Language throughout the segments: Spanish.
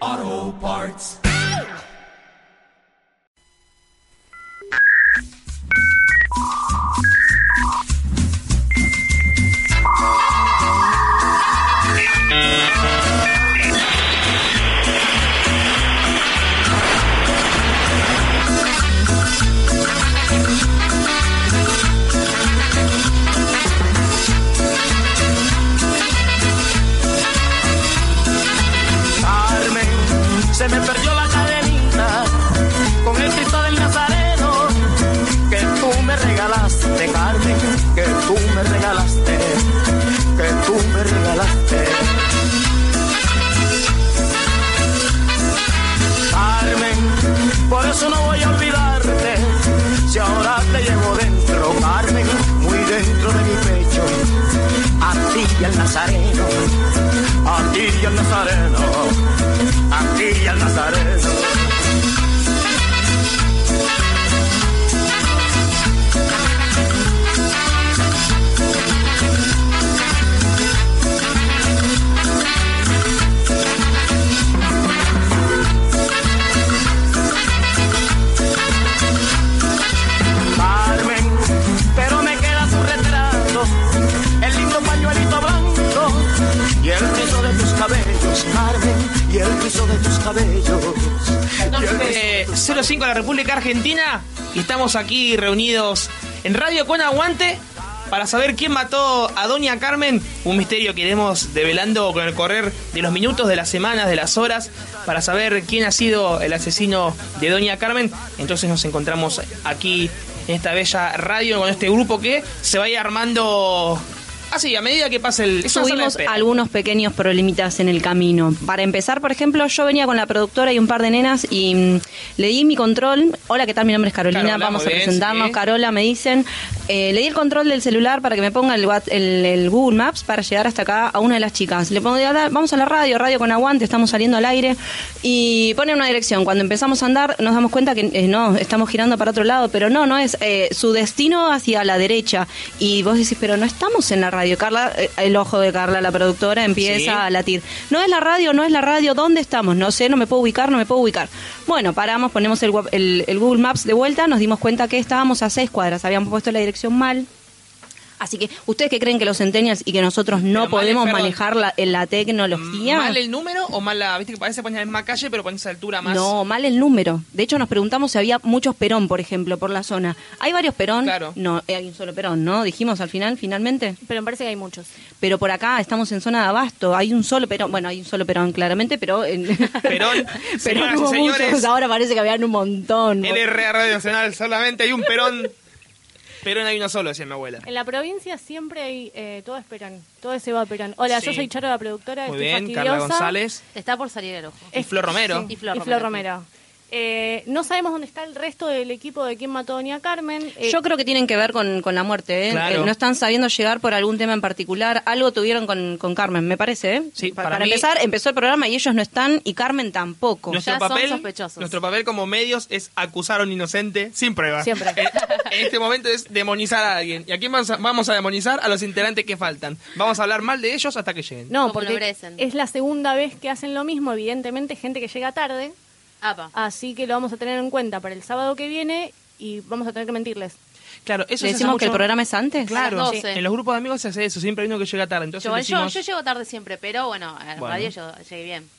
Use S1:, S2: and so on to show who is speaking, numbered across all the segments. S1: Auto parts.
S2: Carmen, se me perdió la cadenita con el Cristo del Nazareno que tú me regalaste, Carmen, que tú me regalaste, que tú me regalaste. Carmen, por eso no voy a olvidarte. Si ahora te llevo dentro, Carmen, muy dentro de mi pecho, a ti y al Nazareno, a ti y al Nazareno, a ti y al Nazareno. Carmen, pero me queda su retrato, el lindo pañuelito blanco y el piso de tus cabellos, Carmen, y el piso de tus cabellos. y el piso-
S3: Eh, 05 de la República Argentina y estamos aquí reunidos en Radio Con Aguante para saber quién mató a Doña Carmen, un misterio que iremos develando con el correr de los minutos, de las semanas, de las horas, para saber quién ha sido el asesino de Doña Carmen. Entonces nos encontramos aquí en esta bella radio con este grupo que se va a ir armando así, a medida que pase el... es una sala de
S4: Tuvimos
S3: espera.
S4: algunos pequeños problemitas en el camino. Para empezar, por ejemplo, yo venía con la productora y un par de nenas y mm, le di mi control. Hola, ¿qué tal? Mi nombre es Carolina,
S3: Carola,
S4: vamos a
S3: muy bien,
S4: presentarnos.
S3: sí.
S4: Carola, me dicen. Eh, le di el control del celular para que me ponga el, What- el- el Google Maps para llegar hasta acá a una de las chicas. Le pongo, "Dale, vamos a la radio, radio con aguante, estamos saliendo al aire. Y pone una dirección. Cuando empezamos a andar, nos damos cuenta que eh, no, estamos girando para otro lado, pero no, no es eh, su destino hacia la derecha. Y vos decís, pero no estamos en la radio. Carla, eh, el ojo de Carla, la productora, empieza
S3: Sí.
S4: a latir. No es la radio, no es la radio, ¿dónde estamos? No sé, no me puedo ubicar, no me puedo ubicar. Bueno, paramos, ponemos el, guap- el- el Google Maps de vuelta, nos dimos cuenta que estábamos a seis cuadras, habíamos puesto la dirección mal. Así que, ¿ustedes que creen que los centennials y que nosotros no
S3: Pero mal,
S4: podemos
S3: perdón.
S4: manejar la, en la tecnología?
S3: ¿Mal el número o mal la... Viste que parece que pones la misma calle, pero pones altura más...
S4: No, mal el número. De hecho, nos preguntamos si había muchos Perón, por ejemplo, por la zona. ¿Hay varios Perón?
S3: Claro.
S4: No, hay un solo Perón, ¿no? Dijimos al final, finalmente.
S5: Pero me parece que hay muchos.
S4: Pero por acá estamos en zona de abasto. Hay un solo Perón. Bueno, hay un solo Perón, claramente, pero... En...
S3: Perón, señoras y
S4: hubo muchos.
S3: señores.
S4: Ahora parece que habían un montón.
S3: LRA Radio Nacional, solamente hay un Perón. Perón hay uno solo, decía mi abuela.
S5: En la provincia siempre hay, eh, todo esperan, todo se va a Perón. Hola, yo
S3: Sí.
S5: soy Charo, la productora,
S3: Muy
S5: estoy
S3: bien,
S5: fastidiosa.
S3: Carla González.
S6: Está por salir el ojo.
S3: Y Flor Romero.
S6: Y Flor
S5: y
S6: Romero,
S5: Flor Romero. Eh, no sabemos dónde está el resto del equipo de quién mató a Doña Carmen. Eh,
S4: Yo creo que tienen que ver con, con la muerte, ¿eh?
S3: Claro.
S4: Eh, No están sabiendo llegar por algún tema en particular. Algo tuvieron con, con Carmen, me parece, ¿eh?
S3: Sí,
S4: Pa-
S3: para
S4: para
S3: mí-
S4: empezar, empezó el programa y ellos no están y Carmen tampoco.
S3: Nuestro
S6: Ya son
S3: papel,
S6: sospechosos.
S3: nuestro papel como medios es acusar a un inocente sin prueba.
S5: Siempre.
S3: En, en este momento es demonizar a alguien. ¿Y a quién vamos a, vamos a demonizar? A los integrantes que faltan. Vamos a hablar mal de ellos hasta que lleguen.
S5: no,
S6: Como lo
S5: porque
S6: merecen.
S5: es la segunda vez que hacen lo mismo, evidentemente gente que llega tarde,
S6: Apa.
S5: así que lo vamos a tener en cuenta para el sábado que viene y vamos a tener que mentirles.
S3: Claro, eso
S4: ¿Le
S3: se hace
S4: decimos que el
S3: mucho-
S4: programa es antes?
S3: Claro,
S6: A las 12.
S3: en los grupos de amigos se hace eso. Siempre hay uno que llega tarde. Entonces
S6: Yo, yo,
S3: decimos,
S6: yo llego tarde siempre, pero bueno, a la
S3: Bueno.
S6: radio yo llegué bien.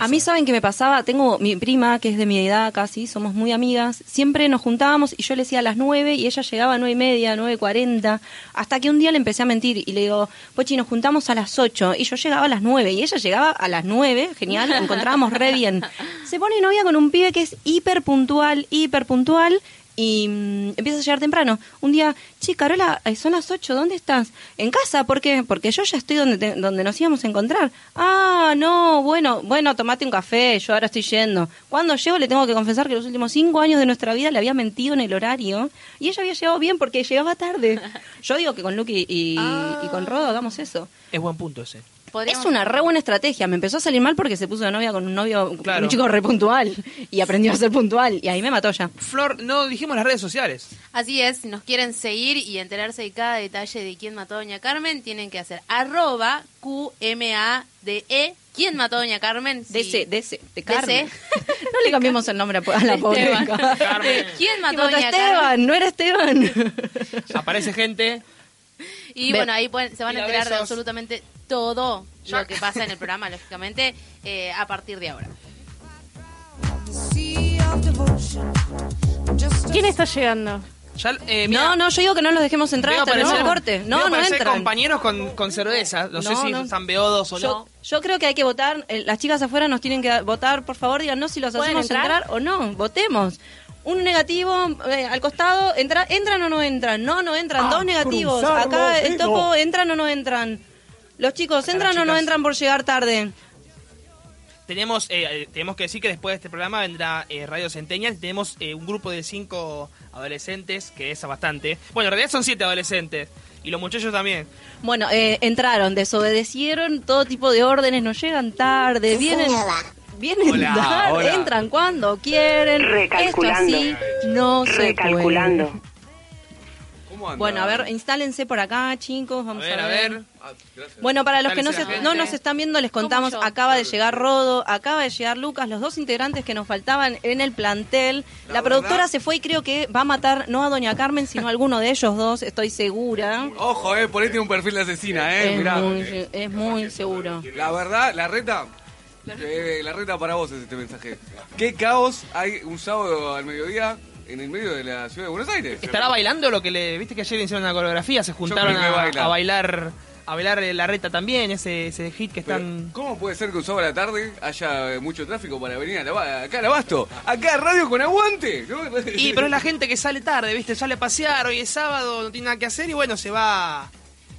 S4: A mí, ¿saben qué me pasaba? Tengo mi prima, que es de mi edad casi, somos muy amigas. Siempre nos juntábamos y yo le decía a las 9 y ella llegaba a 9 y media, 9 cuarenta. Hasta que un día le empecé a mentir y le digo, Pochi, nos juntamos a las 8 y yo llegaba a las 9 y ella llegaba a las 9, genial, nos encontrábamos re bien. Se pone novia con un pibe que es hiper puntual, hiper puntual. y mm, empieza a llegar temprano. Un día, che, Carola, eh, son las 8, ¿dónde estás? En casa, ¿por qué? Porque yo ya estoy donde, te- donde nos íbamos a encontrar. Ah, no, bueno, bueno, tomate un café, yo ahora estoy yendo. Cuando llego le tengo que confesar que los últimos cinco años de nuestra vida le había mentido en el horario y ella había llegado bien porque llegaba tarde. Yo digo que con Lucky y, y con Rodo hagamos eso.
S3: Es buen punto ese.
S6: Podríamos-
S4: Es una re buena estrategia. Me empezó a salir mal porque se puso de novia con un novio,
S3: Claro.
S4: un chico re puntual. Y aprendió a ser puntual. Y ahí me mató ya.
S3: Flor, no dijimos las redes sociales.
S6: Así es, si nos quieren seguir y enterarse de cada detalle de quién mató a Doña Carmen, tienen que hacer arroba QMADE. E, ¿Quién mató a Doña Carmen? Sí.
S4: DC, DC, de
S6: DC.
S4: Carmen. no le cambiamos el nombre a a la pobre.
S6: Esteban.
S4: Carmen.
S6: ¿Quién mató
S4: Tipo,
S6: a Doña Carmen?
S4: Esteban, no era Esteban.
S3: Aparece gente.
S6: Y
S4: Ve-
S6: bueno, ahí pueden- se van a
S3: Tira
S6: enterar de
S3: besos.
S6: absolutamente todo
S3: Ya.
S6: lo que pasa en el programa, lógicamente, eh, a partir de ahora.
S5: ¿Quién está llegando?
S3: Ya, eh, mira,
S4: no, no, yo digo que no los dejemos entrar
S3: veo
S4: hasta el
S3: aparecer-
S4: tercer corte.
S3: veo
S4: No, no
S3: aparecer
S4: entran.
S3: compañeros con, con cerveza. No, sé
S4: No,
S3: si
S4: no.
S3: están beodos o
S4: Yo,
S3: no.
S4: yo creo que hay que votar. Eh, Las chicas afuera nos tienen que da- votar. Por favor, díganos si los
S5: ¿Pueden
S4: hacemos entrar?
S5: entrar?
S4: o no. Votemos. Un negativo eh, al costado. Entra, ¿Entran o no entran? No, no
S3: Ah,
S4: entran. Dos negativos. Acá el topo. ¿Entran o no entran? Los chicos,
S3: las
S4: ¿entran o no
S3: chicas.
S4: entran por llegar tarde?
S3: Tenemos, eh, eh, tenemos que decir que después de este programa vendrá eh, Radio Centenial. Tenemos eh, un grupo de cinco adolescentes, que es bastante. Bueno, en realidad son siete adolescentes. Y los muchachos también.
S4: Bueno, eh, entraron, desobedecieron todo tipo de órdenes. No llegan tarde. Vienen. Vienen
S3: Hola,
S4: tarde,
S3: hola.
S4: entran cuando quieren.
S7: Recalculando.
S4: Esto así no se puede.
S7: Recalculando.
S4: Bueno, a ver, instálense por acá, chicos. Vamos
S3: a ver, a ver.
S4: Bueno, para los que no,
S3: Dale,
S4: se-
S3: gente.
S4: no nos están viendo, les contamos,
S6: yo.
S4: acaba de llegar Rodo, acaba de llegar Lucas, los dos integrantes que nos faltaban en el plantel. La, productora se fue y creo que va a matar no a Doña Carmen, sino a alguno de ellos dos, estoy segura.
S8: Ojo, eh, ponete un perfil de asesina, eh,
S4: es,
S8: mirá.
S4: muy, es muy seguro.
S8: La verdad, la reta. eh, la reta para vos es este mensaje. ¿Qué caos hay un sábado al mediodía en el medio de la ciudad de Buenos Aires?
S3: ¿Estará bailando lo que le. Viste que ayer hicieron una coreografía? Se juntaron
S8: creo que
S3: a,
S8: baila.
S3: a bailar. A bailar eh, la reta también, ese, ese hit que
S8: Pero,
S3: están.
S8: ¿Cómo puede ser que un sábado a la tarde haya eh, mucho tráfico para venir a la, acá al Abasto? Acá Radio con Aguante. ¿no?
S3: Y pero es la gente que sale tarde, ¿viste? Sale a pasear, hoy es sábado, no tiene nada que hacer y bueno, se va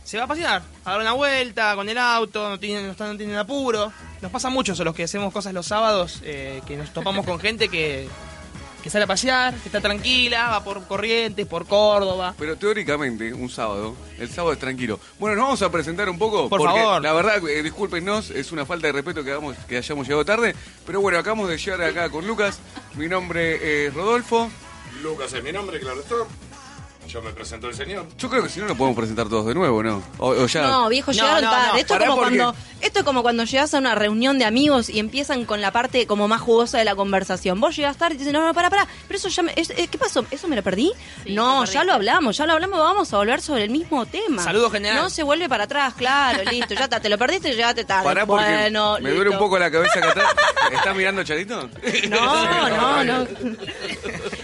S3: se va a pasear, a dar una vuelta con el auto, no tienen, no están- no tienen apuro. Nos pasa mucho eso, los que hacemos cosas los sábados, eh, que nos topamos con gente que, que sale a pasear, que está tranquila, va por Corrientes, por Córdoba.
S8: Pero teóricamente, un sábado, el sábado es tranquilo. Bueno, nos vamos a presentar un poco.
S3: Por
S8: porque
S3: favor.
S8: La verdad, eh, discúlpenos, es una falta de respeto que, hagamos, que hayamos llegado tarde. Pero bueno, acabamos de llegar acá con Lucas. Mi nombre es Rodolfo.
S9: Lucas es mi nombre, claro está. Yo me presento el señor.
S8: Yo creo que si no nos podemos presentar todos de nuevo, ¿no? O, o ya.
S4: No, viejo,
S3: No,
S4: llegaron
S3: no,
S4: tarde.
S3: no,
S4: esto, es
S8: pará,
S4: como
S8: porque-
S4: cuando, esto es como cuando llegas a una reunión de amigos y empiezan con la parte como más jugosa de la conversación. Vos llegás tarde y te dicen, no, no, pará, pará, pero eso ya me- es- eh, ¿Qué pasó? ¿Eso me lo perdí?
S6: Sí,
S4: no,
S6: lo
S4: ya lo hablamos, ya lo hablamos, vamos a volver sobre el mismo tema.
S3: Saludo general.
S4: No se vuelve para atrás, claro, listo, ya está, te lo perdiste, llegaste tarde.
S8: Pará porque
S4: bueno,
S8: me duele
S4: listo.
S8: un poco la cabeza que atrás. ¿Estás mirando Charito?
S4: No, no, no.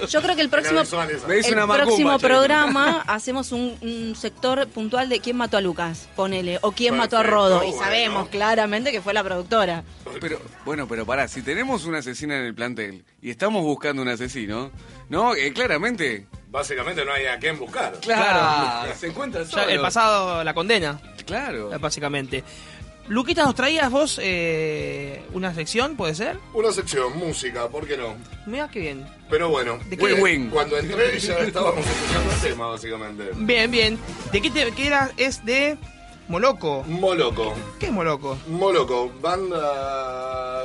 S4: Yo creo que el próximo,
S9: visualiza.
S8: Me hizo
S4: el
S8: una macumba,
S4: próximo
S8: Charito.
S4: programa hacemos un, un sector puntual de quién mató a Lucas, ponele, o quién mató a
S9: Perfecto,
S4: Rodo. y
S9: bueno.
S4: sabemos claramente que fue la productora.
S8: Pero, bueno, pero pará, si tenemos una asesina en el plantel y estamos buscando un asesino, ¿no? Eh, claramente.
S9: Básicamente no hay a quién buscar.
S8: Claro. Se encuentra
S3: Ya
S8: solo.
S3: el pasado la condena, Eh,
S8: Claro.
S3: básicamente. Luquita, ¿nos traías vos eh, una sección, puede ser?
S9: Una sección, música, ¿por qué no?
S3: Mira qué bien.
S9: Pero bueno,
S3: ¿De
S8: qué?
S9: eh,
S8: Win-win.
S9: cuando entré ya estábamos escuchando el tema, básicamente.
S3: Bien, bien. ¿De qué, te, qué era? Es de Moloco.
S9: Moloco.
S3: ¿Qué es Moloco?
S9: Moloco, banda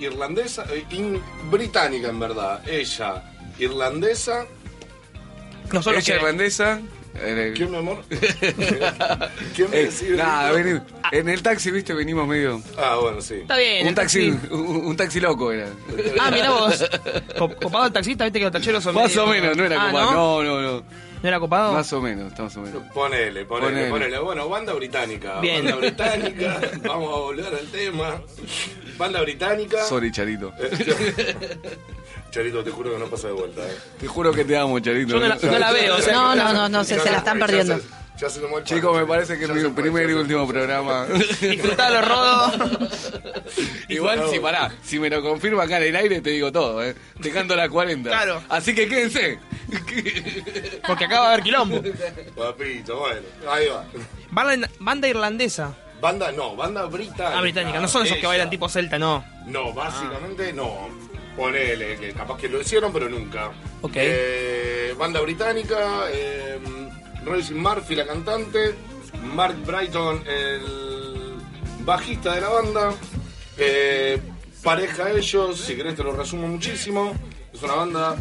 S9: irlandesa, eh, in- británica en verdad. Ella, irlandesa.
S8: Ella
S3: Nosotros
S8: es irlandesa. eh,
S9: ¿Quién, mi amor? ¿Quién me
S8: eh,
S9: decide?
S8: nada, vení- en el taxi, viste, venimos medio.
S9: Ah, bueno, sí.
S3: Está bien.
S8: Un
S3: el
S8: taxi, un, un taxi loco era.
S3: Ah, mirá vos. Co- Copado el taxista, viste que los tacheros son.
S8: Más
S3: medio-
S8: o menos, no era
S3: Ah,
S8: copado.
S3: ¿no?
S8: No, no, no.
S3: ¿No era copado.
S8: Más o menos, más o menos.
S9: Ponele, ponele,
S8: Ponele.
S9: ponele, Bueno, banda británica.
S3: Bien.
S9: Banda británica. Vamos a volver al tema. Banda británica.
S8: Sorry, Charito.
S9: Charito, te juro que no pasa de vuelta. eh.
S8: Te juro que te amo, Charito.
S3: Yo no la- no la veo, o sea-
S4: No, no, no, no, se,
S9: Ya
S4: se la
S9: se-
S4: están
S9: ya
S4: perdiendo.
S9: se- Ya se tomó el pan,
S8: Chicos, me
S9: Charito.
S8: parece que es
S9: Ya
S8: mi
S9: se fue,
S8: primer y
S9: ya se-
S8: último prograba.
S3: Disfrutalo, Rodo.
S8: Igual, si pará, si me lo confirma acá en el aire, te digo todo, ¿eh? Te canto la 40.
S3: Claro.
S8: Así que quédense.
S3: Porque acaba de haber quilombo.
S9: Papito, bueno, ahí va.
S3: Bala- Banda irlandesa.
S9: Banda, no, banda británica.
S3: Ah, británica. No son esos que
S9: Ella.
S3: bailan tipo celta, no.
S9: No, básicamente no. Ponele, que capaz que lo hicieron, pero nunca.
S3: Ok.
S9: Eh, banda británica, eh, Rosie Murphy, la cantante, Mark Brighton, el bajista de la banda. eh, pareja ellos, si querés te lo resumo muchísimo. Es una banda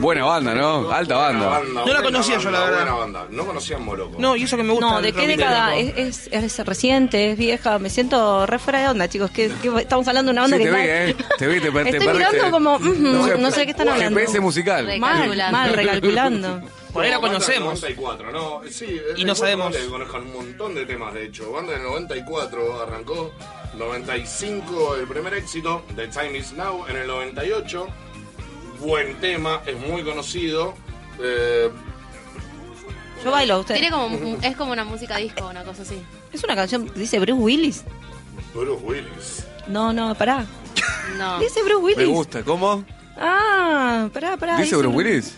S8: Buena banda, ¿no? Alta banda.
S9: banda,
S3: la
S9: buena
S3: conocía yo,
S9: banda,
S3: la verdad.
S9: Buena banda. No conocía a Moroco.
S3: No, y eso que me gusta.
S4: No, ¿de
S3: el
S4: qué
S3: rock
S4: década?
S3: británico.
S4: ¿Es, es, es reciente? ¿Es vieja? Me siento re fuera de onda, chicos. que estamos hablando de una onda
S8: Sí,
S4: que
S8: te vi,
S4: está-
S8: eh. Te vi, te, per- te
S4: Estoy
S8: perdiste.
S4: mirando como, ujú, no, sé de qué están hablando.
S8: GPS musical.
S4: Mal,
S6: Recalculando.
S4: mal, recalculando.
S3: Por ahí la
S9: banda del
S3: conocemos.
S9: 94, no, sí, es
S3: Y
S9: de
S3: no
S9: Cuatro
S3: sabemos.
S9: bandas que conozcan un montón de temas, de hecho. Banda del 94 arrancó, 95 el primer éxito, The Time Is Now en el 98. Buen tema, es muy conocido. Eh,
S4: Yo bailo, usted.
S6: Tiene como, mu- es como una música disco, una cosa así.
S4: Es una canción, dice Bruce Willis.
S9: Bruce Willis.
S4: No, no, pará.
S6: No.
S4: Dice Bruce
S8: Me
S4: Willis.
S8: gusta. ¿Cómo?
S4: Ah, pará, pará.
S8: ¿Dice Bruce Willis?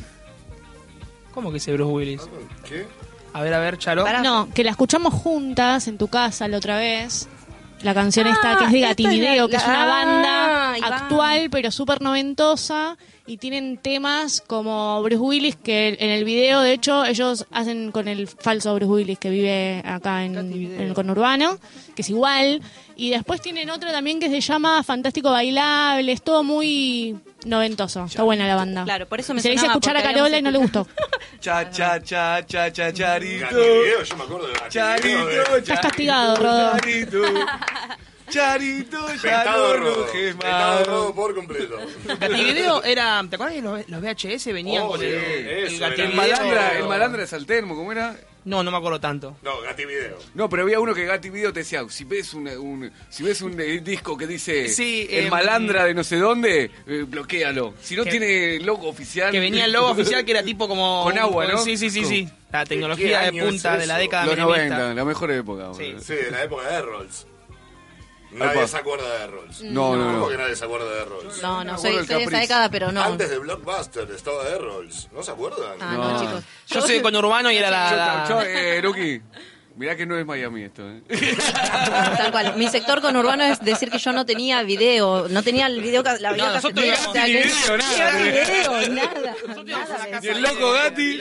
S3: ¿Cómo que dice Bruce Willis?
S9: Ah, ¿Qué?
S3: A ver, a ver, Charo.
S4: Pará.
S5: No, que la escuchamos juntas en tu casa la otra vez. La canción
S4: Ah,
S5: está que es de
S4: esta es la-
S5: Gatinideo, que es
S4: la-
S5: una
S4: ah,
S5: banda
S4: ahí va.
S5: actual pero súper noventosa y tienen temas como Bruce Willis que en el video de hecho ellos hacen con el falso Bruce Willis que vive acá en, en el conurbano, que es igual y después tienen otro también que se llama Fantástico Bailable, es todo muy noventoso, está buena la banda.
S4: Claro, por eso me
S5: Se le hice
S4: sonaba,
S5: escuchar a
S4: porque habíamos
S5: Carola y no le gustó.
S8: Cha, cha, cha, cha, cha, charito.
S9: Gatilleo, yo me acuerdo de Gatilleo, de-
S8: Charito,
S5: Estás castigado, Rodo.
S8: Charito, charito, ya
S9: Petado
S8: no
S9: rodo,
S8: enojes
S9: petado
S8: más.
S9: rodo por completo.
S3: Gativideo era. ¿Te acuerdas que los, los VHS venían
S9: Oh,
S3: con el, el
S9: sí, eso era.
S8: El
S3: Gativideo?
S8: malandra, el malandra de Saltermo, ¿cómo era?
S3: No, no me acuerdo tanto.
S9: No, Gativideo.
S8: No, pero había uno que Gati Video te decía, si ves un, un- si ves un eh, disco que dice
S3: Sí,
S8: el
S3: em,
S8: malandra de no sé dónde, eh, bloquealo. Si no
S3: Que-
S8: tiene logo oficial.
S3: Que venía el logo oficial que era tipo como.
S8: Con agua,
S3: un-
S8: ¿no?
S3: Sí, sí, sí,
S8: Con-
S3: sí. La tecnología
S9: ¿Qué
S3: de
S9: año
S3: punta
S9: es
S3: de la
S9: eso?
S3: década
S8: Los
S3: menemista.
S8: 90, la mejor época. boludo.
S9: Sí, de la época de Rolls. Nadie
S8: Apa.
S9: se acuerda de Rolls.
S8: No, no, no.
S9: que nadie se acuerda de Rolls.
S4: No,
S8: Me
S4: no,
S8: acuerdo
S4: soy,
S8: del
S4: soy de esa
S8: Capriz.
S4: década, pero no.
S9: Antes de Blockbuster estaba de Rolls. ¿No se acuerdan?
S4: Ah, no,
S8: No.
S4: chicos.
S3: Yo soy de conurbano y era la.
S8: Yo-
S3: la-
S8: yo- eh, Luqui, mirá que no es Miami esto. eh.
S4: Tal cual. Mi sector conurbano es decir que yo no tenía video, no tenía el video, ca- la video
S3: nosotros
S4: casetera,
S3: no
S4: o sea,
S3: teníamos
S4: que-
S3: video, nada.
S4: ni video, nada, nada de
S8: Y
S4: eso.
S8: el loco Gati.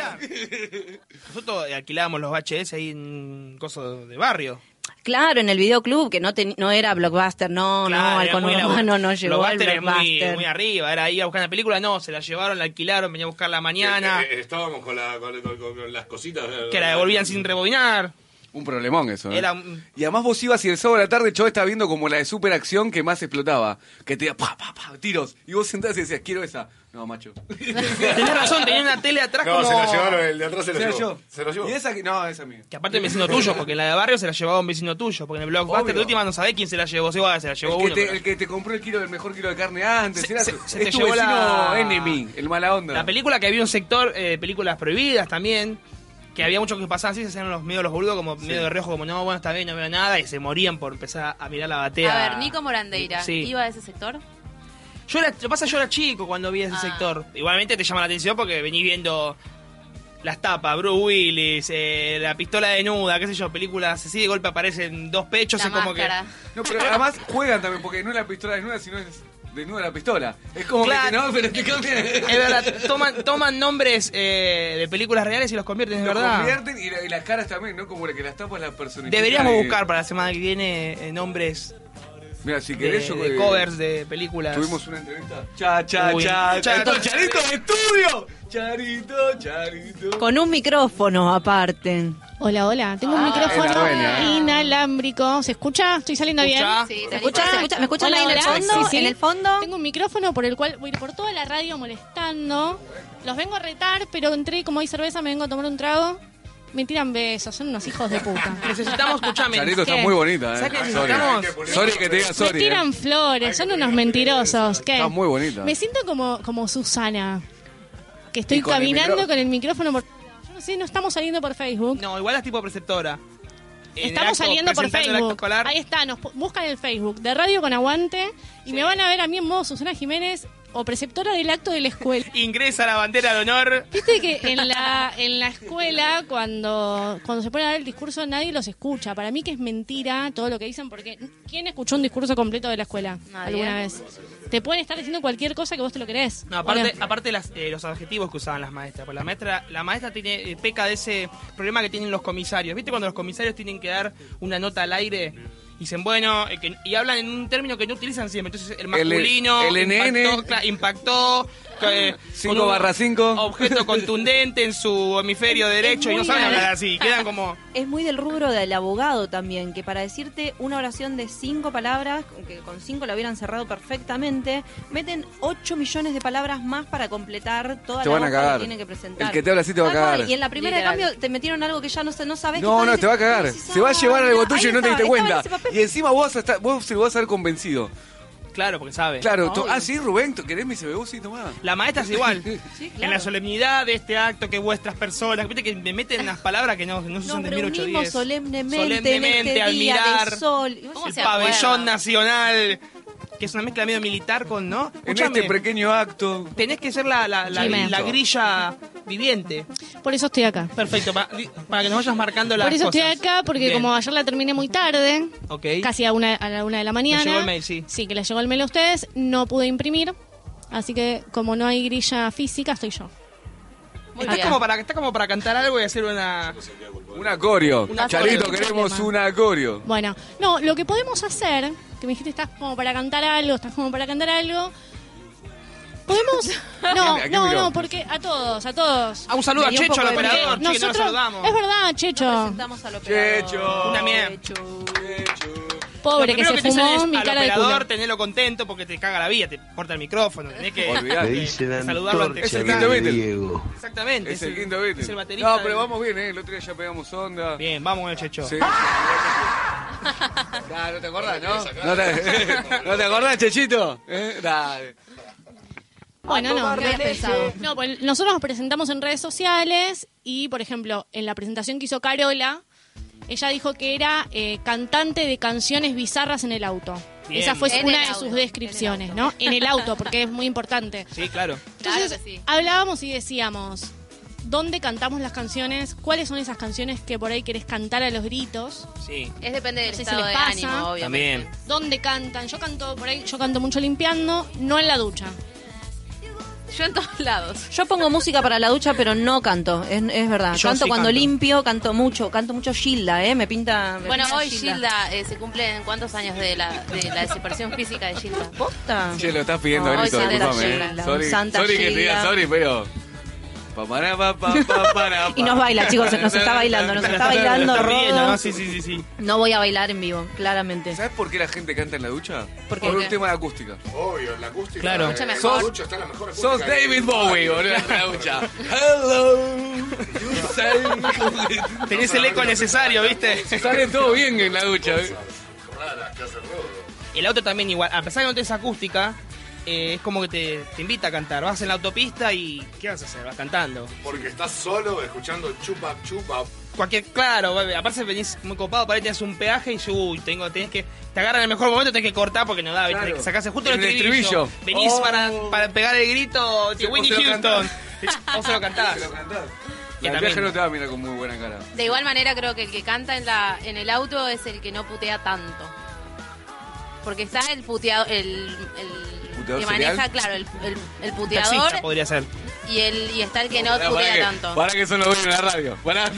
S3: Nosotros alquilábamos los VHS ahí en cosas de barrio.
S4: Claro, en el videoclub, que no ten- no era Blockbuster, no, no,
S3: Claro,
S4: al
S3: era muy
S4: conurbano
S3: elaborado.
S4: no llegó al
S3: Blockbuster es muy,
S4: Blockbuster.
S3: muy arriba, era ir a buscar la película, no, se la llevaron, la alquilaron, venía a buscar la mañana,
S9: Eh, eh, estábamos con, la- con- con- con- con las cositas. eh,
S3: que la devolvían sin rebobinar.
S8: Un problemón eso. ¿eh?
S3: Era un-
S8: Y además vos ibas y el sábado de la tarde yo estaba viendo como la de superacción que más explotaba. Que te iba pa, pa, pa, tiros. Y vos sentás y decías, quiero esa. No, macho.
S3: Tenés razón, tenía una tele atrás
S9: No,
S3: como...
S9: se la llevaron, el de atrás se lo
S8: Se la
S9: llevó.
S8: llevó.
S9: Se lo llevó.
S8: Y esa que. No, esa mía.
S3: Que aparte el vecino tuyo, porque en la de barrio se la llevaba un vecino tuyo, porque en el Blockbuster
S8: Obvio.
S3: de última no sabés quién se la llevó, se, va, se la llevó
S8: El que,
S3: uno.
S8: te,
S3: pero-
S8: el que te compró el kilo, el mejor kilo de carne antes.
S3: Se-
S8: era
S3: se-
S8: tu-
S3: se te
S8: es tu
S3: llevó
S8: vecino
S3: la-
S8: enemy, el mala onda.
S3: La película que había un sector, eh, películas prohibidas también, que había muchos que pasaban así, se hacían los medios los boludos, como medio de reojo, como no, bueno, está bien, no veo nada, y se morían por empezar a mirar la
S6: A
S3: batea.
S6: ver, Nico Morandeira,
S3: Sí.
S6: ¿iba a ese sector?
S3: Yo era, lo que pasa es que yo era chico cuando vi ese
S6: Ah.
S3: sector. Igualmente te llama la atención porque venís viendo las tapas, Bruce Willis, eh, la pistola desnuda, qué sé yo, películas así, de golpe aparecen dos pechos,
S6: La
S3: es como
S6: máscara.
S8: No, pero además juegan también, porque no es la pistola desnuda, sino es desnuda la pistola. Es como
S3: Claro.
S8: que no, pero te cambian.
S3: que... Es verdad, toman, toman nombres eh, de películas reales y los convierten, es
S8: Lo
S3: verdad.
S8: convierten y, la- y las caras también, ¿no? Como la que las tapas las personifican.
S3: Deberíamos
S8: y-
S3: buscar para la semana que viene eh, nombres
S8: Mira, si
S3: de,
S8: querés, yo.
S3: de
S8: eh,
S3: covers de películas.
S8: Tuvimos una entrevista. Cha, cha,
S3: Uy.
S8: cha,
S3: Cha,
S8: charito,
S3: cha.
S8: charito de estudio. Charito, charito.
S4: Con un micrófono aparte.
S5: Hola, hola. Tengo un
S3: Ah,
S8: era
S5: micrófono
S8: buena, ¿eh?
S5: inalámbrico. ¿Se escucha? ¿Estoy saliendo
S3: Escucha.
S5: bien?
S6: Sí,
S4: ¿Me
S6: tal
S4: escuchan?
S6: cual.
S4: ¿Me escuchan? ¿Me escuchan
S5: Hola,
S4: ahí en el
S5: hola.
S4: fondo?
S5: Sí, sí.
S4: ¿En el fondo?
S5: Tengo un micrófono por el cual voy a ir por toda la radio molestando. Los vengo a retar, pero entré y como hay cerveza, me vengo a tomar un trago. Me tiran besos, son unos hijos de puta.
S3: Necesitamos, escuchame.
S8: Charito está
S5: ¿Qué?
S8: muy bonita,
S3: ¿Sabes qué
S8: ¿eh?
S3: necesitamos?
S8: Sorry. Sorry que te diga
S5: Me
S8: sorry.
S5: tiran
S8: ¿eh?
S5: flores, son unos mentirosos. ¿Qué?
S8: Está muy bonita.
S5: Me siento como, como Susana, que estoy
S8: Y con el
S5: caminando
S8: micro-
S5: con el micrófono por... Yo no sé, no estamos saliendo por Facebook.
S3: No, igual es tipo preceptora. En el
S5: Estamos
S3: acto,
S5: saliendo por
S3: presentando el acto
S5: Facebook.
S3: escolar.
S5: Ahí está, nos pu- buscan el Facebook de Radio con Aguante y me van a ver a mí en modo Susana Jiménez o preceptora del acto de la escuela.
S3: Ingresa la bandera de honor.
S5: Viste que en la, en la escuela, cuando, cuando se pone a dar el discurso, nadie los escucha. Para mí que es mentira todo lo que dicen, porque ¿quién escuchó un discurso completo de la escuela
S6: Nadie.
S5: alguna vez? Te pueden estar diciendo cualquier cosa que vos te lo querés.
S3: No, aparte,
S5: Hola.
S3: aparte las, eh, los adjetivos que usaban las maestras. Porque la maestra, la maestra tiene, eh, peca de ese problema que tienen los comisarios. ¿Viste cuando los comisarios tienen que dar una nota al aire? Y Dicen, bueno, eh, que- y hablan en un término que no utilizan siempre. Entonces, el masculino,
S8: el NN.
S3: impactó, cla- impactó, eh,
S8: Cinco
S3: con un
S8: barra cinco.
S3: Objeto contundente en su hemisferio derecho y no
S4: muy
S3: saben hablar
S4: grave.
S3: así. Quedan como.
S4: Es muy del rubro del abogado también, que para decirte una oración de cinco palabras, que con cinco la hubieran cerrado perfectamente, meten ocho millones de palabras más para completar toda
S8: Te
S4: la
S8: van a
S4: hoja
S8: cagar.
S4: que tienen que presentar.
S8: El que te habla así te va a
S4: Tal cual,
S8: cagar.
S4: Y en la primera, de
S6: Literal.
S4: cambio, te metieron algo que ya no, sa- no sabes.
S8: No,
S4: qué
S8: no,
S4: tal,
S8: te va a
S4: y dices,
S8: cagar.
S4: "Pero si
S8: Se va a
S4: sabe".
S8: llevar algo
S4: Ahí
S8: tuyo y no
S4: estaba,
S8: te diste
S4: estaba
S8: cuenta.
S4: ese papel.
S8: Y encima vos, hasta, vos se lo vas a haber convencido.
S3: Claro, porque sabe.
S8: Claro, to- ah, sí, Rubén, ¿tú ¿querés mi CBU? Sí, tomá.
S3: La maestra es igual.
S4: Sí, claro.
S3: En la solemnidad de este acto que vuestras personas, viste que me meten las palabras que no, no se
S4: Nos
S3: usan desde
S4: reunimos
S3: 1810.
S4: solemnemente, en
S3: Solemnemente
S4: este
S3: al
S4: día
S3: mirar
S4: de sol. Y vos
S6: ¿Cómo
S3: el
S6: se
S3: pabellón
S6: acuerdan?
S3: nacional, que es una mezcla medio militar con, ¿no?
S8: En
S3: Escuchame,
S8: este pequeño acto.
S3: tenés que ser la, la, la-
S5: Sí, me-
S3: la grilla viviente.
S5: Por eso estoy acá.
S3: Perfecto, pa- di- para que nos vayas marcando las
S5: Por eso
S3: cosas.
S5: estoy acá, porque
S3: Bien.
S5: como ayer la terminé muy tarde,
S3: Ok.
S5: casi a, una, a la una de la mañana.
S3: llegó el mail, sí.
S5: Sí, que les llegó el mail a ustedes, no pude imprimir. Así que como no hay grilla física, estoy yo.
S6: Muy
S3: Está
S6: bien.
S3: como, para, está como para cantar algo y hacer una...
S8: Un acorio.
S3: Una
S8: Charito,
S5: acorio.
S8: queremos un acorio.
S5: Bueno, no, lo que podemos hacer, que me dijiste estás como para cantar algo, estás como para cantar algo. Podemos.
S8: ¿A
S5: No,
S8: quién
S5: no,
S8: miró?
S5: no, porque a todos, a todos.
S3: Ah, un saludo a
S4: Me dio un
S3: Checho, el
S4: poco de miedo.
S3: operador, che, que no lo
S5: Nosotros,
S3: saludamos.
S5: es verdad, Checho.
S4: presentamos al operador.
S8: Checho.
S3: Una mierda.
S4: Checho.
S5: Pobre
S3: Lo
S5: que
S3: primero
S5: se
S3: te dicen
S5: fumó
S3: es
S5: mi
S3: al
S5: cara de
S3: operador,
S5: culo.
S3: tenelo contento porque te caga la vida, te corta el micrófono, tenés que
S8: Olvidate.
S3: que saludarlo antes.
S8: Es el quinto Beatle.
S7: Diego.
S3: Exactamente.
S8: Es el quinto Beatle.
S3: Es el baterista.
S8: No, pero
S3: del-
S8: vamos bien, ¿eh? El otro día ya pegamos onda.
S3: Bien, vamos con el Checho.
S8: Sí. Nah, no te acordás, ¿no? No te, ¿No te acordás, Chechito. ¿Eh? Dale.
S5: Bueno, no,
S6: tomar
S5: habías
S6: leche.
S5: pensado. No, pues nosotros nos presentamos en redes sociales y, por ejemplo, en la presentación que hizo Carola, ella dijo que era eh, cantante de canciones bizarras en el auto.
S3: Bien.
S5: Esa fue
S6: En
S5: una
S6: el
S5: de
S6: auto,
S5: sus
S6: en el
S5: descripciones,
S6: auto.
S5: ¿no? En el auto, porque es muy importante.
S3: Sí, claro.
S6: Claro
S5: Entonces,
S6: que sí.
S5: hablábamos y decíamos, ¿dónde cantamos las canciones? ¿Cuáles son esas canciones que por ahí querés cantar a los gritos?
S3: Sí.
S6: Es depende del
S5: No sé si
S6: estado
S5: les
S6: de
S5: pasa.
S6: ánimo, obviamente.
S3: También.
S5: ¿Dónde cantan? Yo canto por ahí, yo canto mucho limpiando, no en la ducha.
S6: Yo en todos lados.
S4: Yo pongo música para la ducha, pero no canto, es, es verdad.
S3: Yo
S4: canto
S3: sí
S4: cuando
S3: canto.
S4: limpio, canto mucho, canto mucho Gilda, ¿eh? Me pinta. me
S6: Bueno,
S4: pinta
S6: hoy Gilda eh, se cumplen cuántos años de la, de la separación física de Gilda.
S4: ¿Posta?
S8: Che, lo estás pidiendo,
S4: Ay,
S8: Benito,
S4: Santa
S8: disculpame. ¿eh?
S4: Sheila,
S8: Sorry,
S4: Santa
S8: sorry que te
S4: Sheila.
S8: diga sorry, pero... Pa, para, pa, pa, pa, para,
S4: Y nos baila, chicos, nos está bailando, nos está bailando
S3: Está
S4: Rodo.
S3: riendo, ¿no? Sí, sí, sí, sí.
S4: No voy a bailar en vivo, claramente.
S8: ¿Sabes por qué la gente canta en la ducha?
S4: ¿Por qué?
S8: un tema de acústica.
S9: Obvio, la acústica.
S3: Claro.
S9: eh,
S3: Mucho
S9: en
S6: mejor.
S9: la ducha está la mejor acústica.
S8: Sos David Bowie, boludo, en la ducha. Hello, you say-
S3: Tenés el eco necesario, ¿viste?
S8: Sale todo bien en la ducha. ¿eh?
S9: Raras que hace Rodo.
S3: El auto también igual. A pesar de que no tenés acústica, eh, es como que te, te invita a cantar. Vas en la autopista y... ¿Qué vas a hacer? Vas cantando.
S9: Porque estás solo escuchando chupa chupa.
S3: Cualquier... Claro, babe, aparte venís muy copado, para ahí tenés un peaje y dices, uy, tengo, tenés que... Te agarran el mejor momento, tenés que cortar porque no da, ¿viste?
S8: Claro.
S3: Te sacaste justo el
S8: En el
S3: estribillo.
S8: estribillo.
S3: Venís
S8: Oh.
S3: para, para pegar el grito de
S8: Sí,
S3: Winnie
S8: vos se lo
S3: Houston. Vos se lo cantás. Que
S8: La
S3: también-
S8: viaje no te va a mirar con muy buena cara.
S6: De igual manera creo que el que canta en la en el auto es el que no putea tanto. Porque está el puteado, el, el
S8: ¿Puteador
S6: que maneja,
S8: serial?
S6: claro, el, el, el puteador
S3: Taxista podría ser.
S6: y el y está el que no
S8: Pará, pará
S6: putea
S8: que-
S6: tanto.
S8: Pará que son los dueños de la radio. Pará.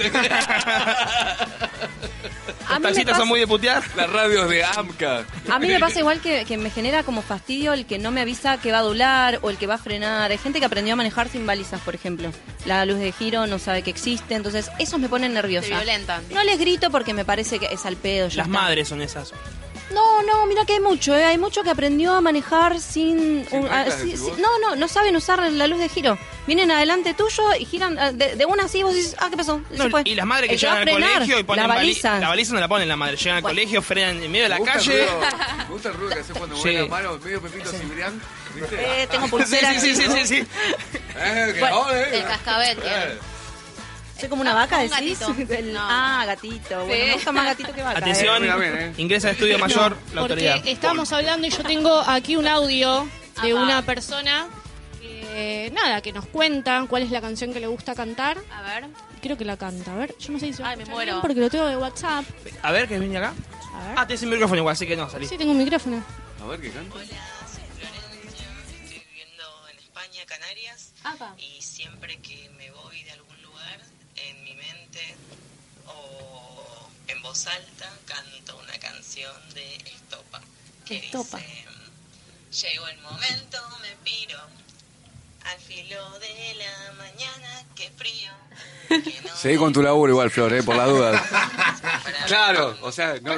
S4: A
S3: Los
S4: mí me
S3: taxistas
S4: pasa-
S3: son muy de putear.
S8: Las radios de AMCA.
S4: A mí me pasa igual que, que me genera como fastidio el que no me avisa que va a doblar o el que va a frenar. Hay gente que aprendió a manejar sin balizas, por ejemplo. La luz de giro no sabe que existe, entonces esos me ponen
S6: Te
S4: nerviosa.
S6: violentan.
S4: No les grito porque me parece que es al pedo. ya
S3: Las
S4: está.
S3: madres son esas.
S4: No, no, mira que hay mucho, ¿eh? hay mucho que aprendió a manejar sin...
S8: Sin
S4: un- ah,
S8: reglas de
S4: sí,
S8: pivote.
S4: sí, no, no, no saben usar la luz de giro. Vienen adelante tuyo y giran ah, de, de una así y vos dices, ah, ¿qué pasó? Se
S3: No,
S4: fue.
S3: y las madres que
S4: El va
S3: llegan
S4: a
S3: al
S4: frenar,
S3: colegio y ponen
S4: la
S3: bali-
S4: baliza.
S3: La baliza no la ponen las madres. Llegan al colegio, frenan en medio de
S8: Me
S3: la
S8: gusta el
S3: calle.
S8: ruido- Me gusta el ruido que haces cuando
S3: Sí.
S8: mueves las manos, medio Pepito Cibrián. ¿Viste?
S4: Eh, tengo
S3: Sí,
S4: pulsera.
S3: sí, sí, sí, sí.
S8: Eh, que
S6: Bueno,
S8: ahora, eh.
S6: el cascabel tiene.
S8: Eh,
S4: Soy como una vaca,
S6: Ah, un
S4: decís.
S6: gatito.
S4: El-
S6: No.
S4: Ah, gatito. Bueno,
S6: Sí.
S4: me gusta más gatito que vaca.
S3: Atención,
S8: Mira bien, eh.
S3: ingresa al estudio mayor, la
S5: porque
S3: autoridad.
S5: estábamos hablando y yo tengo aquí un audio de
S6: Ajá.
S5: una persona que, nada, que nos cuentan cuál es la canción que le gusta cantar.
S6: A ver.
S5: Creo que la canta. A ver, yo no sé si se va a
S6: Ay, me
S5: escuchar
S6: muero.
S5: bien porque lo tengo de WhatsApp.
S3: A ver, que viene acá.
S5: A ver.
S3: Ah, tenés el micrófono igual, así que no, salí.
S5: sí, tengo un micrófono.
S8: A ver qué canta.
S4: Estoy viviendo en España, Canarias,
S6: Apa.
S4: y siempre que me voy de algún lugar, en mi mente o en voz alta, canto una canción de Estopa. Que
S5: Estopa.
S4: dice, Llegó el momento, me piro. Al filo de la mañana, qué frío. que no
S8: Seguí con tu laburo igual, Flor, eh, por las dudas.
S4: para-
S8: Claro, o sea, no.
S3: alta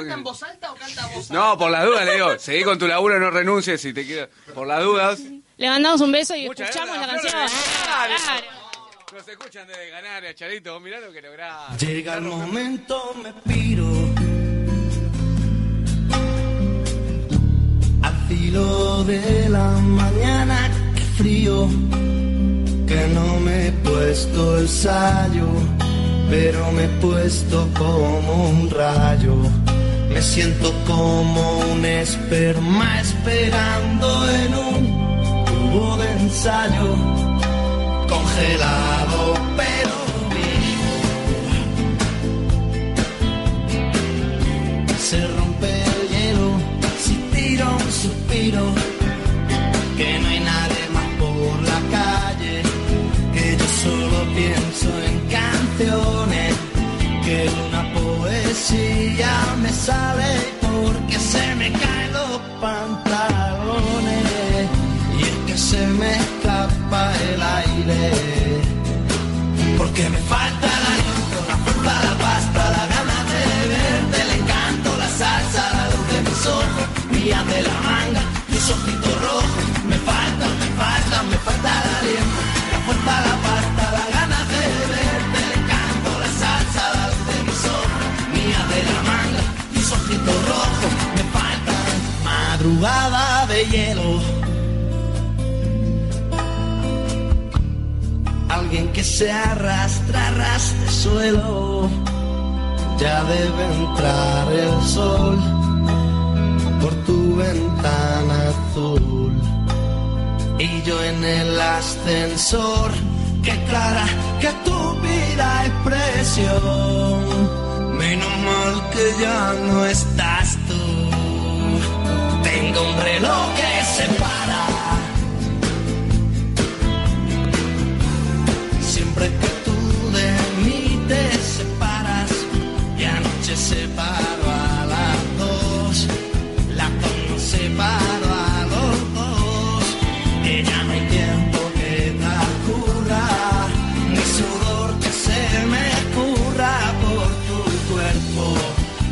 S3: o canta voz
S8: No, por las dudas le digo, seguí con tu laburo, no renuncies si te quieres. Por las dudas.
S5: Le mandamos un beso y
S8: Muchas
S5: escuchamos la
S8: gracias,
S5: canción.
S8: Flores.
S5: Claro.
S8: Nos escuchan desde Canarias, Charito, mirá lo que lográs.
S10: Llega el momento, me piro. Al filo de la mañana, qué frío. Que no me he puesto el sayo, pero me he puesto como un rayo. Me siento como un esperma esperando en un tubo de ensayo. Congelado, pero vivo. se rompe el hielo si tiro un suspiro que no hay nadie más por la calle que yo solo pienso en canciones que una poesía me sale porque se me caen los pantalones y es que se me escapa el aire porque me falta el aliento, la fruta, la pasta, la gana de verte, el encanto, la salsa, la luz de mis ojos, mías de la manga, tus ojitos rojos, me falta, me falta, me falta el aliento, la fuerza, la pasta, la gana de verte, el encanto, la salsa, la luz de mis ojos, mías de la manga, tus ojitos rojos, me faltan madrugada de hielo. alguien que se arrastra, arrastra el suelo. Ya debe entrar el sol por tu ventana azul. Y yo en el ascensor, que clara, que estúpida expresión. Menos mal que ya no estás tú. Tengo un reloj que se para. Siempre que tú de mí te separas, y anoche separo a las dos, las dos nos separo a los dos, que ya no hay tiempo que transcurra, ni sudor que se me escurra por tu cuerpo,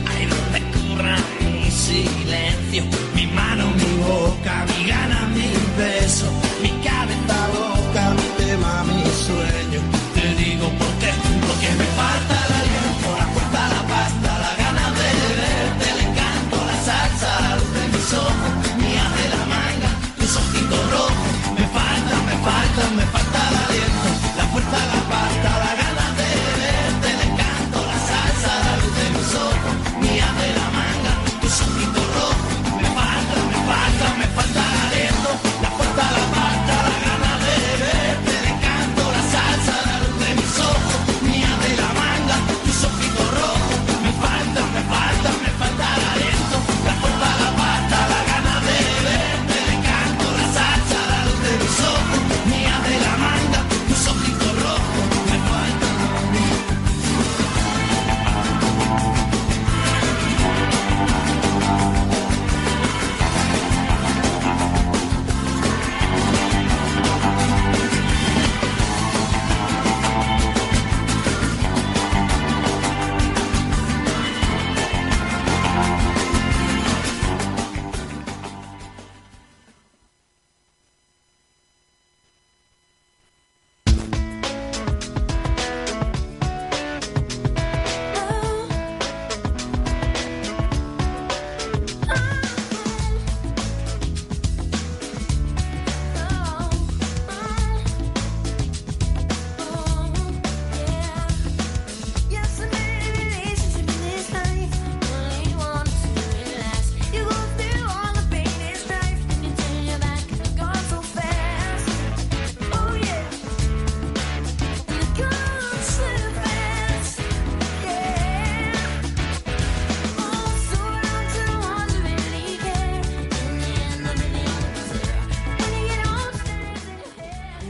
S10: ahí donde curra mi silencio, mi mano, mi boca, mi gana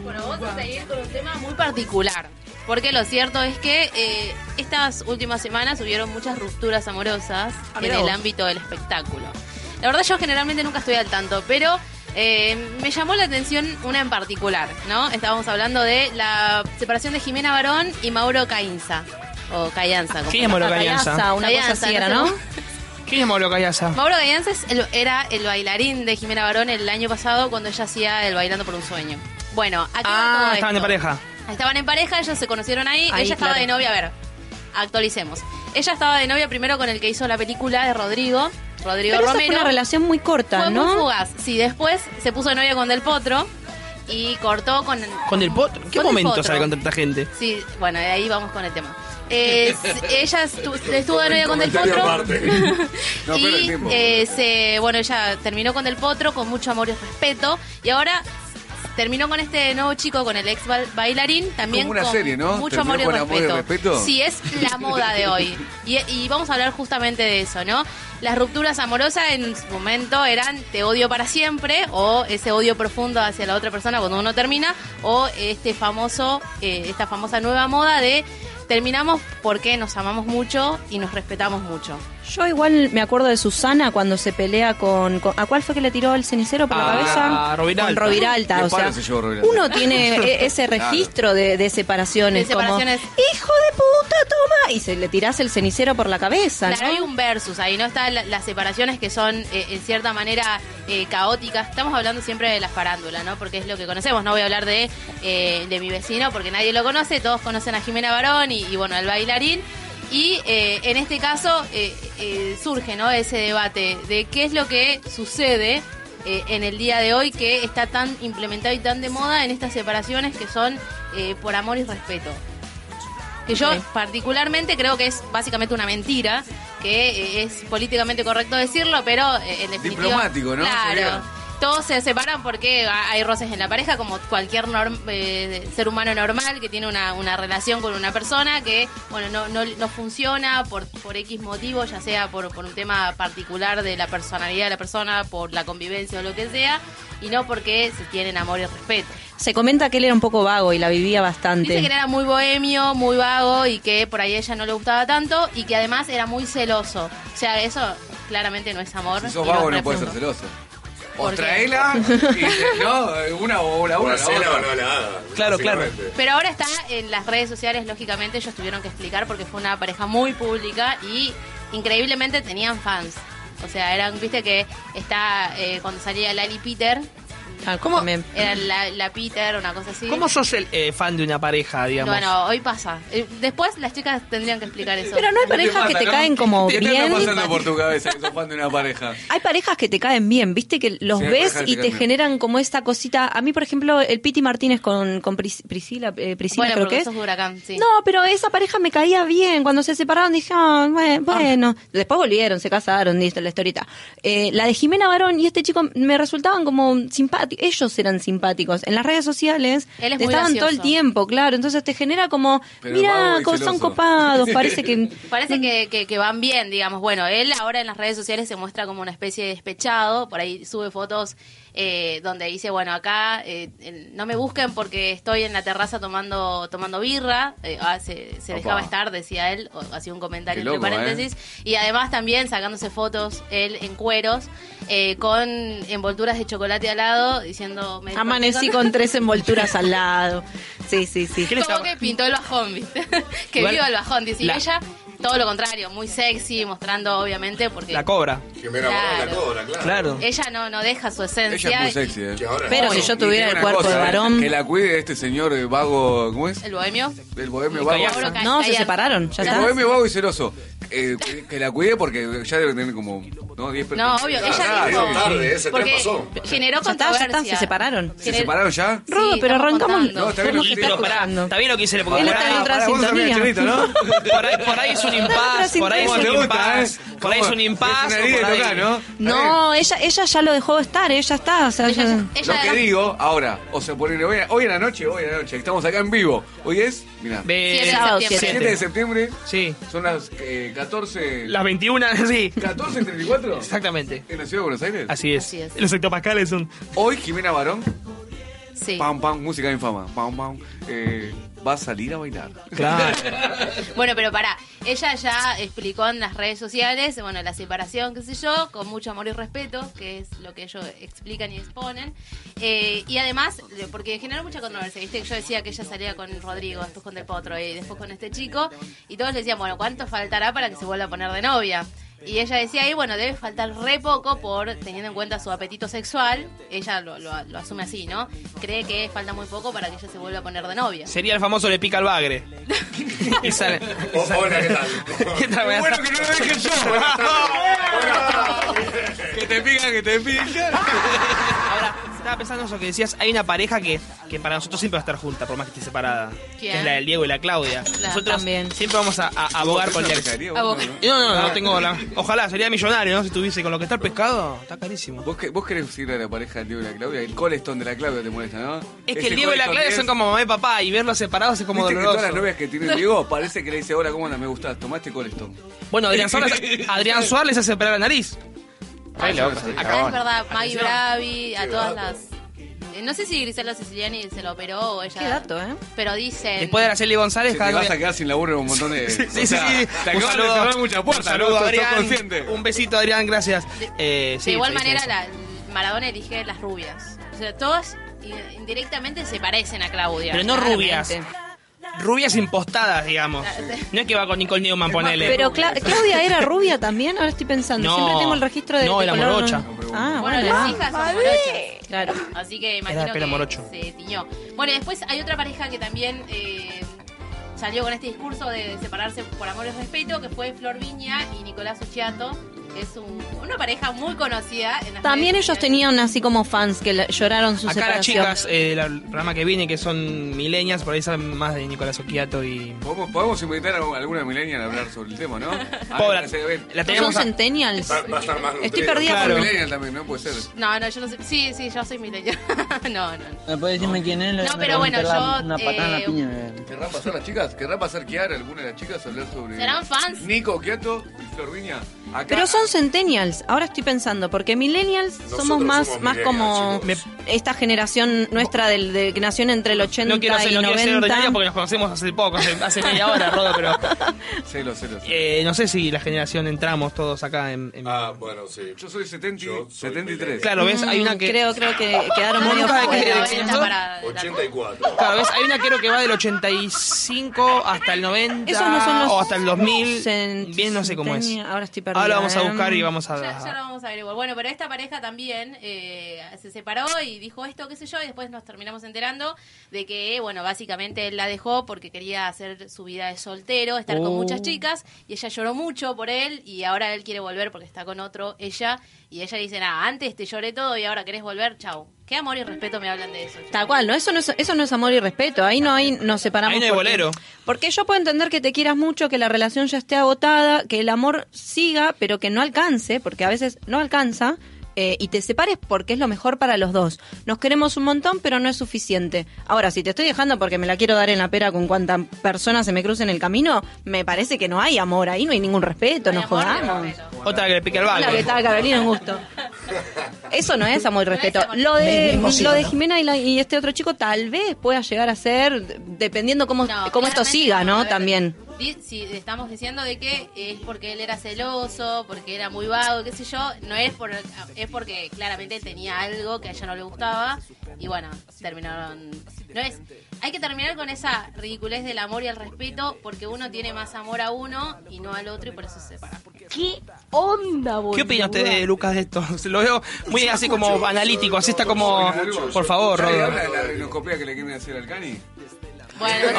S6: Bueno, vamos a seguir con un tema muy particular. Porque lo cierto es que eh, estas últimas semanas hubieron muchas rupturas amorosas
S3: Ah,
S6: en
S3: mirá
S6: el
S3: vos.
S6: ámbito del espectáculo. La verdad yo generalmente nunca estoy al tanto, pero eh, me llamó la atención una en particular, ¿no? Estábamos hablando de la separación de Jimena Barón y Mauro Cainza. O Cayanza. como-
S3: ¿Quién es Mauro
S4: Cayanza,
S3: Cayanza?
S4: una cosa así era, ¿no?
S3: ¿Quién es Mauro Cayanza?
S6: Mauro Gayanza es el- era el bailarín de Jimena Barón el año pasado cuando ella hacía el Bailando por un Sueño. Bueno, aquí
S3: Ah, estaban de pareja.
S6: Estaban en pareja, ellos se conocieron ahí,
S4: Ahí,
S6: ella estaba de
S4: claro.
S6: novia, a ver, actualicemos. Ella estaba de novia primero con el que hizo la película de Rodrigo, Rodrigo
S4: Pero esa fue
S6: Romero.
S4: una relación muy corta,
S6: Fue
S4: ¿no?
S6: muy fugaz. Sí, después se puso de novia con Del Potro y cortó con...
S3: Con el potro. ¿Qué
S6: Con Del
S3: momento
S6: Potro.
S3: sale con tanta gente?
S6: Sí, bueno, ahí vamos con el tema. Eh, s- ella estu- estuvo de novia con Del
S9: Comentario
S6: Potro.
S9: aparte.
S8: No, pero el
S6: y
S8: tiempo.
S6: eh, se, bueno, ella terminó con Del Potro con mucho amor y respeto. Y ahora terminó con este nuevo chico, con el ex ba- bailarín, también
S8: Como una
S6: con
S8: serie, ¿no?
S6: mucho
S8: ¿Terminó
S6: amor y,
S8: con amor y
S6: respeto.
S8: respeto?
S6: Sí, es la moda de hoy. Y, y vamos a hablar justamente de eso, ¿no? Las rupturas amorosas en su momento eran te odio para siempre o ese odio profundo hacia la otra persona cuando uno termina o este famoso, eh, esta famosa nueva moda de terminamos porque nos amamos mucho y nos respetamos mucho.
S4: Yo igual me acuerdo de Susana cuando se pelea con, con- ¿A cuál fue que le tiró el cenicero por
S8: Ah,
S3: A
S4: la cabeza?
S3: Roviralta.
S4: Con Roviralta.
S8: Qué
S4: O sea,
S8: palo se llevó Roviralta.
S4: uno tiene e- ese
S8: Claro.
S4: registro de, de separaciones.
S6: De separaciones.
S4: Como, ¡Hijo de puta, toma! Y se le tirás el cenicero por la cabeza,
S6: Claro, hay
S4: ¿no?
S6: un versus ahí, ¿no? Están la- las separaciones que son, eh, en cierta manera, eh, caóticas. Estamos hablando siempre de las farándulas, ¿no? Porque es lo que conocemos. No voy a hablar de, eh, de mi vecino porque nadie lo conoce. Todos conocen a Jimena Barón y, y, bueno, al bailarín. Y eh, en este caso eh, eh, surge, ¿no? Ese debate de qué es lo que sucede eh, en el día de hoy que está tan implementado y tan de moda en estas separaciones que son eh, por amor y respeto. Que yo
S4: Ok.
S6: particularmente creo que es básicamente una mentira, que eh, es políticamente correcto decirlo, pero eh, en definitiva...
S8: Diplomático, ¿no? Sería.
S6: Claro. Todos se separan porque ha- hay roces en la pareja, como cualquier norm- eh, ser humano normal que tiene una, una relación con una persona que bueno no, no, no funciona por, por X motivo, ya sea por, por un tema particular de la personalidad de la persona, por la convivencia o lo que sea, y no porque se tienen amor y respeto.
S4: Se comenta que él era un poco vago y la vivía bastante.
S6: Dice que era muy bohemio, muy vago y que por ahí a ella no le gustaba tanto y que además era muy celoso. O sea, eso claramente no es amor.
S8: Si sos
S6: y lo
S8: vago no puedes ser
S6: refuto.
S8: celoso. O
S6: ¿Por qué?
S8: traela y no, una o la una.
S9: Una
S8: la
S9: cena
S8: otra.
S9: o no la haga,
S3: Claro, claro.
S9: básicamente.
S6: Pero ahora está en las redes sociales, lógicamente ellos tuvieron que explicar porque fue una pareja muy pública y increíblemente tenían fans. O sea, eran, viste que está eh, cuando salía Lali Peter,
S4: Ah,
S3: ¿Cómo?
S4: también.
S6: era la, la Peter, una cosa así.
S3: ¿Cómo sos el eh, fan de una pareja, digamos?
S6: Bueno, hoy pasa. Eh, Después las chicas tendrían que explicar eso.
S4: Pero no hay
S8: ¿Qué
S4: parejas
S8: pasa,
S4: que te
S8: no?
S4: caen como
S8: ¿Qué te anda
S4: bien.
S8: pasando por tu cabeza que sos fan de una pareja?
S4: Hay parejas que te caen bien, viste que los
S8: Sí, hay
S4: ves
S8: parejas que
S4: y te
S8: te caen bien.
S4: generan como esta cosita. A mí, por ejemplo, el Piti Martínez con, con Pris- Priscila, eh, Priscila
S6: Bueno,
S4: creo que
S6: porque
S4: es.
S6: sos huracán, sí.
S4: No, pero esa pareja me caía bien. Cuando se separaron dije, ah, bue- bueno. Después volvieron, se casaron, listo, la historita. Eh, la de Jimena Barón y este chico me resultaban como simpáticos. Ellos eran simpáticos. En las redes sociales
S6: Él es
S4: te
S6: muy
S4: estaban todo el
S6: gracioso.
S4: tiempo, claro. Entonces te genera como,
S8: Pero
S4: mira,
S8: vago y
S4: cómo son
S8: celoso".
S4: copados. Parece que...
S6: Parece que, que- que van bien, digamos. Bueno, él ahora en las redes sociales se muestra como una especie de despechado. Por ahí sube fotos eh, donde dice, bueno, acá eh, eh, no me busquen porque estoy en la terraza tomando tomando birra. Eh, ah, se se
S8: Opa.
S6: dejaba estar, decía él. o- Hacía un comentario
S8: Qué loco, ¿eh?
S6: entre paréntesis. Y además también sacándose fotos él en cueros eh, con envolturas de chocolate al lado diciendo... me
S4: Amanecí
S6: desperté
S4: con tres envolturas al lado. Sí, sí, sí.
S3: ¿Qué les
S6: Como
S3: ha-
S6: que pintó el bajón, ¿viste? que
S3: Igual-
S6: viva el bajón, dice.
S3: La-
S6: Y ella, todo lo contrario, muy sexy, mostrando obviamente porque
S3: La cobra.
S9: Jimena Barón
S6: Claro.
S9: la cobra, claro.
S3: Claro.
S6: ella no, no deja su esencia.
S8: Ella es muy
S6: y-
S8: sexy, ¿eh?
S9: Que ahora
S4: Pero
S9: es
S4: si
S9: vago.
S4: yo tuviera
S8: Y
S4: el
S8: una
S4: cuerpo
S8: cosa,
S4: de
S8: ¿eh?
S4: varón.
S8: Que la cuide este señor eh, vago, ¿cómo es?
S6: El bohemio.
S8: El bohemio
S3: El
S8: vago.
S3: payaso.
S6: Ca-
S4: No, se
S6: Calla.
S4: separaron, ya
S8: El
S4: está.
S8: bohemio vago y celoso. Eh, que- que la cuide porque ya debe tener como ¿no? 10
S6: No, obvio,
S9: Ah,
S6: ella
S9: claro,
S6: dijo.
S9: es tarde, ese tren
S6: porque
S9: pasó.
S6: generó
S4: Ya está, ya
S6: controversia.
S4: está, se separaron.
S8: ¿Se
S6: Gener-
S8: separaron ya?
S6: Sí,
S4: Rodo, pero
S6: estamos
S4: arrancamos.
S6: contando.
S8: No, está bien lo
S4: tenemos
S8: que
S4: que
S8: dice,
S4: estar
S3: Pero pará,
S4: escuchando.
S3: está bien lo que hice le
S4: Él está en otra
S8: pará, vos también,
S4: sintonía.
S8: Chelito, ¿no?
S3: Por ahí, por ahí es un impas, por ahí es
S8: ¿Cómo
S3: un
S8: te gusta, eh?
S3: impas, por ahí es
S8: ¿Cómo?
S3: un
S8: Es
S3: impas.
S8: una herida
S3: o por
S8: de
S3: ahí-
S8: tocar, ¿no?
S4: No, ella, ella ya lo dejó de estar, ella está. O sea,
S6: Ella-
S4: ya-
S6: ella-
S8: Lo que digo ahora, o se ponen hoy, hoy en la noche, hoy en la noche, estamos acá en vivo. Hoy es, mira,
S3: Ve-
S6: Siete de
S3: sábado
S6: septiembre.
S8: 7 de septiembre,
S3: Sí.
S8: son las eh, 14.
S3: Las 21, sí.
S8: 14.34
S3: Exactamente.
S8: en la ciudad de Buenos Aires.
S3: Así es.
S6: Así es.
S3: Los hectopascales son.
S8: Hoy Jimena Barón
S6: Sí.
S8: Pam, pam, música infama. Pam, pam. Eh, va a salir a bailar.
S3: Claro.
S6: Bueno, pero pará, ella ya explicó en las redes sociales, bueno, la separación, qué sé yo, con mucho amor y respeto, que es lo que ellos explican y exponen. Eh, y además, le- porque generó mucha controversia, viste que yo decía que ella salía con Rodrigo, después con Del Potro y después con este chico, y todos le decían, bueno, ¿cuánto faltará para que se vuelva a poner de novia? Y ella decía ahí, bueno, debe faltar re poco por teniendo en cuenta su apetito sexual. Ella lo, lo- lo asume así, ¿no? Cree que falta muy poco para que ella se vuelva a poner de novia.
S3: Sería el famoso le pica al bagre. Y sale.
S9: Oh, hola, ¿qué tal?
S3: ¿Qué tal, buenas
S8: Bueno,
S3: tardes?
S8: que no lo dejes yo. que te pica, que te pica.
S3: Ahora, estaba pensando eso que decías, hay una pareja que, que para nosotros siempre va a estar junta, por más que esté separada.
S6: ¿Quién?
S3: Que es la del Diego y la Claudia. nosotros
S4: también.
S3: siempre vamos a, a- a abogar por el ex.
S8: Pescaría,
S6: A
S8: vos,
S6: vos.
S8: ¿no? Ah.
S3: No, no, no, no tengo la... Ojalá, sería millonario, ¿no? Si tuviese con lo que está el pescado, está carísimo.
S8: Vos, que- vos querés ir a la pareja del Diego y la Claudia, el Coleston de la Claudia te molesta, ¿no?
S3: Es que
S8: Ese
S3: el Diego y la
S8: Coleston
S3: Claudia
S8: es-
S3: son como mamá y papá y verlos separados es como
S8: ¿Viste que todas las
S3: doloroso.
S8: novias que tiene el Diego parece que le dice, hola, ¿cómo andas? Me gustás, tomaste Coleston.
S3: Bueno, Adrián Suárez, Adrián Suárez les hace operar la nariz.
S6: Acá es verdad, Maggie Bravi, a todas las. eh, No sé si Griselda Siciliani se lo operó o ella.
S4: Qué dato, ¿eh?
S6: Pero dicen.
S3: Después de Araceli González,
S8: Che, te
S3: cada
S8: vas
S3: novia-
S8: a quedar sin laburo en un montón de...
S3: Sí, sí,
S8: o
S3: sí.
S8: sea,
S3: sí.
S8: Te acabas de cerrar muchas puertas,
S3: un saludo,
S8: ¿no? Sos- sos
S3: Adrián.
S8: consciente.
S3: Un besito, Adrián, gracias. Eh, sí,
S6: de igual
S3: sí,
S6: manera,
S3: sí.
S6: la, Maradona elige las rubias. O sea, todas i- indirectamente se parecen a Claudia.
S3: Pero no rubias.
S4: Claramente.
S3: Rubias impostadas, digamos.
S6: Ah,
S3: No es que va con Nicole Newman, ponele.
S4: Pero Cla- Claudia era rubia también, ahora estoy pensando.
S3: No.
S4: Siempre tengo el registro de.
S3: No,
S4: de
S3: era
S4: color,
S3: morocha.
S4: Ah,
S6: Bueno,
S4: bueno.
S6: las
S4: ah,
S6: hijas son morochas.
S4: Claro.
S6: Así que imagino
S3: Era pelo
S6: que
S3: morocho.
S6: se tiñó. Bueno, y después hay otra pareja que también eh, salió con este discurso de separarse por amor y respeto, que fue Flor Viña y Nicolás Uchiato. Es un- una pareja muy conocida. en las
S4: También
S6: redes
S4: ellos
S6: sociales.
S4: tenían así como fans que la- lloraron su
S3: Acá las
S4: separación.
S3: chicas eh, la rama que viene, que son milenias, por ahí saben más de Nicolás Oquiato y.
S8: Podemos, podemos invitar a alguna millennial a hablar sobre el tema, ¿no? A
S3: Pobre,
S8: ver, se ven.
S3: la
S4: ¿No son
S3: tenemos. a-
S4: centennials?
S9: Va, va a estar más
S4: Estoy
S9: nutrido.
S4: perdida
S3: Claro.
S4: por...
S8: Millennial también, ¿no? Puede ser.
S6: No, no, yo no sé. Sí, sí, yo soy milenio. no, no, no.
S11: ¿Puedes decirme quién es? Le
S6: No,
S11: voy a
S6: pero bueno,
S11: meter la-
S6: yo,
S11: Una patada en
S6: eh,
S11: la piña.
S8: ¿Querrán pasar las chicas? ¿Querrán pasar Kiara, alguna de las chicas, a hablar sobre...
S6: ¿Serán fans?
S8: Nico, Kiato y Flor Viña. Acá-
S4: Pero son centennials, ahora estoy pensando, porque millennials somos
S9: Nosotros
S4: más,
S9: somos
S4: más como
S9: millennials,
S4: esta generación nuestra del, de, que nació entre el 80
S3: No quiero ser,
S4: y
S3: no quiero ser
S4: 90.
S3: ordinario porque nos conocemos hace poco, hace, hace media hora, Rodo, pero.
S8: Celo, celo, celo.
S3: eh, no sé si la generación entramos todos acá en. en-
S9: Ah, bueno, sí.
S8: Yo soy 70,
S9: Yo soy
S8: 73.
S3: Claro, ¿ves? Hay una que.
S4: Creo, creo que Eh, quedaron
S3: Nunca
S4: medio
S3: hay
S4: fuera.
S3: que-
S6: Bueno,
S3: ¿quién
S6: esta
S3: son?
S6: para-
S9: 84.
S3: Claro, ¿ves? Hay una creo que va del 85 hasta el 90
S4: Esos no son los
S3: o hasta el 2000.
S4: cent-
S3: Bien, no sé cómo es.
S4: centenia- ahora estoy perdida,
S3: Ahora vamos a
S4: ¿eh?
S3: buscar y vamos a.
S6: Ya, ya lo vamos a averiguar. Bueno, pero esta pareja también eh, se separó y dijo esto, qué sé yo, y después nos terminamos enterando de que, bueno, básicamente él la dejó porque quería hacer su vida de soltero, estar con
S3: Oh.
S6: muchas chicas, y ella lloró mucho por él, y ahora él quiere volver porque está con otro, ella, y ella le dice, ah, antes te lloré todo y ahora querés volver, chau. Qué amor y respeto me hablan de eso. chicos.
S4: Tal cual, ¿no? Eso no es, eso no es amor y respeto. Ahí no hay, nos separamos.
S3: Ahí no hay
S4: porque-
S3: bolero.
S4: Porque yo puedo entender que te quieras mucho, que la relación ya esté agotada, que el amor siga, pero que no alcance, porque a veces no alcanza, eh, y te separes porque es lo mejor para los dos. Nos queremos un montón, pero no es suficiente. Ahora, si te estoy dejando porque me la quiero dar en la pera con cuánta persona se me cruce en el camino, me parece que no hay amor ahí, no hay ningún respeto,
S6: Hay
S4: nos
S6: amor y
S4: jodamos.
S6: respeto.
S3: Otra que le pique el
S4: Hola, ¿qué
S3: bagre.
S4: tal, Carolina? Un gusto. Eso no es amor y respeto.
S6: amor.
S4: Lo de, lo de Jimena y, la- y este otro chico tal vez pueda llegar a ser, dependiendo cómo,
S6: No,
S4: cómo esto
S6: claramente
S4: siga,
S6: a
S4: ¿no?
S6: ver,
S4: También.
S6: di- Si estamos diciendo de que es porque él era celoso, porque era muy vago, qué sé yo, no es por es porque claramente él tenía algo que a ella no le gustaba y bueno, terminaron no es hay que terminar con esa ridiculez del amor y el respeto porque uno tiene más amor a uno y no al otro y por eso se separa.
S3: ¿Qué opina usted, Lucas, de esto? Se Lo veo muy así como analítico, así está como. Por favor,
S8: ¿Sabes
S3: Rodo.
S8: habla de la rinoscopía que le quieren hacer al Cani?
S6: Bueno,
S8: Para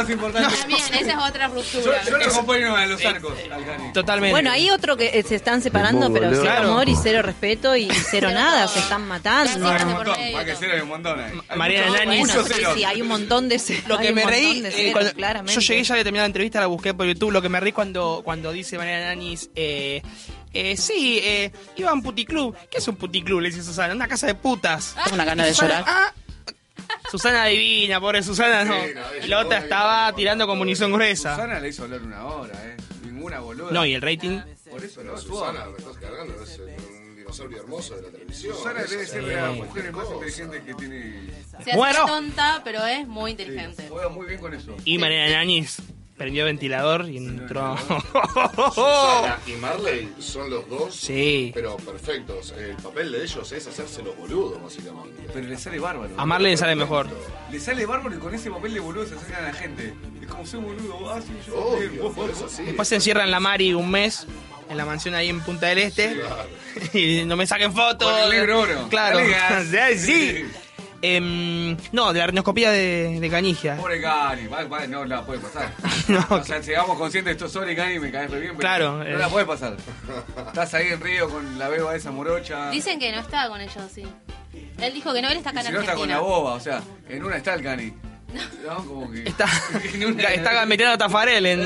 S3: ¡Ah!
S8: mí es lo ¡Ah! más importante.
S6: también esa es otra
S8: Yo,
S6: ruptura.
S8: yo lo acompaño a los arcos, al Cani.
S3: Totalmente.
S4: Bueno, hay otro que eh, se están separando, pero cero
S3: Claro.
S4: amor y cero respeto y cero
S6: Pero
S4: nada,
S6: no.
S4: se
S6: Casi
S4: están matando.
S6: no
S8: Hay
S6: se
S8: un
S6: por
S8: montón,
S6: medio,
S8: para que
S6: todo.
S8: ser hay un montón ahí. Hay
S3: Mariana
S8: mucho-
S3: Nani.
S4: Bueno,
S8: mucho
S4: sí,
S8: celo.
S4: sí, hay un montón de celos.
S3: Lo
S4: hay
S3: que
S4: un
S3: me
S4: montón
S3: reí,
S4: de
S3: eh,
S4: celos,
S3: cuando-
S4: claramente.
S3: yo llegué ya había terminado la entrevista, la busqué por YouTube, lo que me reí cuando, cuando dice Mariana Nanis, eh, eh, sí, eh, iba a un puticlub. ¿Qué es un puticlub? Le dice Susana, una casa de putas.
S11: Tengo una gana de llorar.
S3: Ah, Susana divina, pobre Susana, no.
S9: Sí, no, es
S3: La otra
S9: obvio.
S3: estaba tirando con munición gruesa.
S8: Susana le hizo hablar una hora, eh. Ninguna boluda.
S3: No, y el rating
S8: Por eso no,
S9: Susana, me estás cargando, es eh, un dinosaurio hermoso de la televisión.
S8: Susana
S9: Eso
S8: debe
S9: es
S8: ser de las
S9: otra
S8: mujeres más
S9: cosa.
S8: inteligentes que tiene.
S6: Se hace
S3: Bueno.
S6: tonta, pero es muy
S8: Sí,
S6: inteligente.
S8: Juega muy bien con eso.
S3: Y Mariana Yañez prendió ventilador y entró.
S9: Susana y Marley son los dos,
S3: ¡Oh! Sí.
S9: pero perfectos. El papel de ellos es hacerse los boludos, básicamente.
S8: Pero le sale bárbaro.
S3: A Marley le sale mejor.
S8: Le sale bárbaro y con ese papel de boludo se acercan a la gente. Es como soy boludo, ah, sí, yo también,
S9: Obvio,
S8: vos,
S9: por
S8: vos,
S9: eso
S8: vos.
S9: sí.
S3: Después se encierran la Mari un mes en la mansión ahí en Punta del Este. y no me saquen fotos.
S8: Con el negro oro.
S3: Claro.
S8: Dale, gas.
S3: sí. Em, no, de la rinoscopía de, de Canigia.
S8: Pobre Gani, va- va, no la puede pasar.
S3: No,
S8: o sea, llegamos conscientes de esto sobre Gani, me caes re bien. pero
S3: Claro,
S8: No
S3: eh.
S8: la puede pasar. Estás ahí en Río con la beba esa morocha.
S6: Dicen que no estaba con ellos, sí. Él dijo que no, él está
S8: Y
S6: acá
S8: si
S6: en
S8: no está con la
S6: Argentina.
S8: boba, o sea, en una está el Gani. No, como que.
S3: Está,
S8: en una-
S3: está gambeteando a Tafarel en.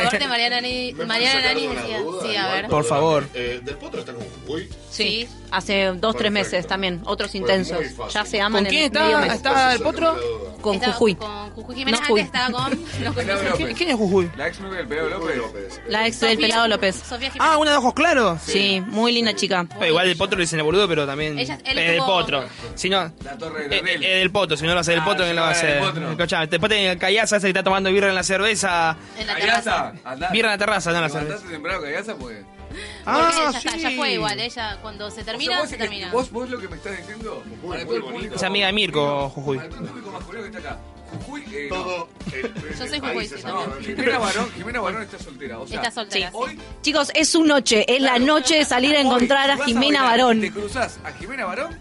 S6: Aparte, Mariana Nani,
S9: ¿Me pueden
S6: Mariana
S9: sacar
S6: Nani
S9: de una
S6: decía,
S9: duda,
S6: sí, a
S9: igual,
S6: ver.
S3: Por favor.
S9: Eh, Del Potro está con Jujuy.
S4: Sí,
S6: Sí.
S4: hace dos, tres
S9: Perfecto.
S4: meses también, otros
S9: Fue
S4: intensos.
S9: muy fácil.
S4: Ya se aman
S3: ¿Con quién
S4: en medio
S3: estaba,
S4: mes.
S3: estaba el
S9: Esa es la
S3: potro?
S9: duda.
S4: Con
S6: Estaba
S4: Jujuy.
S6: con Jujuy Jiménez,
S4: No, Jujuy.
S6: antes estaba con... los
S8: Pelado
S6: conocidos.
S8: López.
S3: ¿Quién es Jujuy?
S8: La ex novia del Pedro
S9: Jujuy
S8: López.
S9: López.
S4: La ex
S6: Sofía-
S4: del pelado López.
S6: Sofía Jiménez.
S3: Ah, una de ojos claros.
S4: Sí, muy linda chica.
S3: Bueno, igual del potro le dicen el boludo, pero también.
S6: Ella- él
S3: Eh, del
S6: estuvo-
S3: potro. Si no.
S8: La torre de
S3: eh,
S8: Babel.
S3: eh, del potro, si no lo hace del
S8: Ah,
S3: potro,
S8: si
S3: ¿quién
S8: no
S3: lo va a
S8: era del
S3: hacer?
S8: potro.
S3: Escuchá, después tenés el callaza ese que está tomando birra en la cerveza.
S6: En la terraza.
S8: Callaza, andá.
S3: Birra en la terraza, no en la cerveza.
S8: Levantaste temprano, Callaza, pues.
S6: Porque
S3: Ah,
S6: ya está, ya
S3: sí.
S6: fue igual. Ella, cuando se
S8: O sea,
S6: termina,
S8: vos,
S6: se
S8: decís que-
S6: termina.
S8: Vos, vos lo que me estás diciendo,
S9: Jujuy,
S8: para
S9: muy
S8: todo el
S9: bonito.
S8: público.
S3: Es amiga de Mirko, Jujuy.
S8: Para todo el público masculino que está acá. Jujuy, eh, no.
S9: Todo el-
S6: Yo
S9: el
S6: soy
S9: país
S6: Jujuy,
S9: es
S6: sí,
S9: amigo
S6: también.
S9: de Mirko.
S8: Jimena Barón, Jimena Barón está soltera. O sea,
S6: Está soltera,
S8: Hoy,
S4: Chicos, es su noche, es la noche de salir a
S8: hoy,
S4: encontrar
S8: si
S4: a
S8: vas
S4: Jimena
S8: bailar,
S4: Barón.
S8: Te cruzás a Jimena Barón,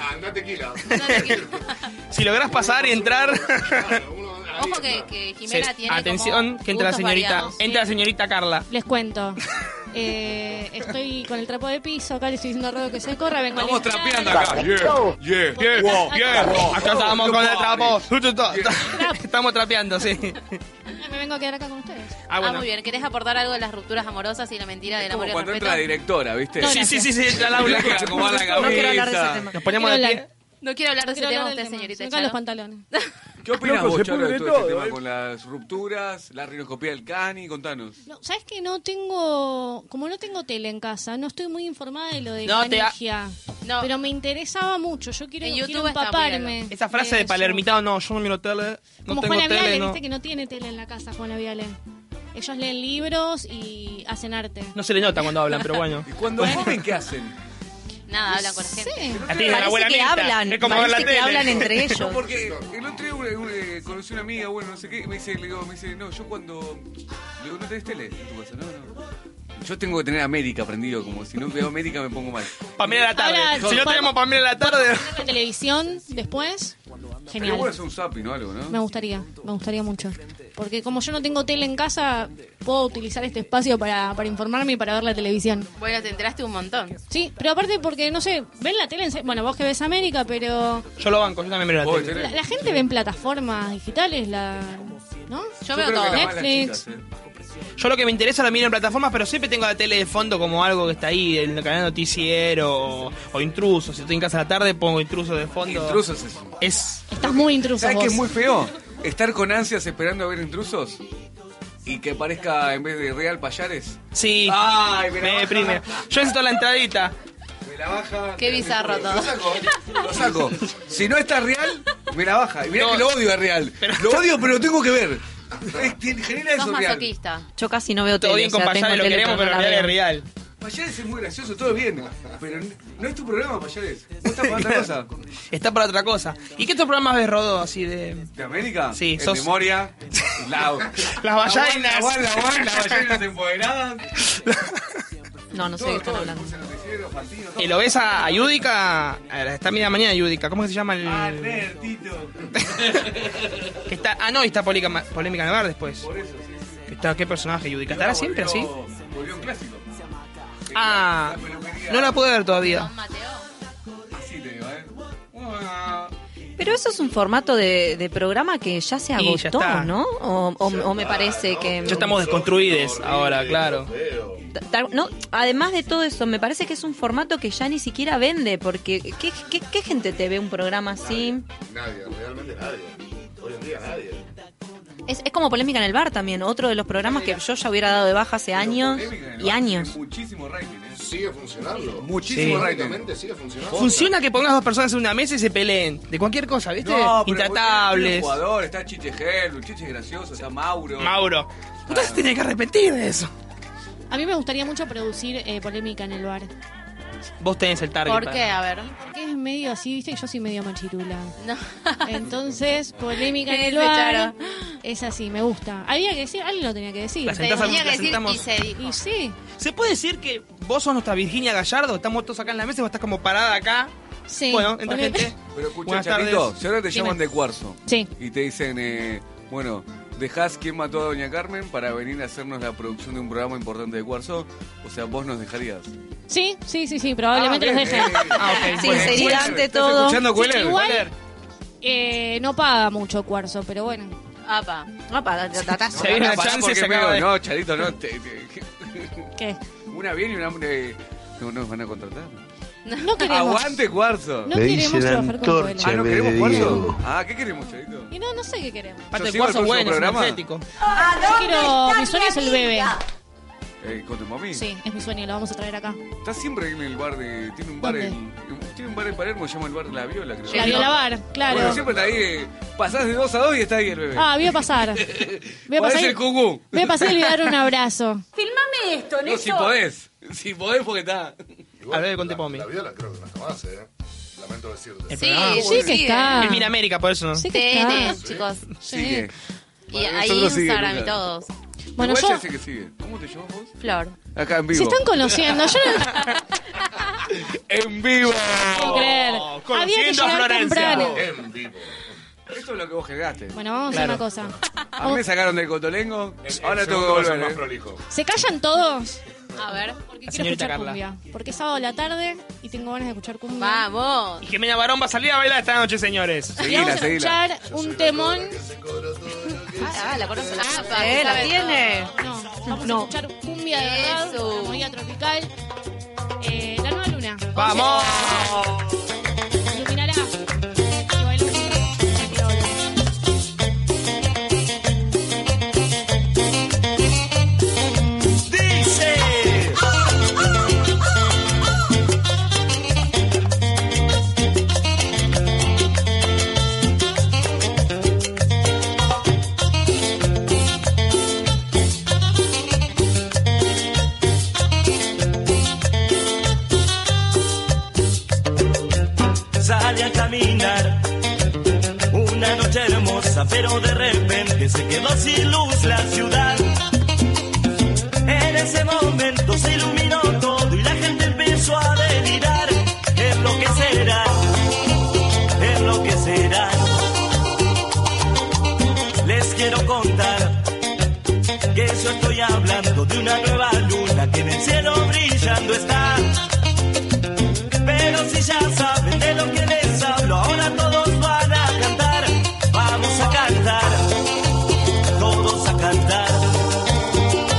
S9: Ah, Andá tequila.
S6: No te quiero.
S3: Si lográs pasar y entrar.
S9: Claro, uno- ahí
S6: Ojo que,
S9: está.
S6: que Jimena
S3: Sí.
S6: tiene.
S3: Atención,
S6: como
S3: que entra la
S6: gustos
S3: señorita.
S6: variados.
S3: Entra la señorita Carla.
S5: Les cuento. Eh, estoy con el trapo de piso, acá le estoy diciendo a Rodo que se corra, vengo
S8: estamos
S5: a limpiar.
S8: trapeando acá. Yeah, yeah, wow, yeah.
S3: Acá estábamos con el trapo. Estamos trapeando, sí.
S5: Ay, Me vengo a quedar acá con ustedes.
S3: Ah,
S6: Ah,
S3: bueno.
S6: muy bien. ¿Querés aportar algo de las rupturas amorosas y la mentira del
S8: Es
S6: amor
S8: como
S6: y el
S8: cuando
S6: respeto?
S8: entra la directora, ¿viste?
S5: No,
S3: Este, Sí, sí, sí, sí, entra la aula.
S8: La que acomoda la
S4: No quiero hablar de ese
S8: cabeza.
S4: tema.
S3: Nos ponemos de
S5: Quiero
S3: pie.
S5: hablar-
S6: No quiero hablar de ese
S5: quiero
S6: tema
S5: hablar
S6: usted,
S5: del tema.
S6: señorita.
S5: Se me caen los
S6: Charo.
S5: pantalones.
S8: ¿Qué opinas
S11: Loco,
S8: vos,
S11: se
S8: Charo, de
S11: pudre
S8: todo este
S11: todo,
S8: tema
S11: ¿eh?
S8: con las rupturas, la rinoscopía del cani? Contanos.
S5: No, ¿Sabes que no tengo. Como no tengo tele en casa, no estoy muy informada de lo de
S3: No, te ha-
S5: Canigia.
S6: No.
S5: Pero me interesaba mucho. Yo quiero,
S6: En
S5: quiero
S6: YouTube está muy
S5: empaparme.
S6: largo.
S3: Esa frase de
S5: eso.
S3: palermitado, no, yo no miro tele. No
S5: Eh, Como
S3: tengo
S5: Juana
S3: tele,
S5: Viale,
S3: no.
S5: viste que no tiene tele en la casa, Juana Viale. Ellos leen libros y hacen arte.
S3: No se le nota cuando hablan, pero bueno.
S8: ¿Y cuando comen qué hacen?
S6: Nada, hablan con la gente.
S5: Sí.
S3: La tiene la abuela
S4: Parece que
S3: Mirta.
S4: hablan,
S3: Es como ver la
S4: parece que
S3: tele.
S4: hablan entre
S8: No,
S4: ellos.
S8: porque el otro día una- una- eh, conocí una amiga, bueno, no sé qué, y me dice, le digo, me dice, no, yo cuando. Este Le digo, ¿no tenés tele? en tu casa? No, no. Yo tengo que tener América prendido, como si no veo América me pongo mal.
S3: Pamela de la tarde.
S5: Ahora,
S3: si no
S5: pa-
S3: tenemos Pamela de la tarde.
S5: La televisión después.
S8: Pero bueno,
S5: Genial.
S8: es un zapping o algo,
S5: Me
S8: ¿no?
S5: gustaría, me gustaría mucho. Porque como yo no tengo tele en casa, puedo utilizar este espacio para, para informarme y para ver la televisión.
S6: Bueno, te enteraste un montón.
S5: Sí, pero aparte porque, no sé, ven la tele en... se- Bueno, vos que ves América, pero...
S3: Yo lo banco, yo también miro la
S8: Vos,
S3: tele.
S8: ¿tenés?
S5: La, la gente ve en plataformas digitales, la... ¿No?
S6: Yo
S8: Yo
S6: veo
S8: creo que
S6: todo.
S8: la mala
S5: Netflix.
S8: chicas, eh.
S3: Yo lo que me interesa lo miro en plataformas, pero siempre tengo la tele de fondo como algo que está ahí, en el canal noticiero o, o intruso. Si estoy en casa a la tarde, pongo intruso de fondo.
S8: Intrusos es.
S3: Es.
S5: Estás muy intruso
S8: ¿Sabes
S5: vos.
S8: qué es muy feo? Estar con ansias esperando a ver intrusos y que parezca en vez de Real Payares.
S3: Sí.
S8: Ay, me la
S3: me
S8: baja.
S3: deprime. Yo necesito la entradita.
S8: Me la baja.
S6: Qué bizarro todo.
S8: Lo saco, lo saco. Si no está real, me la baja. Y mirá
S3: No.
S8: que lo odio a real. Lo odio, pero lo tengo que ver. Es- tiene- Genera
S6: Sos
S8: eso real.
S6: masoquista.
S4: Yo casi no veo tele.
S3: Todo bien
S4: o
S3: con
S4: sea,
S3: Payales,
S4: tengo
S3: lo
S4: tele,
S3: queremos, pero
S4: no
S3: la
S4: la
S3: realidad es
S4: veo.
S3: real.
S8: Payares es muy gracioso, todo bien. Pero n- no es tu programa, Payares. Vos estás para otra cosa.
S3: Está para otra cosa. ¿Y qué otros programas ves, Rodó? Así de.
S8: ¿De América?
S3: Sí,
S8: En
S3: sos-
S8: memoria. La...
S3: Las ballainas.
S8: La guan, la guan, las ballainas empoderadas.
S4: No, no sé de qué
S8: Todo,
S4: están
S8: todo.
S4: hablando.
S8: el noticiero, Fantino, todo.
S3: ¿Y Eh, lo ves a, a Yudica? A la- Está media mañana Yudica. ¿Cómo que se llama el.?
S8: Ah, nerd, Tito.
S3: que está, ah, no, y está Polémica, polémica Navar después.
S8: Por eso, sí, sí.
S3: Que está, ¿Qué personaje Yudica? ¿Estará siempre así?
S8: Volvió un clásico.
S3: Ah,
S8: La peluquería.
S3: no la pude ver todavía.
S6: Don Mateo.
S8: Así te digo, ¿eh?
S4: Pero eso es un formato de, de programa que ya se
S3: Y ya
S4: agotó,
S3: está.
S4: ¿no? O, o- o me parece que...
S3: Ya estamos desconstruidos ahora, claro.
S9: Feo.
S4: Ta- No, además de todo eso, me parece que es un formato que ya ni siquiera vende, porque ¿qué, qué- qué gente te ve un programa así?
S9: Nadie, realmente nadie. Hoy en día nadie.
S4: Es, es como polémica en el bar también, otro de los programas que yo ya hubiera dado de baja hace años y años.
S8: Muchísimo rating, ¿eh?
S9: Sigue funcionando.
S8: Muchísimo
S9: Prácticamente sigue funcionando.
S3: Funciona que pongas dos personas en una mesa y se peleen. De cualquier cosa, ¿viste?
S8: pero tiene
S3: Intratables.
S8: jugador, está Chiche Gel, Chiche es gracioso, está Mauro.
S3: Mauro. Entonces tenés que arrepentir de eso.
S5: A mí me gustaría mucho producir eh, polémica en el bar.
S3: Vos tenés el target.
S6: ¿Por
S3: para-
S6: qué? A ver.
S5: Porque es medio así, viste, yo soy medio machirula.
S6: No.
S5: Entonces, polémica en el
S6: Ese
S5: bar.
S6: Charo.
S5: Es así, me gusta. Había que decir, alguien lo tenía que decir.
S3: La
S6: Se
S3: Sentás a-
S6: tenía
S3: la
S6: que decir
S3: sentamos.
S6: y se dijo.
S5: Y sí,
S3: ¿Se puede decir que vos sos nuestra Virginia Gallardo? Estamos todos acá en la mesa y vos estás como parada acá.
S5: sí.
S3: bueno, entra
S5: ponele.
S3: gente.
S8: Pero escucha,
S3: Buenas tardes.
S8: Charlito, si ahora te
S5: Dime.
S8: llaman de cuarzo
S5: Sí.
S8: y te dicen, eh, bueno, dejás quién mató a Doña Carmen para venir a hacernos la producción de un programa importante de cuarzo, o sea, vos nos dejarías.
S5: Sí, sí, sí, sí, probablemente
S8: Ah,
S5: los
S8: bien,
S5: dejen.
S8: bien, bien.
S3: Ah, ok.
S4: Sí, sería
S8: escuchando,
S4: ante
S8: estás
S4: todo.
S8: escuchando, Cueler.
S5: igual- Eh, no paga mucho cuarzo, pero bueno.
S6: Apa.
S4: Apa, tatazo.
S3: Se viene
S8: Pará,
S3: la
S8: pará,
S3: chance,
S8: porque
S3: se
S8: medio-
S3: acaba de-
S8: No, Charito, no. te- te-
S5: ¿Qué?
S8: una bien y una... eh, no nos van a contratar.
S5: No queremos.
S8: Aguante cuarzo.
S5: No
S2: Le
S5: queremos
S2: dicen
S5: trabajar con
S2: antorcha.
S8: Ah,
S5: Coelho.
S8: ¿no
S2: Che,
S8: queremos
S2: me
S8: cuarzo?
S2: Diego.
S8: Ah, ¿qué queremos, Charito?
S5: Y no, no sé qué queremos.
S3: Aparte,
S8: Yo
S3: el
S8: sigo
S3: cuarzo
S8: el próximo
S3: bueno, es
S8: programa.
S3: energético.
S5: Yo quiero. Mi sueño es el bebé.
S8: Eh, con tu mami.
S5: Sí, es mi sueño, lo vamos a traer acá.
S8: Está siempre en el bar de... Tiene un bar
S5: ¿Dónde?
S8: en... Tiene un bar en Palermo, se llama el bar de la Viola, creo.
S5: La viola bar,
S8: Bueno,
S5: claro.
S8: siempre está ahí, eh, pasás de dos a dos y está ahí el bebé.
S5: Ah, voy a pasar. Voy a
S8: Podés
S5: pasar. y-
S8: el cucú.
S5: Voy a pasar y le voy a dar un abrazo.
S6: Filmame esto,
S8: no, si podés. Si podés porque está.
S3: A ver, conté
S9: la,
S3: Pomi.
S9: la viola creo que no está más, eh. Lamento decirte.
S6: Sí,
S5: Sí que está.
S3: El América, por eso no.
S5: Sí Ah. que está.
S6: TN, chicos.
S8: Sigue.
S6: Y
S8: Bueno,
S6: ahí
S8: nosotros sigue,
S6: Instagram y
S8: Luca.
S6: todos.
S5: Bueno,
S8: Igual ya
S5: yo.
S8: sé que sigue. ¿Cómo te llevas vos?
S6: Flor.
S8: Acá en
S5: Se
S8: vivo.
S5: están conociendo. Yo no
S8: ¡En vivo!
S5: lo puedo creer. Había que
S3: conociendo a
S5: llegar
S3: Florencia.
S5: temprano.
S9: En vivo.
S8: Esto es lo que vos generaste.
S5: Bueno, vamos a hacer una cosa.
S8: A mí me sacaron del cotolengo.
S9: El- el
S8: Ahora tengo
S9: segundo va a
S8: que
S9: ser más
S8: volver. eh.
S9: prolijo.
S5: ¿Se callan todos?
S6: A ver.
S5: Porque
S3: La
S5: quiero
S3: señorita
S5: escuchar
S3: Carla.
S5: cumbia. Porque es sábado a la tarde y tengo ganas de escuchar cumbia.
S6: Vamos.
S3: Y Jimena Barón va a salir a bailar esta noche, señores.
S5: Y
S8: Seguila,
S5: vamos a
S8: seguila.
S5: escuchar un temón.
S6: Ah, la conozco. Ah, pa,
S4: Eh, la
S6: ¿sabes?
S4: tiene.
S5: No, vamos
S4: No.
S5: a escuchar cumbia de verdad.
S6: Eso.
S5: una Movida tropical. Eh, la nueva luna.
S3: ¡Vamos!
S5: Iluminará. Y bailamos. Ya quiero bailar.
S3: ¡Dice!
S2: Sale a caminar. Una noche hermosa, pero de repente se quedó sin luz la ciudad. En ese momento se iluminó todo y la gente empezó a delirar. Es lo que será, es lo que será. Les quiero contar que yo estoy hablando de una nueva luna que en el cielo brillando está. Pero si ya saben de lo que les hablo, ahora todos van a cantar. Vamos a cantar, todos a cantar.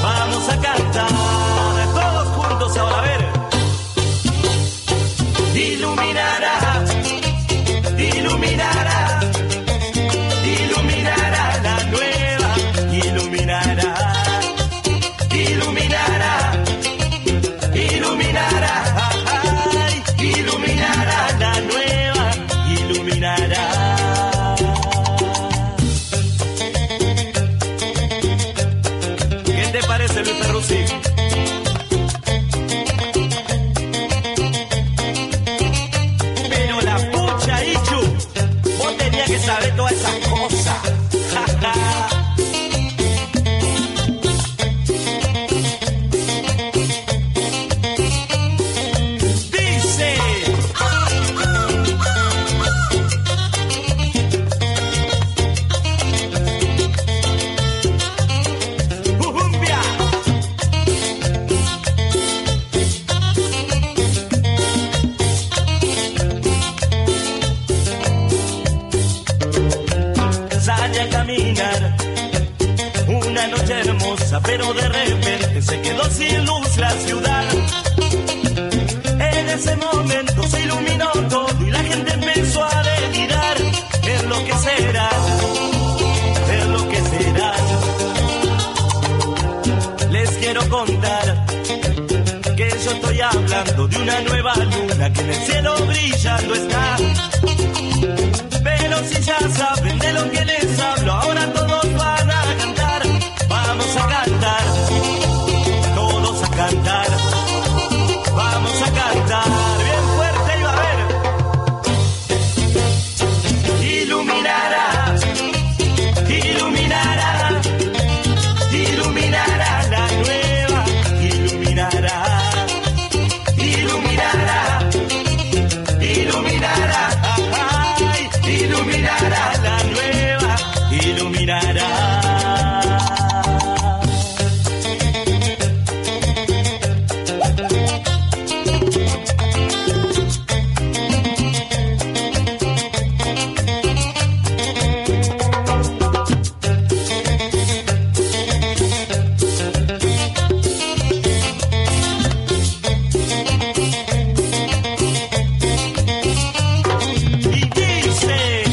S2: Vamos a cantar, todos juntos ahora a ver. Iluminará, iluminará, iluminará la nueva, iluminará, iluminará iluminará, ay, iluminará la nueva, iluminará. ¿Qué te parece, Luis Perrucci? Pero la pucha, Ichu, vos tenías que saber todas esas cosas. Ja, ja. dice. Ujumbia. Sale a caminar una noche hermosa, pero de repente se quedó sin luz la ciudad. En ese momento se iluminó todo y la gente empezó a delirar. Es lo que será, es lo que será. hablando de una nueva luna que en el cielo brillando está. Pero si ya saben de lo que les hablo, ahora todos van a cantar. Vamos a cantar, todos a cantar. Vamos a cantar, bien fuerte y va a ver. Iluminará, iluminará, iluminará la nueva, iluminará, iluminará, iluminará, ay, iluminará la nueva, iluminará. Y dice.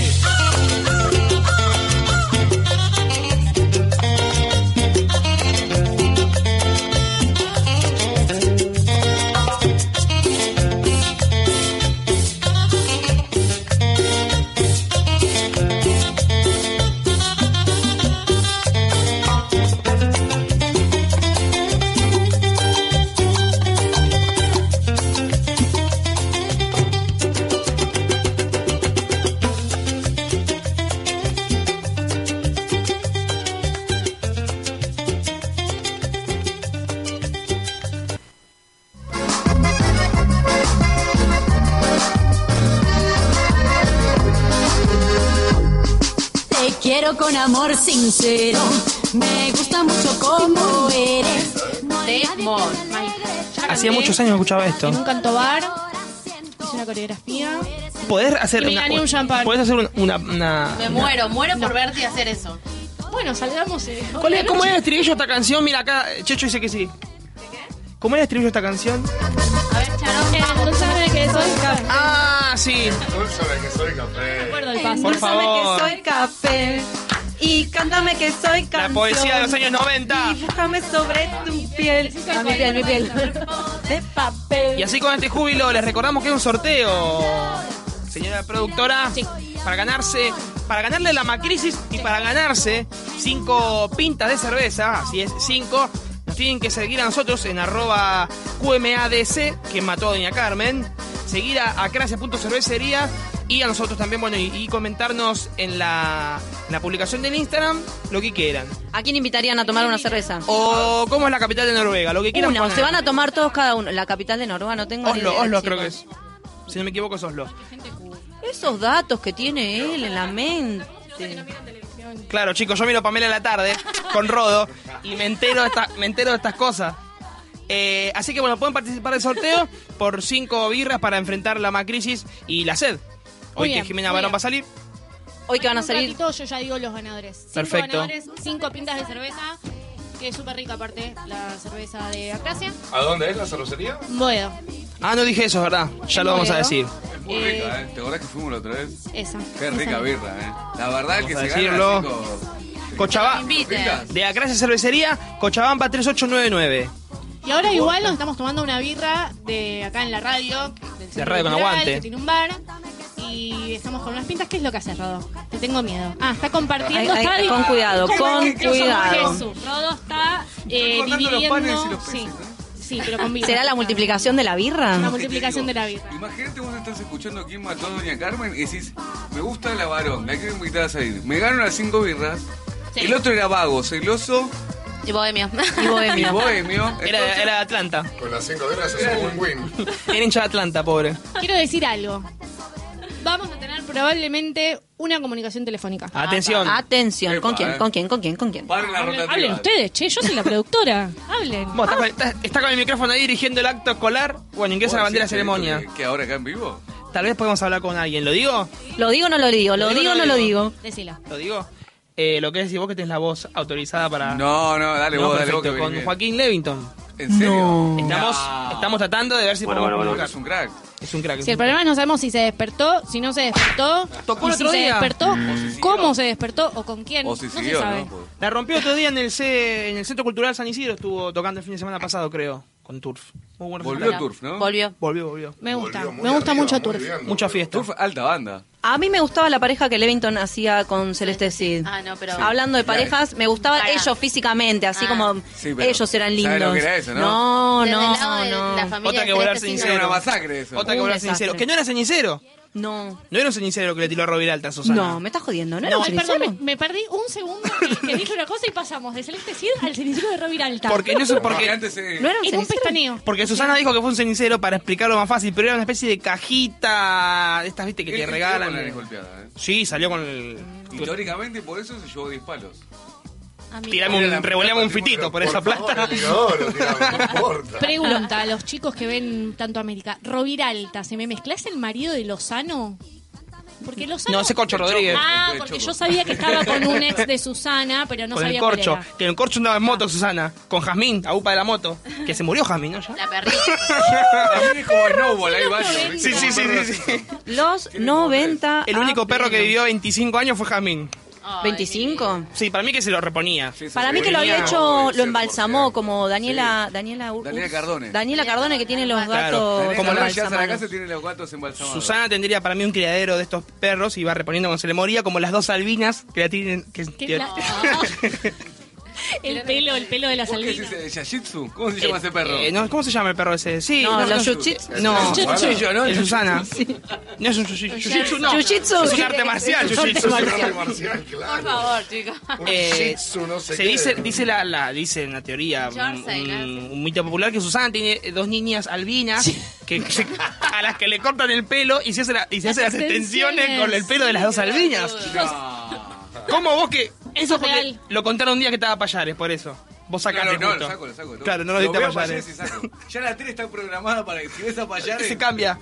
S11: Te quiero con amor sincero. Me gusta mucho como eres.
S6: Temor,
S3: Hacía muchos años que escuchaba esto.
S5: En un canto bar, hice una coreografía.
S3: Podés hacer
S5: Me
S3: una,
S5: gané un champán.
S3: podés hacer una, una- una-
S6: Me muero, muero por verte y hacer eso.
S5: Bueno, salgamos. eh,
S3: ¿Cuál es-
S5: otra
S3: ¿Cómo
S5: noche.
S3: es el estribillo de esta canción? Mira acá, Checho dice que sí. ¿Cómo es el estribillo de esta canción?
S6: A ver,
S5: Eh,
S6: Charón,
S5: ¿No sabes que soy? No
S3: Ah, sí.
S9: Dulce que soy café.
S5: recuerdo el paso.
S3: Por
S4: Endulzame
S3: favor.
S4: que soy café y cántame que soy
S3: La
S4: canción.
S3: poesía de los años 90.
S4: Dibújame sobre tu piel. Ah, mi piel, mi piel. De papel.
S3: Y así con este júbilo les recordamos que es un sorteo. Señora productora, para ganarse, para ganarle la macrisis y para ganarse cinco pintas de cerveza, así es, cinco, nos tienen que seguir a nosotros en arroba QMADC, que mató a Doña Carmen, seguir a, a Cervecería y a nosotros también, bueno, y, y comentarnos en la, en la publicación del Instagram lo que quieran.
S4: ¿A quién invitarían a tomar una cerveza?
S3: O cómo es la capital de Noruega, lo que quieran.
S4: Una, o
S3: poner.
S4: se van a tomar todos cada uno. La capital de Noruega, no tengo ni
S3: Oslo,
S4: idea,
S3: Oslo
S4: chicos.
S3: creo que es. Si no me equivoco es Oslo.
S4: Esos datos que tiene él en la mente.
S3: Claro, chicos, yo miro Pamela en la tarde con Rodo y me entero de, esta- me entero de estas cosas. Eh, así que bueno, pueden participar del sorteo por cinco birras para enfrentar la macrisis y la sed. Hoy
S5: Muy
S3: que
S5: bien,
S3: Jimena
S5: muy
S3: Barón
S5: bien.
S3: va a salir.
S4: Hoy que van a
S5: En un
S4: salir.
S5: ratito yo ya digo los ganadores. Cinco
S3: Perfecto.
S5: ganadores, cinco pintas de cerveza, que es súper rica aparte la cerveza de Acracia.
S9: ¿A dónde es la cervecería?
S5: Boedo.
S3: Ah, no dije eso, ¿verdad? Ya lo vamos a decir.
S8: Es muy
S5: Eh,
S8: rica, ¿eh? ¿Te acordás que fuimos la otra vez?
S5: Esa.
S8: Qué
S5: esa
S8: rica
S5: no.
S8: birra, ¿eh? La verdad
S3: Vamos
S8: que
S3: a
S8: se
S3: decirlo.
S8: gana cinco-
S3: Cochabamba.
S6: invite.
S8: Venga.
S3: De Acracia Cervecería, Cochabamba 3899.
S5: Y ahora igual nos estamos tomando una birra de acá en la radio. del Centro
S3: radio con
S5: Cultural,
S3: aguante.
S5: que tiene un bar. Y estamos con unas pintas. ¿Qué es lo que hace Rodo? Te tengo miedo. Ah, está compartiendo.
S4: Ay, ay,
S5: está
S4: con cuidado, con
S5: Yo soy
S4: cuidado.
S5: Jesús. Rodo está eh,
S8: Estoy cortando los
S5: dividiendo.
S8: panes y los peces,
S5: sí.
S8: ¿eh?
S5: sí, pero con birra.
S4: ¿Será la multiplicación de la
S5: La
S4: birra?
S5: multiplicación
S8: Te
S5: de
S8: digo,
S5: la birra.
S8: Imagínate vos estás escuchando quién mató a Doña Carmen y decís, me gusta la varón, la quiero invitar a salir. Me gano las cinco birras.
S6: Sí.
S8: El otro era vago, celoso
S6: y Bohemio.
S4: Y
S8: y
S4: bohemia.
S8: bohemio.
S3: Era, era de Atlanta.
S9: Con las cinco horas es un win-win.
S3: Era hincha de Atlanta, pobre.
S5: Quiero decir algo. Vamos a tener probablemente una comunicación telefónica.
S3: Ah, Atención.
S4: Atención, ¿con
S8: Epa,
S4: quién?
S8: eh.
S4: ¿Con quién? ¿Con quién? ¿Con quién?
S8: Para la rotativa.
S5: Hablen ustedes, che, yo soy la productora. Hablen.
S3: Vos estás con- estás- está, con el micrófono ahí dirigiendo el acto escolar. Bueno, ingresa la bandera de ceremonia.
S8: Que, que ahora acá en vivo.
S3: Tal vez podemos hablar con alguien. ¿Lo digo?
S4: ¿Lo digo o no lo digo? ¿Lo digo o no lo digo?
S5: Decila.
S3: ¿Lo digo? Eh, lo que decís vos que tenés la voz autorizada para...
S8: No, no, dale
S3: No,
S8: vos, dale
S3: perfecto,
S8: vos. que venís
S3: con
S8: bien.
S3: Joaquín Levington.
S8: ¿En serio?
S3: Estamos,
S8: No.
S3: estamos tratando de ver si podemos comunicar.
S8: Es un crack.
S3: Es un crack.
S5: Si el problema es no sabemos si se despertó, si no se despertó,
S3: Tocó
S5: y
S3: el
S5: si
S3: otro
S5: se
S3: día. Mm.
S5: despertó,
S8: siguió.
S5: cómo se despertó o con quién.
S8: O si
S5: no
S8: siguió,
S5: se sabe.
S8: ¿no?
S3: La rompió otro día en el, C- en el Centro Cultural San Isidro, estuvo tocando el fin de semana pasado, creo. con Turf. Muy buena
S8: Volvió
S3: fiesta.
S8: Turf, ¿no?
S6: Volvió.
S3: Volvió, volvió.
S5: Me gusta,
S9: Volvió muy
S5: me gusta
S9: arriba,
S5: mucho
S9: muy
S5: Turf.
S9: bien,
S3: Mucha
S9: boludo.
S3: fiesta.
S8: Turf, alta banda.
S4: A mí me gustaba la pareja que Levington hacía con Celeste Cid.
S6: Ah, no, pero-
S4: Hablando de
S8: Claro.
S4: parejas, me gustaban
S6: Pará.
S4: ellos físicamente, así
S6: Ah.
S4: como
S8: Sí, pero
S4: ellos eran
S8: ¿sabes lo
S4: lindos.
S8: que era eso,
S4: no,
S8: no?
S6: Desde
S4: no,
S6: el lado de
S4: no.
S6: la familia
S3: Otra que
S6: de
S3: volar
S6: Celeste
S3: sincero.
S8: Era
S6: Cid,
S8: una
S6: no.
S8: masacre eso.
S3: Otra que
S4: Un
S3: volaba
S4: desastre.
S3: cenicero. Que no era cenicero.
S4: No.
S3: No era un cenicero que le tiró a Roviralta, Susana.
S4: No, me estás jodiendo, ¿no?
S5: No,
S4: era
S5: ay, perdón, me,
S4: Cenicero?
S5: me perdí un segundo que, que dije una cosa y pasamos de Celeste Cid al cenicero de Robbie Alta.
S3: Porque no sé por
S8: Porque
S3: qué.
S8: antes eh,
S4: ¿No era un
S5: En un
S4: cenicero?
S5: pestañeo.
S3: Porque Susana dijo que fue un cenicero para explicarlo más fácil, pero era una especie de cajita de estas, viste, que
S8: él
S3: te
S8: se quedó
S3: regalan.
S8: con la nariz golpeada, eh.
S3: Sí, salió con el.
S8: Y teóricamente por eso se llevó 10 palos.
S6: Ah, mira.
S3: Tiramos
S8: Era la
S3: un, revoleamos un fitito por esa
S9: favor,
S3: plata.
S9: el inodoro, tirame, no importa.
S5: Pregunta a los chicos que ven tanto América. Robir Alta, ¿se me mezcla es el marido de Lozano? Porque Lozano...
S3: No, ese Corcho Rodríguez.
S5: Ah,
S8: El
S5: porque
S8: Choco.
S5: yo sabía que estaba con un ex de Susana, pero no
S3: con el
S5: sabía
S3: corcho.
S5: cuál era.
S3: Que el corcho andaba en moto, Susana. Con Jazmín, a upa de la moto. Que se murió Jazmín, ¿no? Ya.
S6: La perrita.
S9: Ah,
S8: También es como Snowball, ahí va.
S3: Sí, sí, sí, sí, sí.
S4: Los Ah, 90.
S3: El
S4: a
S9: "Ah,
S3: único perro que
S4: pleno.
S3: vivió 25 años fue Jazmín.
S6: Ay,
S4: ¿25?
S3: Sí, para mí que se lo reponía.
S4: Para mí que lo había
S8: Venía,
S4: hecho,
S8: obvio,
S4: lo embalsamó,
S8: porque-
S4: como Daniela, Daniela, Ur-
S8: Daniela Cardone.
S4: Daniela Cardone que tiene los gatos
S3: Claro.
S8: Daniela,
S3: como
S8: ahora
S3: la-
S8: llegas a la
S4: embalsamados.
S8: casa tiene los gatos embalsamados.
S3: Susana tendría para mí un criadero de estos perros y va reponiendo cuando se le moría, como las dos albinas que la tienen. Que,
S5: Qué
S3: que-
S5: fla- El pelo, el pelo de las
S8: ¿Vos qué
S5: albinas.
S8: decís? eh, ¿Yashitsu? ¿Cómo se llama ese perro?
S3: Eh, no, ¿Cómo se llama el perro ese? Sí,
S4: No,
S3: no,
S4: los
S3: no,
S4: yuchits.
S3: No,
S8: Yuchitsu.
S3: Yuchitsu, ¿no? Es Susana. No es un yuchitsu. Yuchitsu, no.
S4: Yuchitsu.
S3: Es un arte marcial, yuchitsu.
S9: Es un arte marcial,
S6: Por
S9: claro.
S6: favor, chicos.
S9: Un
S3: Eh,
S9: shih tzu, no sé
S3: se
S9: qué.
S3: dice, dice la, la- dice en la teoría un,
S6: Jersey,
S3: un-
S6: ¿no?
S3: un mito popular que Susana tiene dos niñas albinas que, que- a las que le cortan el pelo y se hace, la- y se
S5: Las
S3: hace las extensiones
S5: extensiones.
S3: con el pelo de las dos albinas. ¿Cómo vos que
S5: Eso es
S3: porque
S5: real.
S3: Lo contaron un día que estaba Payares, por eso. Vos
S8: Claro,
S3: sacaste
S8: no,
S3: justo.
S8: lo saco, lo saco. no.
S3: Claro, no lo diste
S8: veo
S3: a Payares.
S8: y saco. Ya la tele está programada para que si ves a Payares...
S3: Se cambia.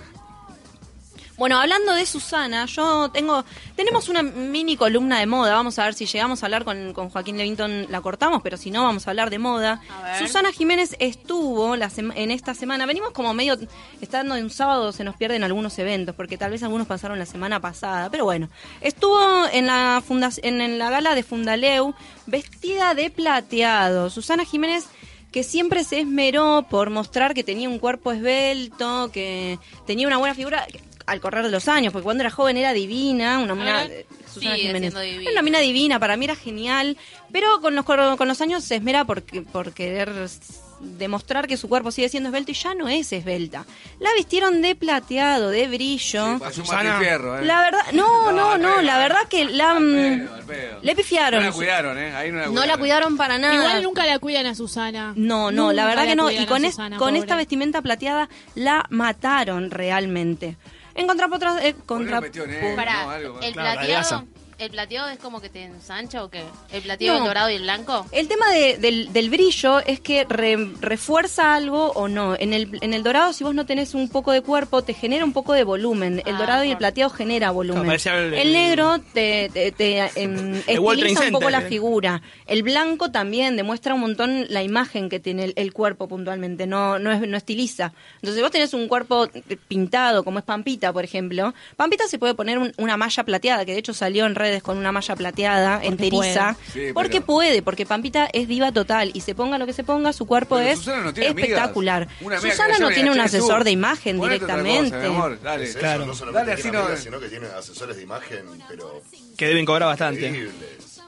S4: Bueno, hablando de Susana, yo tengo, tenemos una mini columna de moda. Vamos a ver si llegamos a hablar con, con Joaquín Levington, la cortamos, pero si no, vamos a hablar de moda.
S6: A ver.
S4: Susana Jiménez estuvo la sema- en esta semana. Venimos como medio estando en un sábado, se nos pierden algunos eventos, porque tal vez algunos pasaron la semana pasada. Pero bueno, estuvo en la, funda- en, en la gala de Fundaleu vestida de plateado. Susana Jiménez que siempre se esmeró por mostrar que tenía un cuerpo esbelto, que tenía una buena figura que- al correr de los años, porque cuando era joven era divina, una mina,
S5: Ahora
S4: eh, Susana
S6: sigue
S4: Jiménez.
S6: siendo divina.
S4: Era una mina divina, para mí era genial, pero con los, cor- con los años se esmera por, que- por querer s- demostrar que su cuerpo sigue siendo esbelto y ya no es esbelta. La vistieron de plateado, de brillo.
S8: Pasó un
S3: Susana.
S8: fierro, ¿eh?
S4: la verdad, no, no,
S8: al
S4: no,
S8: pedo,
S4: la verdad que la...
S8: al
S4: mm,
S8: pedo, al pedo.
S4: Le pifiaron.
S8: No la cuidaron, ¿eh? Ahí no la cuidaron.
S4: No la cuidaron para nada.
S5: Igual nunca la cuidan a Susana.
S4: No, no, la
S5: Nunca
S4: verdad que no.
S5: cuidan
S4: Y
S5: a
S4: con, es-
S5: Susana,
S4: con
S5: pobre.
S4: esta vestimenta plateada la mataron realmente. En contrapotra... eh, contra...
S8: metió negro.
S6: Pará,
S8: No, algo,
S6: el plateado.
S3: claro, adelgaza.
S6: ¿El plateado es como que te ensancha o qué? ¿El plateado,
S4: No.
S6: el dorado y el blanco?
S4: El tema de- del, del brillo es que re- refuerza algo o no. En el, en el dorado, si vos no tenés un poco de cuerpo, te genera un poco de volumen. El
S6: Ah,
S4: dorado y el
S6: por-
S4: plateado genera volumen.
S3: parecía el-
S4: el, negro te, te, te, em,
S3: World Trade
S4: estiliza un poco
S3: Center,
S4: la
S3: eh.
S4: figura. El blanco también demuestra un montón la imagen que tiene el, el cuerpo puntualmente. No, no, es- no estiliza. Entonces, vos tenés un cuerpo pintado, como es Pampita, por ejemplo. Pampita se puede poner un- una malla plateada, que de hecho salió en redes con una malla plateada, enteriza.
S8: puede. Sí,
S4: porque
S8: pero-
S4: puede, porque Pampita es diva total y se ponga lo que se ponga, su cuerpo
S8: Pero
S4: es
S8: Susana no tiene amigas.
S4: espectacular.
S8: Una amiga que
S4: Susana
S8: la
S4: no
S8: llame y
S4: tiene
S8: la
S4: un
S8: che,
S4: asesor
S8: Su,
S4: de imagen
S8: ponete otra cosa,
S4: directamente.
S8: mi amor,
S9: Es
S8: dale.
S9: eso,
S3: Claro.
S9: no eh. solamente
S8: Dale, así
S9: tiene
S8: no-
S9: amigas, sino que tiene asesores de imagen, pero
S3: Que deben cobrar bastante.
S9: increíbles.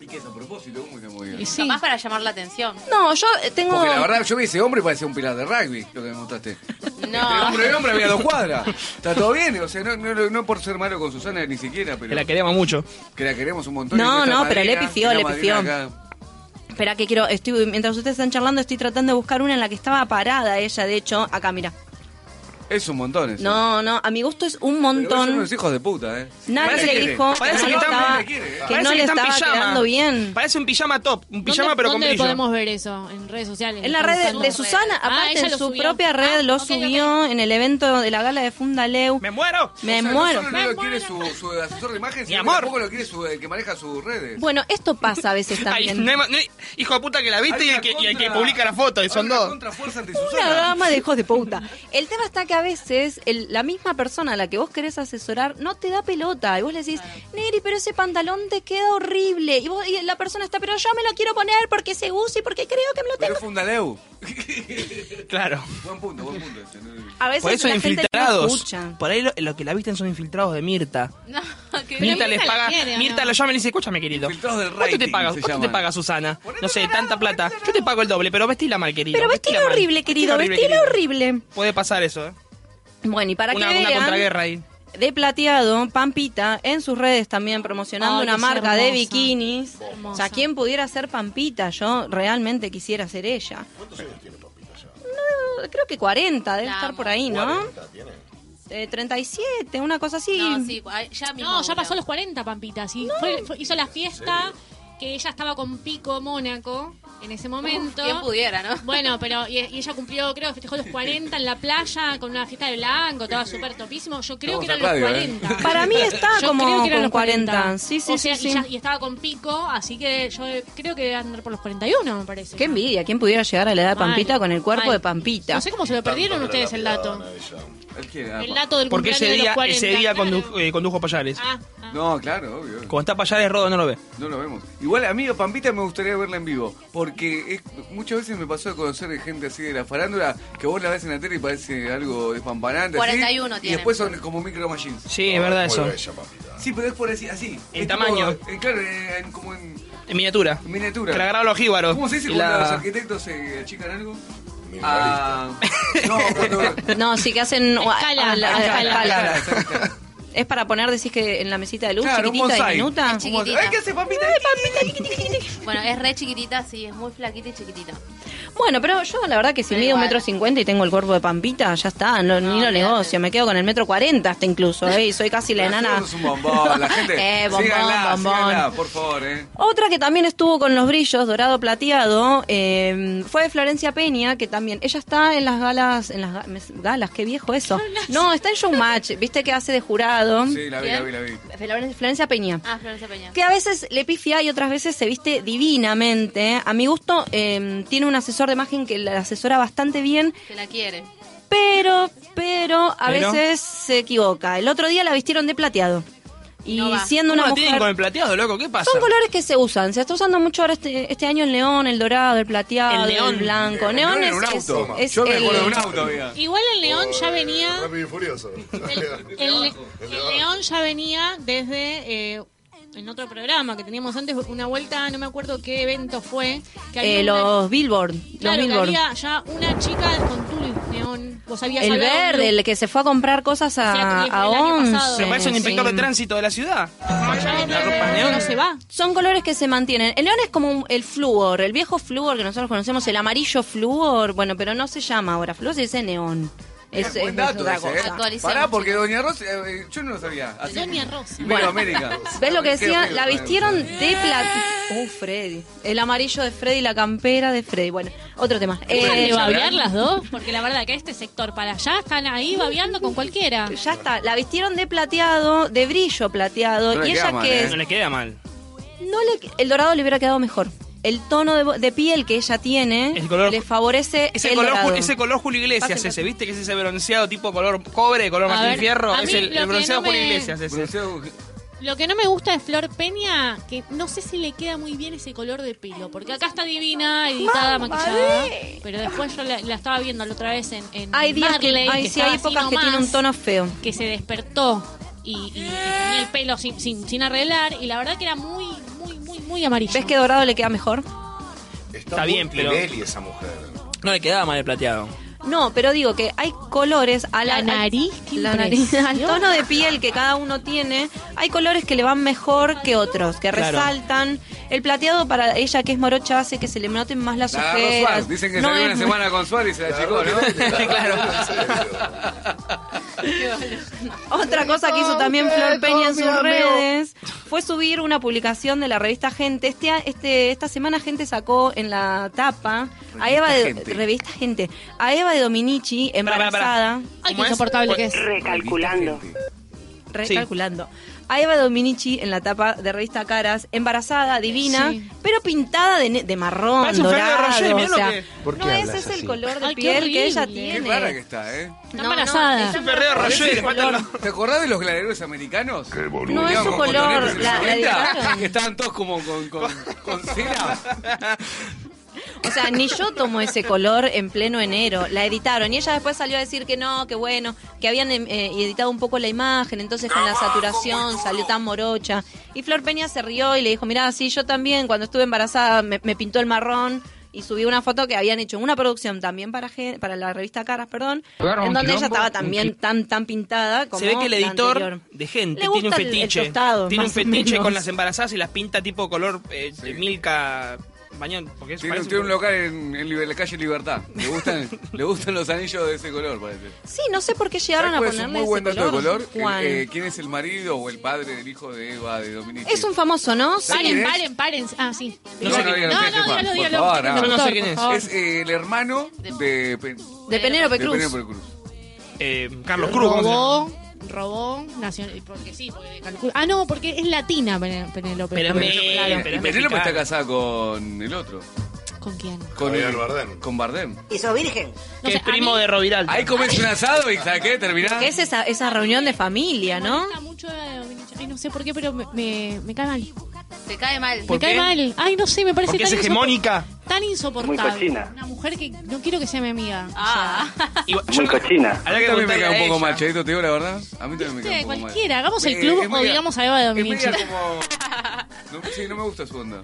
S8: Y que es a propósito, ¿cómo que muy
S5: Y
S8: bien.
S5: sí.
S6: Capaz para llamar la atención.
S4: No, yo eh, tengo.
S8: Porque la verdad, yo vi ese hombre y parecía un pilar de rugby, lo que me mostraste. Entre
S6: No.
S8: hombre y hombre había dos cuadras. Está todo bien, o sea, no, no, no por ser malo con Susana ni siquiera, pero
S3: Que la queremos mucho.
S8: que la queremos un montón. y
S4: No,
S8: nuestra
S4: no, pero
S8: madrina,
S4: le pifió,
S8: una
S4: le
S8: madrina
S4: pifió.
S8: acá. eh.
S4: Espera, que quiero. Estoy, mientras ustedes están charlando, estoy tratando de buscar una en la que estaba parada ella. De hecho, acá, mira.
S8: Es un montón eso.
S4: No, no, a mi gusto es un
S8: Pero son
S4: montón.
S8: unos hijos de puta, ¿eh?
S4: Nadie
S3: Parece
S4: le
S3: que-
S4: dijo que
S3: parece
S4: no
S3: que
S4: le
S3: está-
S4: estaba,
S8: ¿Qué quiere?
S4: que
S3: Parece
S4: no
S3: que
S4: le
S3: está en
S4: estaba
S3: pijama.
S4: quedando bien.
S3: Parece un pijama top. Un
S5: ¿Dónde-
S3: pijama pero con
S5: ¿Dónde
S3: brillo.
S5: podemos ver eso? En redes sociales.
S4: En la red de
S6: Sus
S4: Susana,
S6: redes.
S5: Ah,
S4: aparte
S5: ella
S4: en
S5: lo
S4: su
S5: subió.
S4: propia red
S5: Ah,
S4: lo
S5: ok, ok.
S4: subió en el evento de la gala de Fundaleu.
S3: ¡Me muero!
S4: Me
S8: O sea,
S4: muero.
S8: No solo no lo quiere su, su asesor de imagen, sino que
S3: amor.
S8: tampoco lo quiere su, el que maneja sus redes.
S4: Bueno, esto pasa a veces
S3: Ay,
S4: también.
S3: no hay ma- no hay- hijo de puta que la viste y el, que, y el que publica la foto, y son dos.
S8: Contrafuerza ante
S4: Una
S8: Susana.
S4: dama de hijos de puta. El tema está que a veces el- la misma persona a la que vos querés asesorar no te da pelota. Y vos le decís, Neri, pero ese pantalón te queda horrible. Y, vos, y la persona está, pero yo me lo quiero poner porque se usa y porque creo que me lo
S8: Pero
S4: tengo.
S8: Fundaleu.
S3: Claro.
S8: Buen punto, buen punto ese. ¿no?
S4: A veces
S3: Por eso
S4: la gente no
S3: infiltrados.
S4: escucha.
S3: Por ahí lo, lo que la visten son infiltrados de Mirta.
S6: No, que
S3: Mirta les paga.
S5: quiere, ¿o
S3: Mirta
S5: no?
S3: lo llama y le dice, escúchame, querido.
S8: Infiltrados del
S3: ¿Cuánto te
S8: rating
S3: paga?
S8: se
S3: ¿Cuánto te
S8: llaman.
S3: paga Susana? No sé, tanta plata. Yo te pago el doble, pero vestila mal, querido.
S4: Pero
S3: vestila
S4: vestila
S3: mal.
S4: horrible, querido, vestila
S3: querido.
S4: horrible.
S3: Puede pasar eso, ¿eh?
S4: Bueno, y para
S3: Una,
S4: que
S3: una
S4: vean,
S3: contraguerra ahí.
S4: de plateado, Pampita, en sus redes también promocionando
S5: Ay,
S4: una
S5: qué
S4: marca de
S5: hermosa.
S4: bikinis. O sea,
S5: hermosa.
S4: ¿quién pudiera ser Pampita? Yo realmente quisiera ser ella.
S9: ¿Cuántos años tiene Pampita ya?
S4: No, creo que 40, debe
S6: La
S4: estar
S6: amo.
S4: por ahí, ¿no?
S9: 40 tiene.
S4: Eh, 37, una cosa así.
S6: No, sí, ay, ya mismo
S5: No, ya
S6: googleamos.
S5: pasó los 40, Pampita. Sí, fue- fue- hizo la fiesta que ella estaba con Pico Mónaco en ese momento.
S6: Quien pudiera, ¿no?
S5: Bueno, pero y, y ella cumplió, creo, festejó los 40 en la playa con una fiesta de blanco, toda súper topísimo. Yo creo
S8: Estamos
S5: que eran
S8: en
S5: los
S8: radio, ¿eh?
S5: 40.
S4: Para mí está
S5: Yo
S4: como
S5: creo que eran
S4: con
S5: los
S4: 40. Sí, sí,
S5: O sea,
S4: sí,
S5: Y,
S4: sí.
S5: ya- y estaba con Pico, así que yo creo que debe andar por los 41, me parece.
S4: Qué envidia, ¿quién pudiera llegar a la edad de
S5: Mal,
S4: Pampita con el cuerpo
S5: mal.
S4: de Pampita?
S5: No sé cómo se lo perdieron
S9: Tanta
S5: ustedes el dato.
S9: galapiana ella.
S8: Él quiere, ah,
S5: El dato del
S3: Porque
S5: cumpleaños
S3: ese
S5: de los
S3: día,
S5: 40.
S3: ese día
S5: claro.
S3: condu- eh, condujo Payares.
S5: Ah, ah.
S8: No, claro, obvio.
S3: Cuando está Payares, Rodo no lo ve.
S8: No lo vemos. Igual, amigo Pampita, me gustaría verla en vivo. Porque es- muchas veces me pasó de conocer gente así de la farándula que vos la ves en la tele y parece algo despampanante. así,
S6: 41
S8: Y
S6: tiene.
S8: después son como micro machines.
S3: Sí, es verdad
S9: Ah, Muy
S3: eso.
S9: bella, Pampita.
S8: Sí, pero es por así. así.
S3: En
S8: Es
S3: tamaño.
S8: tipo, eh, claro, eh, en- como en
S3: En miniatura.
S8: miniatura.
S3: Que la graban los jíbaros.
S8: ¿Cómo se dice
S3: Y
S8: cuando
S3: la-
S8: los arquitectos se achican algo?
S9: Minimalista.
S8: Ah, no, cuando...
S4: No, sí que hacen a-
S5: Escala,
S4: a la- a la-
S5: escala.
S4: escala.
S8: Claro, claro.
S4: Es para poner, decís que en la mesita de luz,
S8: Claro, un
S4: chiquitita
S8: bonsai.
S4: y minuta.
S6: Es chiquitita.
S8: Ay, ¿Qué hace Pampita?
S6: Bueno, es re chiquitita, sí, es muy flaquita y chiquitita.
S4: Bueno, pero yo la verdad que si
S6: Pero
S4: mido un
S6: igual.
S4: metro cincuenta y tengo el cuerpo de Pampita, ya está, no- ni lo
S6: olvídate.
S4: negocio, me quedo con el metro cuarenta hasta incluso, ¿eh? y soy casi la enana.
S8: Es un bombón, la gente.
S4: Eh, bombón,
S8: síganla,
S4: bombón.
S8: síganla, por favor, eh.
S4: Otra que también estuvo con los brillos, dorado plateado, eh, fue de Florencia Peña, que también, ella está en las galas, en las ga- mes- galas, qué viejo eso. No, está en Showmatch, viste que hace de jurado.
S8: Sí, la vi, la vi, la vi.
S4: Flor- Florencia Peña.
S6: Ah, Florencia Peña.
S4: Que a veces le pifia y otras veces se viste divinamente. A mi gusto, eh, tiene un asesor de imagen que la asesora bastante bien,
S6: Que la quiere.
S4: pero, pero a
S3: Pero.
S4: veces se equivoca. El otro día la vistieron de plateado. Y
S6: No va.
S4: siendo
S3: ¿Cómo
S4: una
S3: la tienen con el
S4: mujer...
S3: plateado, loco? ¿Qué pasa?
S4: Son colores que se usan. Se está usando mucho ahora este, este año el neón, el dorado, el plateado,
S3: El
S4: el,
S3: neón.
S4: blanco.
S9: El
S4: neón
S9: neón
S4: es,
S9: en un
S4: es-
S9: auto.
S4: es
S8: Yo me
S4: el-
S8: acuerdo de un auto, amiga.
S5: Igual el León ya venía.
S9: Rápido y furioso.
S5: El, el- el León ya venía desde eh, en otro programa que teníamos antes, una vuelta, no me acuerdo qué evento fue. Que había
S4: eh,
S5: una-
S4: los billboard. los
S5: claro, que
S4: billboard.
S5: había ya una chica con tul neón. Vos habías
S4: El
S5: hablado de un
S4: verde, el que se fue a comprar cosas
S5: Sí,
S4: a,
S5: el año
S4: a
S5: pasado.
S4: 11.
S3: Se parece un
S4: sí.
S3: inspector de tránsito de la ciudad.
S5: look,
S3: La ropa neón.
S5: No se va.
S4: Son colores que se mantienen. El neón es como un- el flúor, el viejo flúor que nosotros conocemos, el amarillo flúor. Bueno, pero no se llama ahora flúor, se dice neón. Es,
S8: Buen
S4: es
S8: dato
S4: otra
S8: ese, eh.
S4: cosa.
S6: Actualicemos,
S8: Pará, porque Doña Rosa, eh, eh, yo no lo sabía. Así,
S5: Doña Rosa.
S8: Bueno, América.
S4: ¿Ves lo que
S8: Qué
S4: decía?
S8: feo,
S4: La
S8: bueno.
S4: vistieron de plata. Uh, Freddy. El amarillo de Freddy, la campera de Freddy. Bueno, otro tema. Eh,
S5: ¿Le babear las dos? Porque la verdad que este sector para allá están ahí babeando con cualquiera.
S4: ya está. La vistieron de plateado, de brillo plateado.
S8: No le
S4: y
S8: queda
S4: ella
S8: mal,
S4: que
S8: eh.
S3: No le queda mal.
S4: no le, el dorado le hubiera quedado mejor. El tono de, bo- de piel que ella tiene
S3: El color-
S4: le favorece
S3: Ese
S4: el
S3: color,
S4: dorado.
S3: Ju- ese color Julio Iglesias,
S4: Pasen,
S3: ese,
S4: pasen.
S3: ¿viste? Que es ese bronceado tipo color cobre, color
S5: A
S3: Martín
S5: ver,
S3: Fierro.
S5: a
S3: Es
S5: mí
S3: el,
S5: lo
S3: el
S5: que
S3: bronceado
S5: no
S3: Julio
S5: me-
S3: Iglesias, ese.
S8: Pronunciado-
S5: Lo que no me gusta de Flor Peña, que no sé si le queda muy bien ese color de pelo, porque acá está divina, editada, maquillada, pero después yo la, la estaba viendo la otra vez en, en
S4: ¿eh? Hay días que,
S5: Marley,
S4: hay, sí, hay
S5: estaba así
S4: épocas que
S5: nomás,
S4: tiene un tono feo.
S5: que se despertó y, y- y tenía el pelo sin, sin, sin arreglar, y la verdad que era muy, muy, muy, muy amarillo.
S4: ¿Ves que dorado le queda mejor?
S9: Está
S3: bien,
S9: bien,
S3: pero-
S9: pero. esa mujer.
S3: No le quedaba mal el plateado.
S4: No, pero digo que hay colores a la,
S5: La nariz, qué
S4: la nariz, al
S5: impresión.
S4: tono de piel que cada uno tiene, hay colores que le van mejor que otros, que
S3: Claro.
S4: resaltan. El plateado para ella que es morocha hace que se le noten más las
S8: La agarró Suárez.
S4: ojeras.
S8: Dicen que
S4: No
S8: salió
S4: es-
S8: una semana con Suárez y se la achicó, ¿no?
S6: Eh,
S4: Otra cosa que hizo también Flor Peña en sus redes fue subir una publicación de la revista Gente. Este, a- este, esta semana Gente sacó en la tapa a Eva de
S8: Gente.
S4: Revista Gente, a Eva de Dominici
S3: Pará, pará, pará.
S4: embarazada.
S5: Ay,
S3: ¿Cómo
S5: qué
S3: es?
S5: insoportable que es.
S8: Recalculando.
S4: recalculando. A Eva Dominici en la tapa de revista Caras, embarazada, divina,
S5: Sí.
S4: pero pintada de, ne- de marrón,
S3: Parece un Fernet
S4: dorado.
S3: Rocher, mirá
S4: o sea,
S3: lo que-
S12: ¿Por qué
S4: no ese
S12: hablas
S4: es el
S12: así?
S4: color de
S5: Ay, qué
S4: piel que ella
S5: horrible.
S4: tiene.
S8: Qué rara que está, ¿eh?
S5: Está
S4: No, no,
S5: embarazada.
S4: esa-
S3: Ferrero Rocher, faltan
S8: ¿Te acordás de los gladiadores americanos? Qué
S4: No es su color, la- la
S8: que
S4: dibujaron.
S8: estaban todos como con, con, con cera.
S4: O sea, ni yo tomo ese color en pleno enero. La editaron y ella después salió a decir que no, que bueno, que habían em, eh, editado un poco la imagen, entonces con la saturación salió tan morocha. Y Flor Peña se rió y le dijo, mirá, sí, yo también cuando estuve embarazada me, me pintó el marrón. Y subí una foto que habían hecho en una producción también para, gen- para la revista Caras, perdón,
S3: Claro,
S4: en
S3: un
S4: donde ella
S3: quilombo,
S4: estaba
S3: un
S4: también
S3: qui-
S4: tan tan pintada como
S3: Se ve que el
S4: la anterior.
S3: editor de gente
S4: Le
S3: tiene un
S4: gusta el- el
S3: fetiche.
S4: tostado,
S3: tiene un
S4: más o
S3: fetiche
S4: menos.
S3: con las em- embarazadas y las pinta tipo color eh, de Milka Bañón. Porque eso
S8: Tiene,
S3: parece
S8: tiene un local en, en Liber- la calle Libertad. Le gustan, le gustan los anillos de ese color, parece.
S4: Sí, no sé por qué llegaron a
S8: ¿Cuál es un
S4: ponerle
S8: muy buen
S4: ese
S8: dato de
S4: color.
S8: color?
S4: Juan.
S8: Eh, ¿Quién es el marido o el padre del hijo de Eva, de Dominique?
S4: es un famoso, ¿no? Sí.
S8: ¿Saben quién
S5: Paren,
S8: es?
S5: paren, paren. Ah, sí.
S8: No, sé quién es,
S5: no,
S8: sepa.
S5: no, dígalo,
S8: Por
S5: dígalo,
S8: favor,
S5: usted
S8: no.
S5: que es
S3: Yo no sé
S5: doctor,
S3: quién
S5: por
S3: es.
S5: favor.
S8: Es eh, el hermano de, Pe-
S4: De Penélope
S8: de
S4: Cruz.
S8: Penélope Cruz.
S3: Eh, Carlos Cruz. ¿cómo se llama?
S5: Robó, robó, nacional. Porque sí, porque calcula. Ah, no, porque es latina Pen- Penélope.
S3: Pero me- pero
S8: Y
S5: Claro.
S3: es
S8: Penélope
S3: mexicano.
S8: está casada con el otro.
S5: ¿Con quién?
S8: Con
S13: Javier Bardem.
S8: Con Bardem.
S14: Y sos virgen.
S5: No
S3: Que
S5: sé,
S3: es
S5: a
S3: primo
S5: mí-
S3: de Rovidal.
S8: Ahí comes un asado y ¿sabes qué? Terminás.
S4: Que es esa, esa reunión de familia,
S5: Me
S4: ¿no?
S5: molesta mucho a Dominique. Ay, no sé por qué, pero me, me, me cae mal.
S6: Se cae mal.
S5: Me
S3: ¿Por
S5: cae
S3: qué?
S5: mal. Ay, no sé, me parece
S3: Porque
S5: tan
S3: es
S5: insopor-
S3: hegemónica.
S5: Tan insoportable.
S14: Muy cochina.
S5: Una mujer que no quiero que sea mi amiga. O
S6: Ah.
S3: Y- yo-
S14: Muy cochina.
S8: A mí
S3: que
S8: también me
S3: preguntarle
S8: cae un
S3: a
S8: poco
S3: ella.
S8: mal, Chadito, te digo la verdad. A mí también me cae
S5: sea,
S8: un poco mal.
S5: cualquiera. Hagamos el
S8: Eh,
S5: club
S8: es
S5: o
S8: media-
S5: digamos a Eva de
S8: Es
S5: Dominici.
S8: media como... No, sí, no me gusta su onda.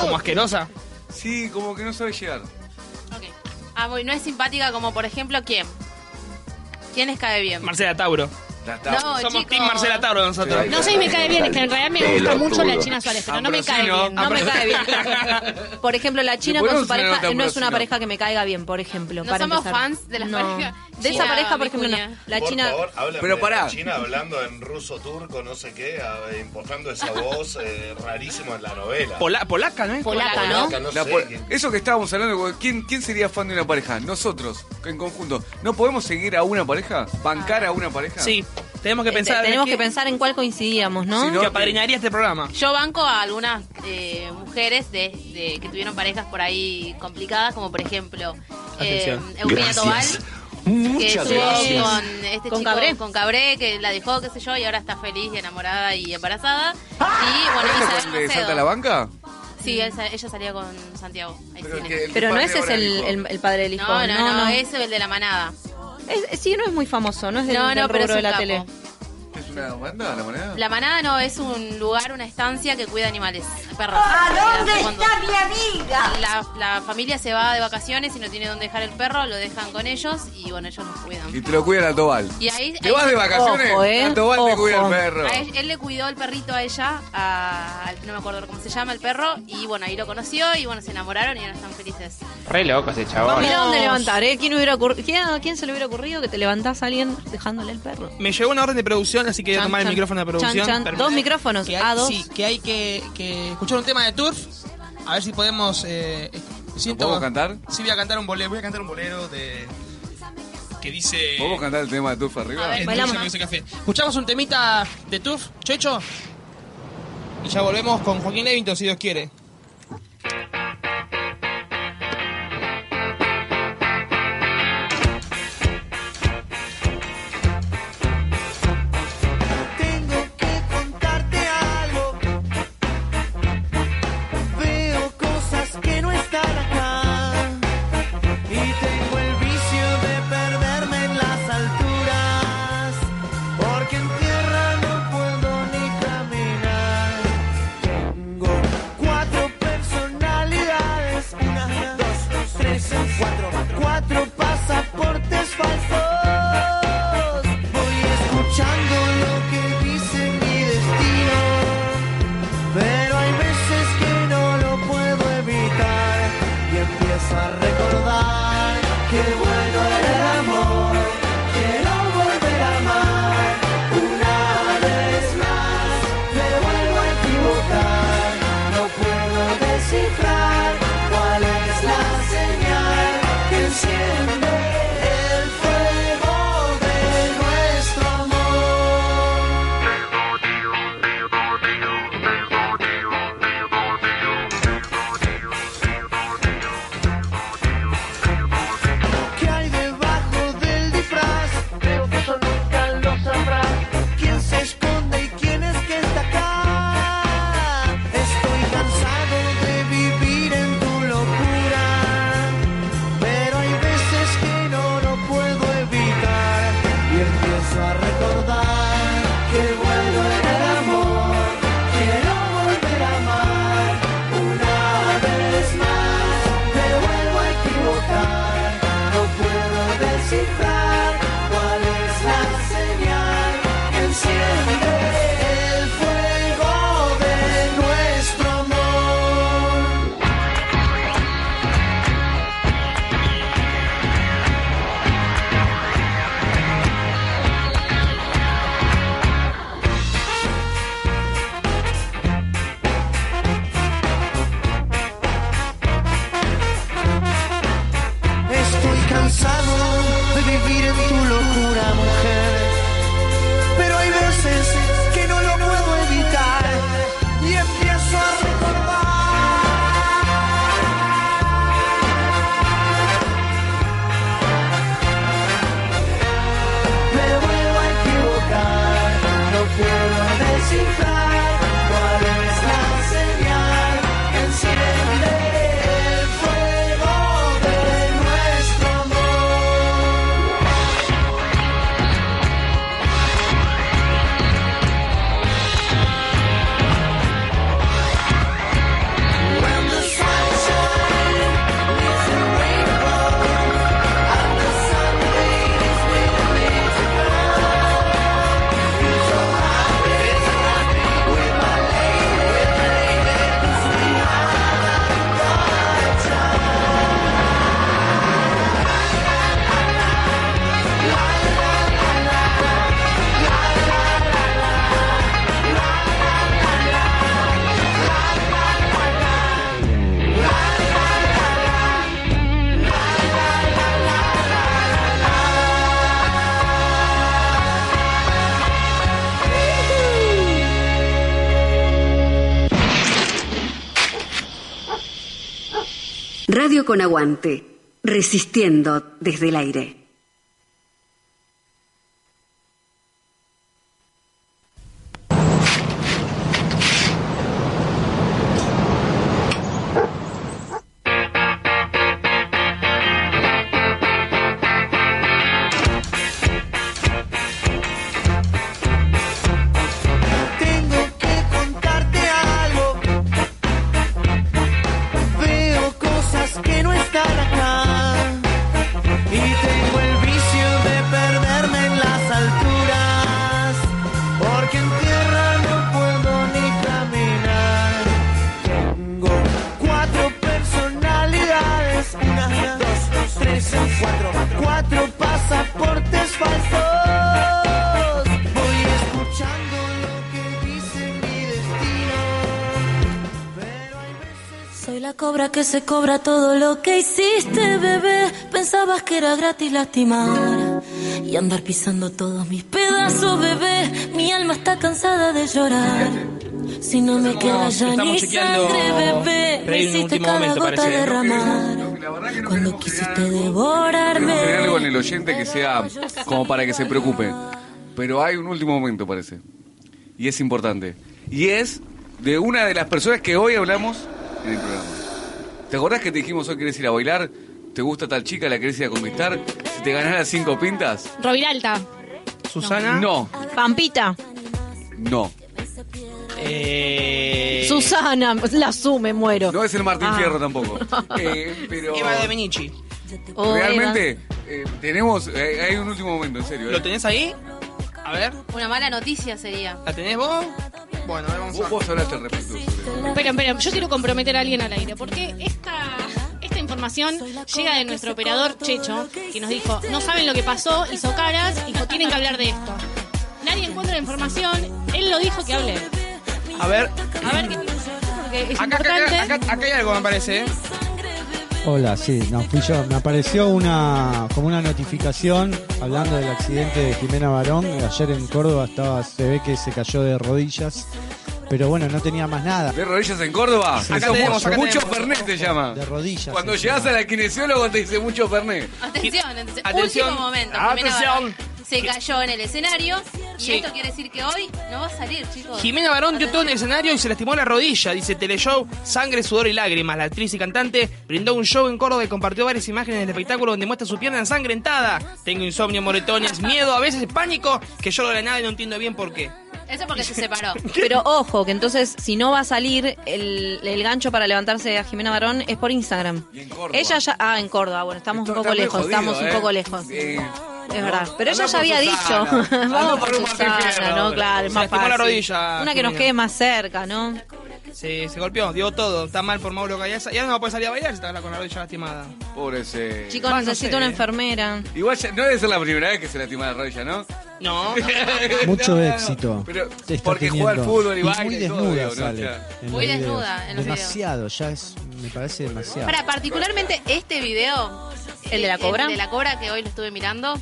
S3: Como asquerosa.
S8: Sí, como que no sabe llegar.
S6: Ok. Ah, muy, no es simpática como, por ejemplo, ¿quién? ¿Quién les cae bien?
S3: Marcela Tauro.
S8: La tabla.
S6: No,
S3: Somos
S6: chicos.
S3: Team Marcela Tauro nosotros.
S5: No sé si me cae bien, es que en realidad me gusta mucho la China Suárez, pero no me cae
S8: Ambrosino.
S5: bien.
S4: No me cae bien. Por ejemplo, la China
S8: Le
S4: con
S8: ponemos
S4: su pareja
S8: una nota a
S4: no es una
S8: Brasil.
S4: pareja que me caiga bien, por ejemplo.
S6: No
S4: para
S6: somos
S4: empezar.
S6: fans de la
S4: No.
S6: pareja.
S4: De esa
S6: China,
S4: pareja, por ejemplo, no.
S6: vicuña.
S4: La China.
S9: Por favor, háblame
S8: Pero
S9: de
S8: pará.
S9: la China hablando en ruso, turco, no sé qué, a- importando esa voz eh, rarísima en la novela.
S3: Pola- polaca, ¿no es?
S6: Polaca, ¿no?
S9: Polaca, no
S8: La
S9: sé,
S8: po-
S9: quién-
S8: Eso que estábamos hablando, ¿quién, ¿quién sería fan de una pareja? Nosotros, en conjunto. ¿No podemos seguir a una pareja? ¿Bancar a una pareja?
S3: Sí. Tenemos que
S4: eh,
S3: pensar.
S4: tenemos
S3: ¿qué-
S4: que pensar en cuál coincidíamos, ¿no?
S8: Si no-
S3: Que apadrinaría este programa.
S6: Yo banco a algunas eh, mujeres de, de- que tuvieron parejas por ahí complicadas, como por ejemplo eh,
S3: Atención.
S6: Eugenia Tobal. Que estuvo
S4: gracias.
S6: con este
S4: Con
S6: chico,
S4: Cabré.
S6: con Cabré, que la dejó, qué sé yo, y ahora está feliz y enamorada y embarazada. Y bueno,
S8: ¿Esto
S6: Isabel
S8: con el de
S6: Macedo.
S8: Salta a la Banca?
S6: Sí, él sa- ella salía con Santiago. Ahí
S8: Pero
S6: sí,
S8: el
S6: no.
S8: que- el que
S4: Pero no
S8: padre
S4: ese es
S8: ahora
S4: el,
S8: dijo.
S4: el- el padre del hijo.
S6: no, no, no, eso es el de la manada.
S4: Es- sí, no es muy famoso, no es del,
S6: No,
S4: del
S6: no, pero es
S4: rubro
S6: un
S4: de la
S6: capo.
S4: tele.
S8: ¿Es una banda, la moneda?
S6: La manada no es un lugar, una estancia que cuida animales, perros. Cuando-
S15: mi amiga?
S6: La, la familia se va de vacaciones y no tiene dónde dejar el perro, lo dejan con ellos y bueno, ellos los
S8: Y
S6: cuidan.
S8: te lo cuida la Tobal.
S6: Y ahí,
S8: ¿Te vas de vacaciones?
S4: Ojo, eh,
S8: La Tobal te
S4: ojo.
S8: cuida el perro.
S6: a él, él le cuidó el perrito a ella, a- al- no me acuerdo cómo se llama el perro, y bueno, ahí lo conoció y bueno, se enamoraron y ahora están felices.
S16: Re loco ese chabón.
S4: Mira dónde levantar, ¿eh? ¿Quién, hubiera ocurri- quién, a quién se le hubiera ocurrido que te levantás a alguien dejándole el perro?
S3: Me llegó una orden de producción, así que voy a
S4: Chan,
S3: tomar el
S4: chan.
S3: micrófono de producción.
S4: Chan, chan.
S3: Permiso.
S4: Dos micrófonos,
S3: Que hay,
S4: a dos.
S3: Sí, que hay que, que escuchar un tema de Turf. A ver si podemos. Eh, siento,
S8: podemos cantar?
S3: Sí, voy a cantar un bolero. Voy a cantar un bolero de. Que dice.
S8: ¿Podemos cantar el tema de Turf
S6: A
S8: arriba?
S6: ver.
S3: Eh,
S4: Bailamos.
S3: dulce, dulce café. Escuchamos un temita de Turf, Checho. Y ya volvemos con Joaquín Levington, si Dios quiere.
S14: Tengo que contarte algo. Veo cosas que no están acá. Y tengo el vicio de perderme en las alturas. Porque en tierra no puedo ni caminar. Tengo cuatro personalidades. Una, dos, tres, cuatro. Cuatro pasaportes falsos. Voy escuchando lo que dice mi destino. Pero hay veces que no lo puedo evitar. Y empiezo a recordar que bueno era el amor. Quiero volver a amar. Una vez más me vuelvo a equivocar. No puedo descifrar cuál es la señal que enciende el fuego de nuestro amor.
S17: Radio con aguante, resistiendo desde el aire.
S14: Tengo que contarte algo. Veo cosas que no están acá. Y tengo el vicio de perderme en las alturas. Porque en tierra no puedo ni caminar. Tengo cuatro personalidades. Una, dos, tres, cuatro. Cuatro pasaportes falsos. Voy escuchando lo que dice mi destino.
S18: Soy la cobra que se cobra todo lo que hiciste, bebé. Pensabas que era gratis lastimar y andar pisando todos mis pedazos, bebé. Mi alma está cansada de llorar. Si no me queda ya
S3: Estamos
S18: ni
S3: chequeando
S18: sangre, bebé, me
S3: Play en un
S18: hiciste
S3: último
S18: cada
S3: momento,
S18: gota
S3: parece.
S18: derramar. Cuando quisiste devorarme.
S8: Hay algo en el oyente que sea como para que se preocupe. Pero hay un último momento, parece. Y es importante. Y es de una de las personas que hoy hablamos en el programa. ¿Te acordás que te dijimos hoy querés ir a bailar? ¿Te gusta tal chica? ¿La querés ir a conquistar? Si te ganás las cinco pintas.
S5: Roviralta.
S3: Susana.
S8: No,
S19: Pampita.
S8: no.
S4: Eh,
S19: Susana, la asume, muero.
S8: Eh. No es el Martín
S19: Ah.
S8: Fierro tampoco. Eh, pero
S3: Eva de Benici.
S8: realmente eh, tenemos. eh, hay un último momento, en serio. eh.
S3: ¿Lo tenés ahí? A ver,
S6: Una mala noticia sería.
S3: ¿la tenés vos? Bueno, a ver, vamos a
S8: Vos, vos hablaste al respecto.
S5: Espera, espera, yo quiero comprometer a alguien al aire, porque esta, esta información llega de nuestro operador Checho, que nos dijo, no saben lo que pasó, hizo caras, dijo, tienen que hablar de esto. Nadie encuentra la información, él lo dijo que hable.
S3: A ver,
S5: A ver qué porque es
S3: acá, acá,
S5: importante.
S3: acá, acá- acá hay algo, me parece. ¿eh?
S20: Hola, sí, no fui yo. Me apareció una como una notificación hablando del accidente de Jimena Barón. Ayer en Córdoba estaba, se ve que se cayó de rodillas, pero bueno, no tenía más nada.
S8: ¿De rodillas en Córdoba?
S20: Sí.
S8: Acá
S20: Somos-
S8: tenemos, acá
S20: somos-
S8: mucho Fernet te llama. De
S20: rodillas.
S8: Cuando llegas a la kinesiólogo te dice mucho Fernet.
S6: Atención, atención.
S8: Atención.
S6: Último momento.
S8: Atención.
S6: Jimena Barón Se cayó en el escenario y
S3: Sí.
S6: esto quiere decir que hoy no va a salir, chicos.
S3: Jimena Barón dio todo en el escenario y se lastimó la rodilla. Dice Teleshow, sangre, sudor y lágrimas. La actriz y cantante brindó un show en Córdoba y compartió varias imágenes del espectáculo donde muestra su pierna ensangrentada. Tengo insomnio, moretones, miedo, a veces pánico, que lloro de la nada y no entiendo bien por qué.
S6: Eso porque se separó.
S4: Pero ojo, que entonces si no va a salir el, el gancho para levantarse a Jimena Barón es por Instagram.
S6: Córdoba.
S4: Ella ya, ah, en Córdoba, bueno, estamos un poco
S6: está muy
S4: lejos,
S6: jodido,
S4: estamos un
S6: eh.
S4: poco lejos. Es verdad, pero ella
S6: Andá
S4: ya
S6: por
S4: había
S6: Susana.
S4: dicho.
S6: Andá
S4: Vamos
S6: por
S4: por
S6: un Martín Fierro
S4: Susana, ¿no?
S3: ahora.
S4: Claro, es
S3: Se
S4: más
S3: lastimó
S4: fácil.
S3: la rodilla,
S4: Una que nos
S3: Jimena.
S4: quede más cerca, ¿no?
S3: Se, se golpeó, dio todo. Está mal por Mauro Gallaza. Y ahora no puede salir a bailar, está con la rodilla lastimada.
S8: Pobre ese.
S4: Chicos,
S3: Ah, no
S4: necesito
S3: sé,
S4: una
S3: eh.
S4: enfermera.
S8: Igual ya- no debe ser la primera vez que se lastima la rodilla, ¿no?
S3: No.
S20: Mucho éxito.
S8: Pero
S20: Te está
S8: porque juega al fútbol y baila
S20: muy
S8: y todo,
S20: desnuda
S8: digo, ¿no?
S20: sale
S8: Ya.
S20: en
S6: Muy
S20: los
S6: desnuda
S20: videos.
S6: en los videos.
S20: Demasiado, ya es, me parece demasiado.
S6: Para particularmente este video.
S4: ¿El de la cobra?
S6: El de la cobra que hoy lo estuve mirando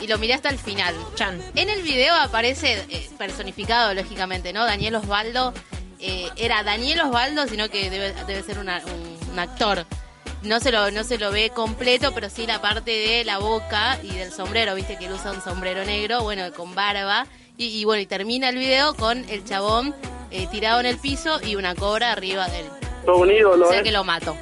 S6: y lo miré hasta el final. En el video aparece eh, personificado, lógicamente, ¿no? Daniel Osvaldo. eh, era Daniel Osvaldo, sino que debe, debe ser una- un, un actor. No se, lo, no se lo ve completo, pero sí la parte de la boca y del sombrero. Viste que él usa un sombrero negro, bueno, con barba. Y, y bueno, y termina el video con el chabón eh, tirado en el piso y una cobra arriba de él.
S3: Todo un ídolo,
S6: o sea
S3: ¿eh?
S6: que lo mato.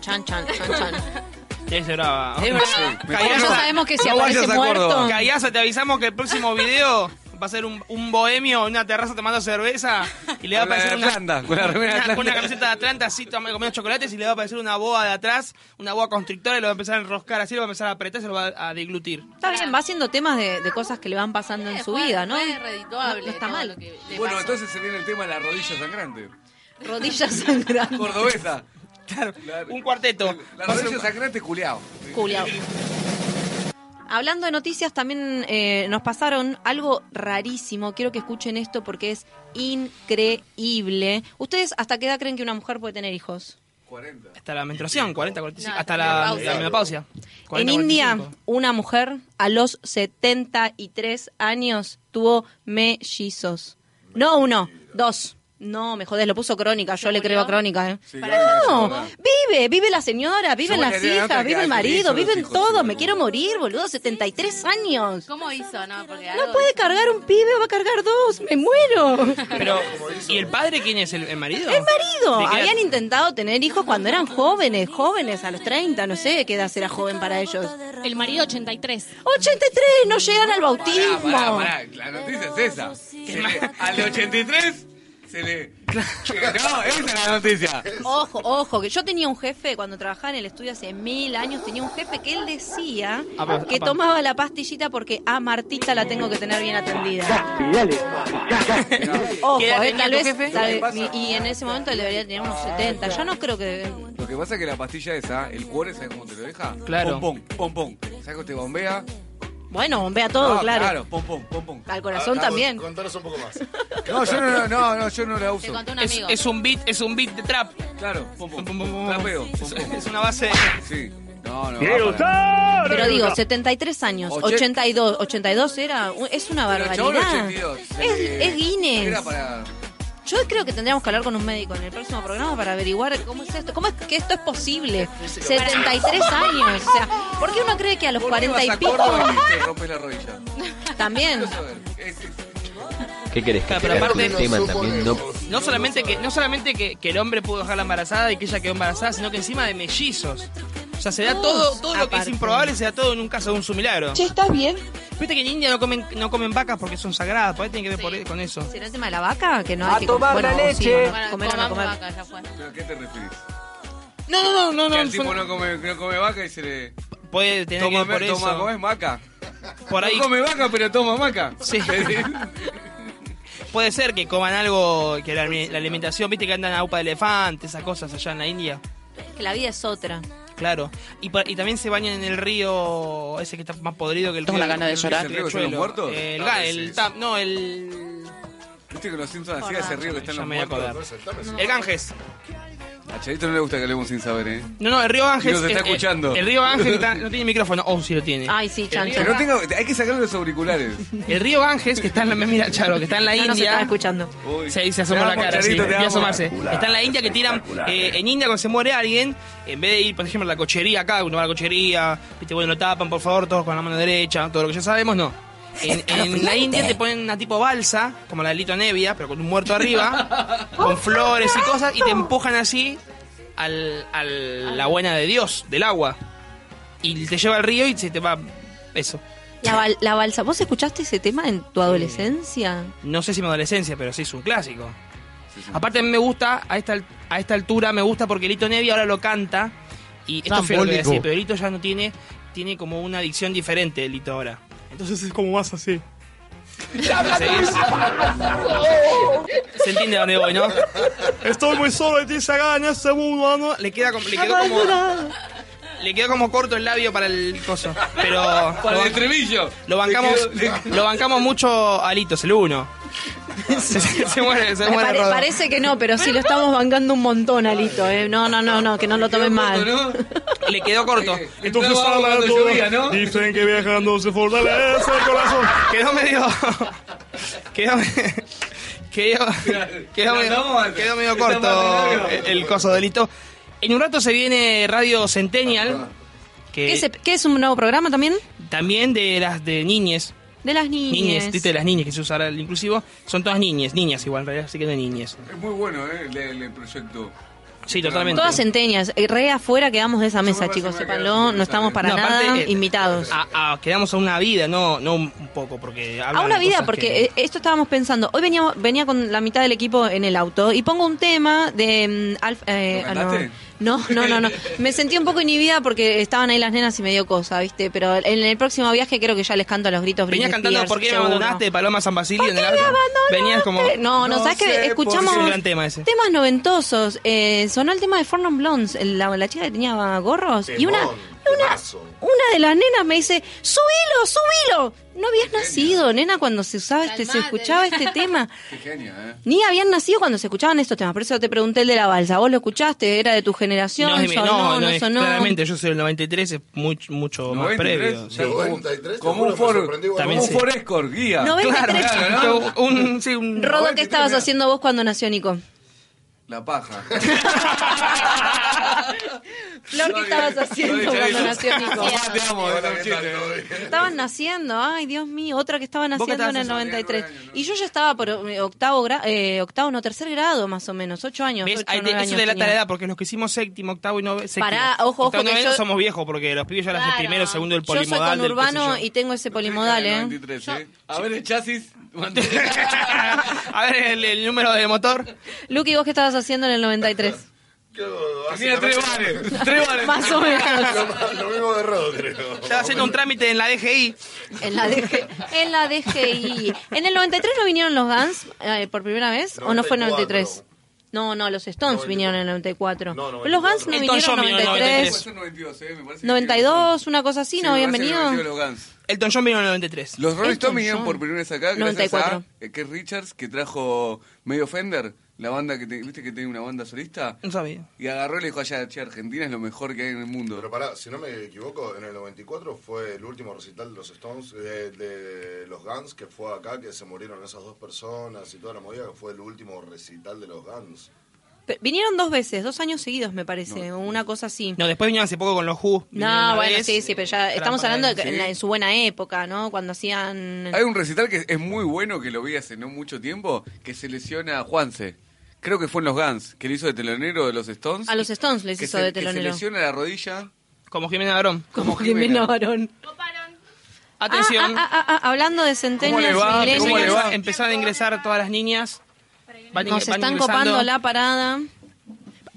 S6: Chan, chan, chan, chan.
S3: Es brava.
S6: Es brava.
S3: Sí.
S6: Mejor
S3: Callaza-
S6: ya sabemos que si aparece
S3: vayas a
S6: muerto-
S3: Córdoba. Callaza, te avisamos que el próximo video va a ser un, un bohemio en una terraza tomando cerveza y le va a
S8: Con la de
S3: aparecer una,
S8: Atlanta, con la remera de
S3: una,
S8: Atlanta.
S3: una camiseta de Atlanta así tom- comiendo chocolates y le va a aparecer una boa de atrás, una boa constrictora y lo va a empezar a enroscar así, lo va a empezar a apretar y se lo va a deglutir.
S4: Está bien, va haciendo temas de, de cosas que le van pasando en su vida, ¿no? No- no está mal.
S8: Bueno, entonces se viene el tema de la rodilla sangrante.
S4: Rodillas sangrando.
S8: Cordobesa.
S3: un cuarteto.
S8: La rodilla sangrante es culeado.
S4: Culeado. Hablando de noticias, también eh, nos pasaron algo rarísimo. Quiero que escuchen esto porque es increíble. ¿Ustedes hasta qué edad creen que una mujer puede tener hijos?
S8: 40.
S3: Hasta la menstruación, 40, 45,
S4: No,
S3: hasta la,
S4: menopausia.
S3: la menopausia. 40,
S4: en
S3: 45.
S4: India, una mujer a los 73 años tuvo mellizos. No uno, dos. No, me jodés, lo puso Crónica, yo le creo a Crónica, ¿eh?
S8: Sí,
S4: no,
S8: claro,
S4: vive, vive la señora, viven
S6: Yo
S4: las
S6: quería otra
S4: hijas,
S6: que hace
S4: vive el
S6: eso,
S4: marido,
S6: los
S4: viven
S6: hijos,
S4: todos, me quiero morir, boludo, 73 años.
S6: ¿Cómo hizo? No, porque
S4: No puede cargar un pibe, va a cargar dos, me muero.
S3: Pero, ¿y el padre quién es? ¿El, el marido?
S4: El marido.
S3: ¿De qué edad?
S4: Habían intentado tener hijos cuando eran jóvenes, jóvenes, a los 30, no sé qué edad era joven para ellos.
S5: El marido 83.
S4: 83, no llegan al bautismo.
S8: Pará, pará, la noticia es esa. Se le- al de 83 se le. No, esa es la noticia.
S4: Ojo, ojo, que yo tenía un jefe cuando trabajaba en el estudio hace mil años, tenía un jefe que él decía
S21: Apa,
S4: que
S21: apa.
S4: tomaba la pastillita porque a Martita la tengo que tener bien atendida.
S21: dale.
S4: Ojo,
S21: ¿Qué edad
S4: eh,
S21: tenía
S4: tal
S21: tu
S4: vez,
S21: jefe?
S4: tal
S21: ¿Qué
S4: vez- y, y en ese momento él debería tener unos 70. Yo no creo que
S8: Lo que pasa es que la pastilla esa, el cuore, ¿sabes cómo te lo deja?
S3: Claro.
S8: Pom, pom, pom, pom. ¿Sabes cómo te bombea?
S4: bueno, bombea todo,
S8: Ah,
S4: claro.
S8: Claro, pom, pom, pom, pom.
S4: Al corazón
S8: Ah, ah,
S4: también.
S9: Contanos un poco más.
S8: No, yo no, no, no, no, yo no la uso.
S3: un Es- amigo. es un beat, es un beat de trap.
S8: Claro, pum, pum, pum, pum, trapeo.
S3: Es una base.
S8: Sí. No, no.
S3: Quiero
S8: va para-
S4: Pero digo, 73 años,
S8: Ochen-
S4: 82, 82 era, un- es una
S8: Pero el chabón
S4: barbaridad.
S8: 82,
S4: Es,
S8: eh,
S4: es Guinness.
S8: Era para.
S4: Yo creo que tendríamos que hablar con un médico en el próximo programa para averiguar cómo es esto, cómo es que esto es posible. 73 años, o sea, ¿por qué uno cree que a los 40 y
S8: Vas a Córdoba
S4: pico
S8: y te rompes la rodilla.
S4: también?
S22: ¿Qué querés
S8: Ah,
S22: que
S3: Claro, pero
S22: te
S3: aparte-
S22: tema también? No,
S3: No solamente, que, no solamente que, que el hombre pudo dejarla embarazada y que ella quedó embarazada, sino que encima de mellizos. O sea, se da todo, todo lo que es improbable, se da todo en un caso de un su milagro.
S4: Che, ¿estás bien?
S3: Viste que en India no comen, no comen vacas porque son sagradas, por ahí tienen que ver por ahí con eso.
S4: ¿Será el tema de la vaca? Que no
S3: A
S4: hay que
S3: tomar
S4: bueno,
S3: la
S4: sí,
S3: leche.
S4: no,
S3: Bueno,
S4: comer o no
S3: comamos
S4: comer.
S6: vaca, ya fue.
S8: ¿Pero a qué te refieres?
S3: No, no, no, no,
S8: Que el
S3: no.
S8: tipo
S3: son-
S8: no come, no come vaca y se le.
S3: Puede tener
S8: toma,
S3: que ver por
S8: toma,
S3: eso.
S8: ¿Comes maca?
S3: Por ahí-
S8: No come vaca, pero toma maca.
S3: Sí. Puede ser que coman algo, que la, la alimentación, viste que andan a upa de elefante, esas cosas allá en la India.
S4: Que la vida es otra.
S3: Claro. Y, pa- y también se bañan en el río, ese que está más podrido que el
S8: Tengo
S3: río.
S8: una gana de
S3: el río
S8: llorar.
S3: que
S8: ¿El río
S3: se
S8: de los
S3: rechuelo.
S8: muertos? Ah,
S3: El,
S8: No,
S3: ga-
S8: ese
S3: el
S8: es.
S3: tam- no, el...
S8: ¿Viste que los Simpsons hacían ese río que está en
S3: Ya
S8: los
S3: me voy a
S8: muertos?
S3: acordar. El Ganges.
S8: A Charito no le gusta que hablemos sin saber, ¿eh?
S3: No, no, el río Ganges.
S8: Y nos está
S3: el- el-
S8: escuchando.
S3: El, río Ganges está- no tiene micrófono. Oh, sí lo tiene.
S4: Ay, sí, chancho.
S8: Que no tenga- hay que sacarle los auriculares.
S3: El río Ganges, que está en la. Mira, Charo, que está en la
S4: No
S3: India.
S4: nos está escuchando.
S3: Sí, se asoma
S8: Te
S3: la
S8: amo,
S3: cara,
S8: Charito,
S3: sí,
S8: te
S3: y
S8: amo.
S3: asomarse.
S8: Espectacular,
S3: Está en la India que tiran, eh, en India cuando se muere alguien, en vez de ir, por ejemplo, a la cochería acá, uno va a la cochería, viste, bueno, lo tapan, por favor, todos con la mano derecha, todo lo que ya sabemos, no. En, en la India te ponen una tipo balsa, como la de Lito Nevia, pero con un muerto arriba, con flores y cosas, y te empujan así al, al- la buena de Dios, del agua. Y te lleva al río y se te va eso.
S4: La, bal- la balsa, ¿vos escuchaste ese tema en tu adolescencia?
S3: No sé si mi adolescencia, pero sí es un clásico. Aparte, a mí me gusta, a esta, al- a esta altura me gusta porque Lito Nevi ahora lo canta. Y esto es feo lo que voy a decir,
S14: Trambólico.
S3: pero Lito ya no tiene, tiene como una adicción diferente, Lito ahora. Entonces es como más así. Se entiende a dónde voy, ¿no? Estoy muy solo y te hice acá en este mundo. ¿no? Le, queda como- le quedó como. Le quedó como corto el labio para el coso. Pero.
S8: Para
S3: lo
S8: el
S3: ban-
S8: estribillo.
S3: Lo bancamos,
S8: Le quedó- le-
S3: lo bancamos mucho a Lito, es el uno. se, se- se muere, se
S4: Me
S3: muere
S4: pare-
S3: Rodo.
S4: parece que no, pero sí lo estamos bancando un montón, Alito. ¿eh? No, no, no, no, que no lo tomen mal.
S3: Le quedó corto.
S4: Entonces habla
S3: cuando
S4: todo.
S3: llovía, ¿no?
S14: Dicen que viajando se fortalece el corazón.
S3: Quedó medio. quedó, quedó, quedó,
S14: Nos vamos.
S3: medio, quedó medio
S14: Está más
S3: corto
S14: largo.
S3: el, el coso de Lito. En un rato se viene Radio
S14: Ah,
S3: Centennial. Que
S4: ¿Qué, se- qué es un nuevo programa también?
S3: También de las de niñes.
S4: De las
S3: Niñes,
S4: niñas.
S3: viste, las niñas que se usará el inclusivo. Son todas niñes, niñas igual, en realidad, así que de niñes.
S8: Es muy bueno, ¿eh? El, el- el proyecto.
S3: Sí, totalmente.
S4: Todas centenias. Eh, Re afuera quedamos de esa mesa, chicos. Sépanlo, no estamos para
S3: No,
S4: nada
S3: aparte, eh,
S4: invitados.
S3: a- a- ah, quedamos a una vida, no, no un un poco, porque hablan
S4: A una
S3: de
S4: vida,
S3: cosas
S4: porque
S3: que-
S4: eh, esto estábamos pensando. Hoy venía, venía con la mitad del equipo en el auto y pongo un tema de. mm, Alf- eh,
S3: ¿Lo
S4: ah, no.
S3: cantaste?
S4: no, no, no, no. Me sentí un poco inhibida porque estaban ahí las nenas y me dio cosa, ¿viste? Pero en el próximo viaje creo que ya les canto a los gritos
S3: Venías
S4: Britney
S3: cantando
S4: Spears,
S3: ¿Por qué me
S4: seguro.
S3: abandonaste de Paloma San Basilio en el auto? Venías como.
S4: No, no, ¿sabes qué?
S3: sé por
S4: Escuchamos-
S3: Es un gran tema ese.
S4: Temas noventosos. Eh, sonó el tema de Fornum Blondes, el- la, la chica que tenía gorros. Y una,
S3: Temón.
S4: y
S9: temazo.
S4: Una de las nenas me dice, subilo, subilo. No habías nacido, nena, cuando se usaba este, se escuchaba este tema.
S8: Qué genio, ¿eh?
S4: Ni habían nacido cuando se escuchaban estos temas. Por eso te pregunté el de la balsa. ¿Vos lo escuchaste? ¿Era de tu generación?
S3: No, es mi-
S4: ¿Sonó?
S3: no,
S4: ¿No,
S3: no, es-
S4: sonó?
S3: claramente, yo soy del 93, es mucho, mucho más
S8: 93,
S3: previo.
S8: sí.
S3: sí.
S8: Como- Como un for,
S3: También
S8: también un
S3: sí.
S8: for escort, guía.
S4: 93.
S8: ah. Claro, ¿no?
S3: Un, sí, un-
S4: Rodo, ¿qué estabas haciendo vos cuando nació Nico?
S8: La paja.
S4: Flor, ¿qué estabas haciendo cuando nació Nico?
S8: Te amo, era un chiste.
S4: Estaban naciendo, ay Dios mío, otra que estaba
S8: qué
S4: naciendo
S8: estabas
S4: en el
S8: haciendo?
S4: 93. Y yo ya estaba por eh, octavo, gra- eh, octavo no, tercer grado más o menos, ocho años.
S3: ¿Ves?
S4: ocho,
S3: Ahí te-
S4: nueve
S3: eso
S4: años
S3: te delata la
S4: tenía.
S3: edad, porque los que hicimos séptimo, octavo y noveno.
S4: Pará, ojo, ojo, que yo-
S3: somos viejos, porque los pibes ya las
S4: Claro.
S3: primero, segundo, el
S4: Yo soy
S3: polimodal. del qué sé
S4: conurbano
S3: yo.
S4: y tengo ese polimodal, ¿eh?
S8: 93, ¿eh? A ver el chasis.
S3: A ver el, el número de motor.
S4: Luqui, ¿vos qué estabas haciendo en el 93?
S3: Tenía tres bares. Tres bares.
S4: Más o menos.
S9: Lo, lo mismo de Rodo, creo.
S3: Estaba haciendo un trámite en la DGI.
S4: En la, DG en la DGI. ¿En el 93 no vinieron los Guns eh, por primera vez? ¿O no fue en el 93? No, no, los Stones vinieron en el 94. Pero los Guns no
S3: Elton John
S4: vinieron en
S3: vino
S4: el
S3: en
S4: 93.
S8: 92, ¿eh? Me parece.
S4: 92, una cosa así,
S8: Sí,
S4: ¿no
S8: me
S4: habían
S8: parece que
S4: venido?
S8: habían sido los Guns.
S3: Elton John vino en el 93.
S8: Los Rolling
S4: Elton
S8: Stones vinieron
S4: John.
S8: por primera vez acá gracias
S4: 94.
S8: a eh, Keith Richards, que trajo medio Fender, la banda que, te- viste que tiene una banda solista.
S3: No sabía.
S8: Y agarró y le dijo allá, che, Argentina es lo mejor que hay en el mundo.
S9: Pero pará, si no me equivoco, en el 94 fue el último recital de los Stones, de, de los Guns, que fue acá, que se murieron esas dos personas y toda la movida, que fue el último recital de los Guns.
S4: Pe- Vinieron dos veces, dos años seguidos, me parece, una cosa así.
S3: No, después vinieron hace poco con los Who. vinieron
S4: No,
S3: una
S4: bueno,
S3: vez.
S4: sí, sí, pero ya estamos
S3: Trampa,
S4: hablando de que
S8: sí.
S4: en, la- en su buena época, ¿no? Cuando hacían...
S8: Hay un recital que es muy bueno que lo vi hace no mucho tiempo, que se lesiona a Juanse. Creo que fue en los Guns, que le hizo de telonero de los Stones.
S4: A los Stones les
S8: que
S4: hizo
S8: se-
S4: de
S8: Que se
S4: telonero.
S8: lesiona la rodilla.
S3: Como Jimena Barón.
S4: Como Jimena Barón.
S3: Atención.
S4: Ah, ah, ah, ah, hablando de
S3: ¿Cómo le
S4: centenios
S3: va?
S4: millennials,
S3: ¿Cómo le va? Empezaron a ingresar todas las niñas. Van-
S4: nos
S3: van
S4: están
S3: ingresando. Ah,
S4: copando la parada.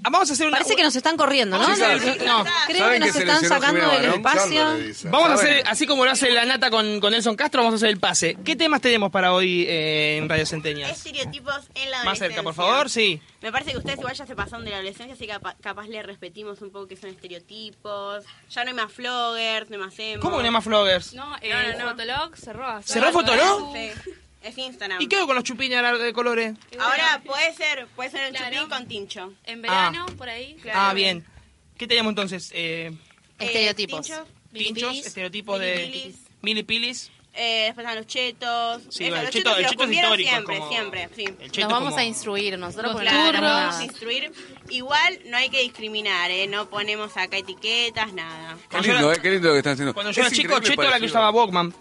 S3: Vamos a hacer
S4: Parece que nos están corriendo, ¿no?
S3: Vamos a hacer- no.
S4: Creo que
S3: ¿Saben
S4: nos
S3: que se
S4: están
S3: lesionó
S4: sacando
S3: Jimena
S4: del
S3: Barón?
S4: espacio.
S3: Vamos a hacer, así como lo hace la nata con, con Nelson Castro, vamos a hacer el pase. ¿Qué temas tenemos para hoy eh, en Radio Centenias?
S21: Estereotipos en la adolescencia.
S3: Más cerca, por favor, sí.
S21: Me parece que ustedes igual ya se pasaron de la adolescencia, así que capa- capaz le respetimos un poco que son estereotipos. Ya no hay más floggers, no hay más emo.
S3: ¿Cómo que no hay más floggers?
S21: No, eh,
S6: No, no, no.
S21: Fotolog cerró.
S3: ¿Cerró Fotolog?
S21: Sí. Es Instagram.
S3: ¿Y qué hago con los chupines ahora de colores?
S21: Ahora puede ser, puede ser un chupín con tincho. En
S3: verano,
S21: por ahí.
S3: Ah, bien. ¿Qué tenemos entonces? Eh,
S21: Estereotipos. tinchos,
S3: Tinchos,
S21: bilibilis,
S3: estereotipos de...
S21: bilibilis.
S3: Milipilis.
S21: Eh, después están los chetos.
S3: Sí,
S21: Eso,
S3: bueno, el
S21: los
S3: cheto-
S21: chetos se
S3: el
S21: los
S3: cheto es
S21: cumplieron
S3: histórico,
S21: siempre,
S3: como-
S21: siempre. Sí.
S3: el
S6: Nos vamos a instruir nosotros. porque no
S21: Claro,
S6: tenemos
S21: vamos a
S6: nada.
S21: instruir. Igual no hay que discriminar, ¿eh? No ponemos acá etiquetas, nada.
S8: Qué lindo, eh, qué lindo lo que están haciendo.
S3: Cuando yo
S8: Es
S3: era chico,
S8: increíble el
S3: Cheto era la que
S8: parecido.
S3: usaba Walkman.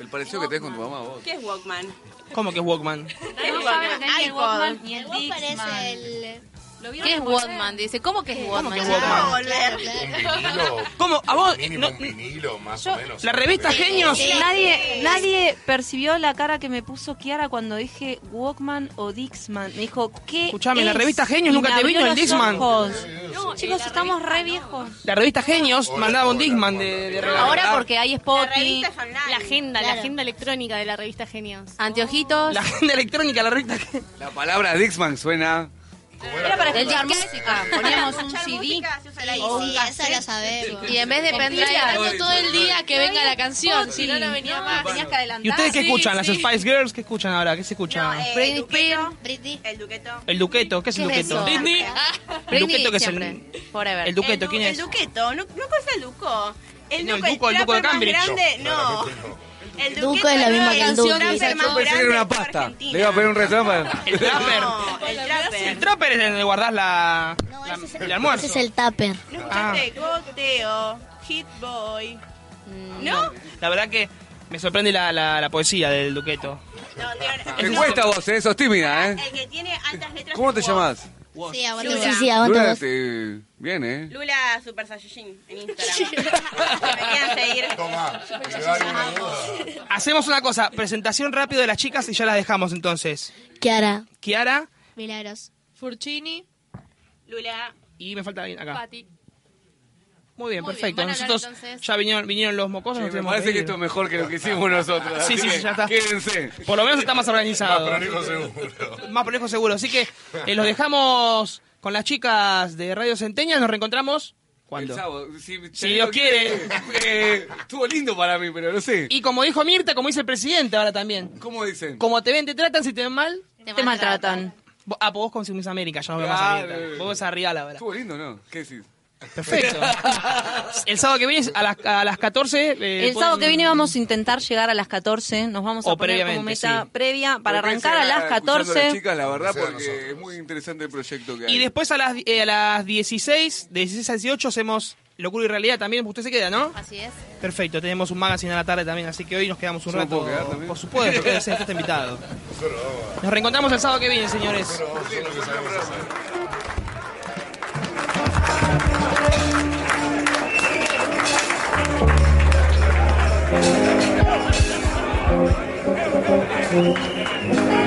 S8: El parecido que tenés con tu mamá vos.
S21: ¿Qué es Walkman?
S3: ¿Cómo que es Walkman?
S21: ¿Qué
S6: No saben lo que es ni el Walkman ni el
S21: iPod.
S6: Dixman.
S21: vieron
S6: ¿Qué es
S21: volver?
S6: Walkman? Dice, ¿cómo que es Walkman?
S3: que es Walkman?
S6: Ah, volver.
S9: Un vinilo.
S3: ¿Cómo? ¿A vos?
S9: Mínimo un vinilo, más o menos.
S3: ¿La revista Genios?
S4: Nadie, nadie percibió la cara que me puso Kiara cuando dije Walkman o Dixman. Me dijo, ¿qué
S3: Escuchame, la
S4: es?
S3: revista Genius
S4: Y
S3: nunca
S4: me
S3: te
S4: abrió
S3: vino el
S4: los
S3: Dixman.
S4: ojos. Chicos, estamos re viejos.
S3: La revista Genios mandaba un Digman de, de regalo.
S4: Ahora porque hay Spotify.
S5: La agenda, la
S6: Claro.
S5: agenda electrónica de la revista Genios.
S6: Anteojitos.
S3: La agenda electrónica, la revista Genios.
S8: La palabra Dixman suena.
S4: Era para
S6: Del Jar
S4: escuchar música.
S6: Música.
S4: Poníamos un
S6: Escuchar
S4: CD.
S6: Sí,
S4: o un
S6: sí,
S4: cassette.
S6: esa la sabemos. Y en vez de
S5: Con
S6: pendrive,
S5: pilas.
S6: hablando todo el día que venga la canción.
S5: Sí.
S6: Si no, no venía
S5: No,
S6: más.
S5: tenías que
S6: adelantar.
S3: ¿Y ustedes qué escuchan? ¿Las
S6: Ah, sí. eh,
S3: Spice Girls? ¿Qué escuchan ahora? ¿Qué se escucha?
S21: El duqueto. El duqueto.
S3: El Duqueto. ¿Qué es el
S21: ¿Qué es
S3: Duqueto?
S21: eso?
S3: Disney.
S21: Ah,
S3: El Duqueto que es el...
S6: Forever.
S3: El Duqueto,
S21: du-
S3: ¿quién es?
S21: El duqueto. ¿No, no conoces el duco? El
S3: No, el
S21: duco,
S3: Duco, el Duco de
S21: trapper
S3: Cambridge.
S21: más grande, no. El duqueto
S6: Duco es la misma
S21: nueva
S6: que el
S21: canción
S6: Duque.
S21: trapper más
S8: Yo pensé que era una
S21: grande.
S8: pasta. Le iba a poner un restaurante.
S3: El Trapper.
S21: No, el trapper.
S3: El Trapper es en el que guardás la... la- el almuerzo.
S11: Ese es el tupper.
S21: ¿No
S3: Ah.
S21: escuchaste? Goteo, Hit Boy.
S6: Mm,
S21: ¿No?
S3: La verdad que me sorprende la, la, la poesía del Duqueto.
S21: No, tío,
S8: Te cuesta vos, eh, sos tímida, eh.
S21: El que tiene altas letras.
S8: ¿Cómo
S21: es
S8: te
S21: vos.
S8: llamás?
S21: Sí, aguante
S11: Sí,
S21: vos.
S11: sí, sí, aguante
S8: Lula,
S11: vos.
S8: te- Bien, eh.
S21: Lula Super Saiyajin en Instagram. Me quieran seguir.
S9: Toma,
S3: Hacemos una cosa, presentación rápido de las chicas y ya las dejamos entonces.
S11: ¿Qué hará?
S3: Kiara
S11: Milagros.
S5: Furchini.
S21: Lula.
S3: y me falta alguien acá.
S5: Pati.
S3: Muy bien,
S6: Muy bien,
S3: perfecto.
S6: van a hablar
S3: Nosotros
S6: entonces.
S3: ya vinieron, vinieron los mocosos.
S8: Che,
S3: nos
S8: me
S3: tenemos
S8: parece
S3: ir.
S8: que esto es mejor que lo que hicimos nosotros.
S3: Ah. Sí,
S8: así
S3: sí,
S8: que
S3: sí, ya está.
S8: Quédense.
S3: Por lo menos está más organizado.
S9: Más prolijo seguro.
S3: Más por lejos seguro. Así que eh, los dejamos con las chicas de Radio Centeña. Nos reencontramos ¿Cuándo?
S8: El sábado. Si,
S3: Si Dios quiere.
S8: Eh, estuvo lindo para mí, pero no sé.
S3: Y como dijo Mirta, como dice el presidente ahora también.
S8: ¿Cómo dicen?
S3: Como te ven, te tratan, si te ven mal, te,
S4: maltratan.
S3: Vo- Ah, pues vos consumís América, yo no veo más
S8: Claro.
S3: América. Vos ves a Rial ahora.
S8: Estuvo lindo, ¿no? ¿Qué decís?
S3: Perfecto. El sábado que viene, a las, a las 14. eh,
S4: El sábado
S3: pueden-
S4: que viene vamos a intentar llegar a las 14. Nos vamos a
S3: O
S4: poner como
S3: previamente,
S4: meta
S3: sí.
S4: previa para
S8: Porque
S4: arrancar a
S8: sea,
S4: las
S8: escuchando a
S4: 14.
S8: las chicas, la verdad,
S4: Sea
S8: porque es muy interesante el proyecto que hay.
S3: Y después a las, eh, a las 16, de 16 a 18, hacemos Locura y Realidad también. Usted se queda, ¿no?
S6: Así es.
S3: Perfecto, tenemos un magazine a la tarde también, así que hoy nos quedamos un
S8: Yo me
S3: rato.
S8: puedo quedar también.
S3: Por supuesto, quédese, estás invitado. Nos reencontramos el sábado que viene, señores.
S2: Thank you.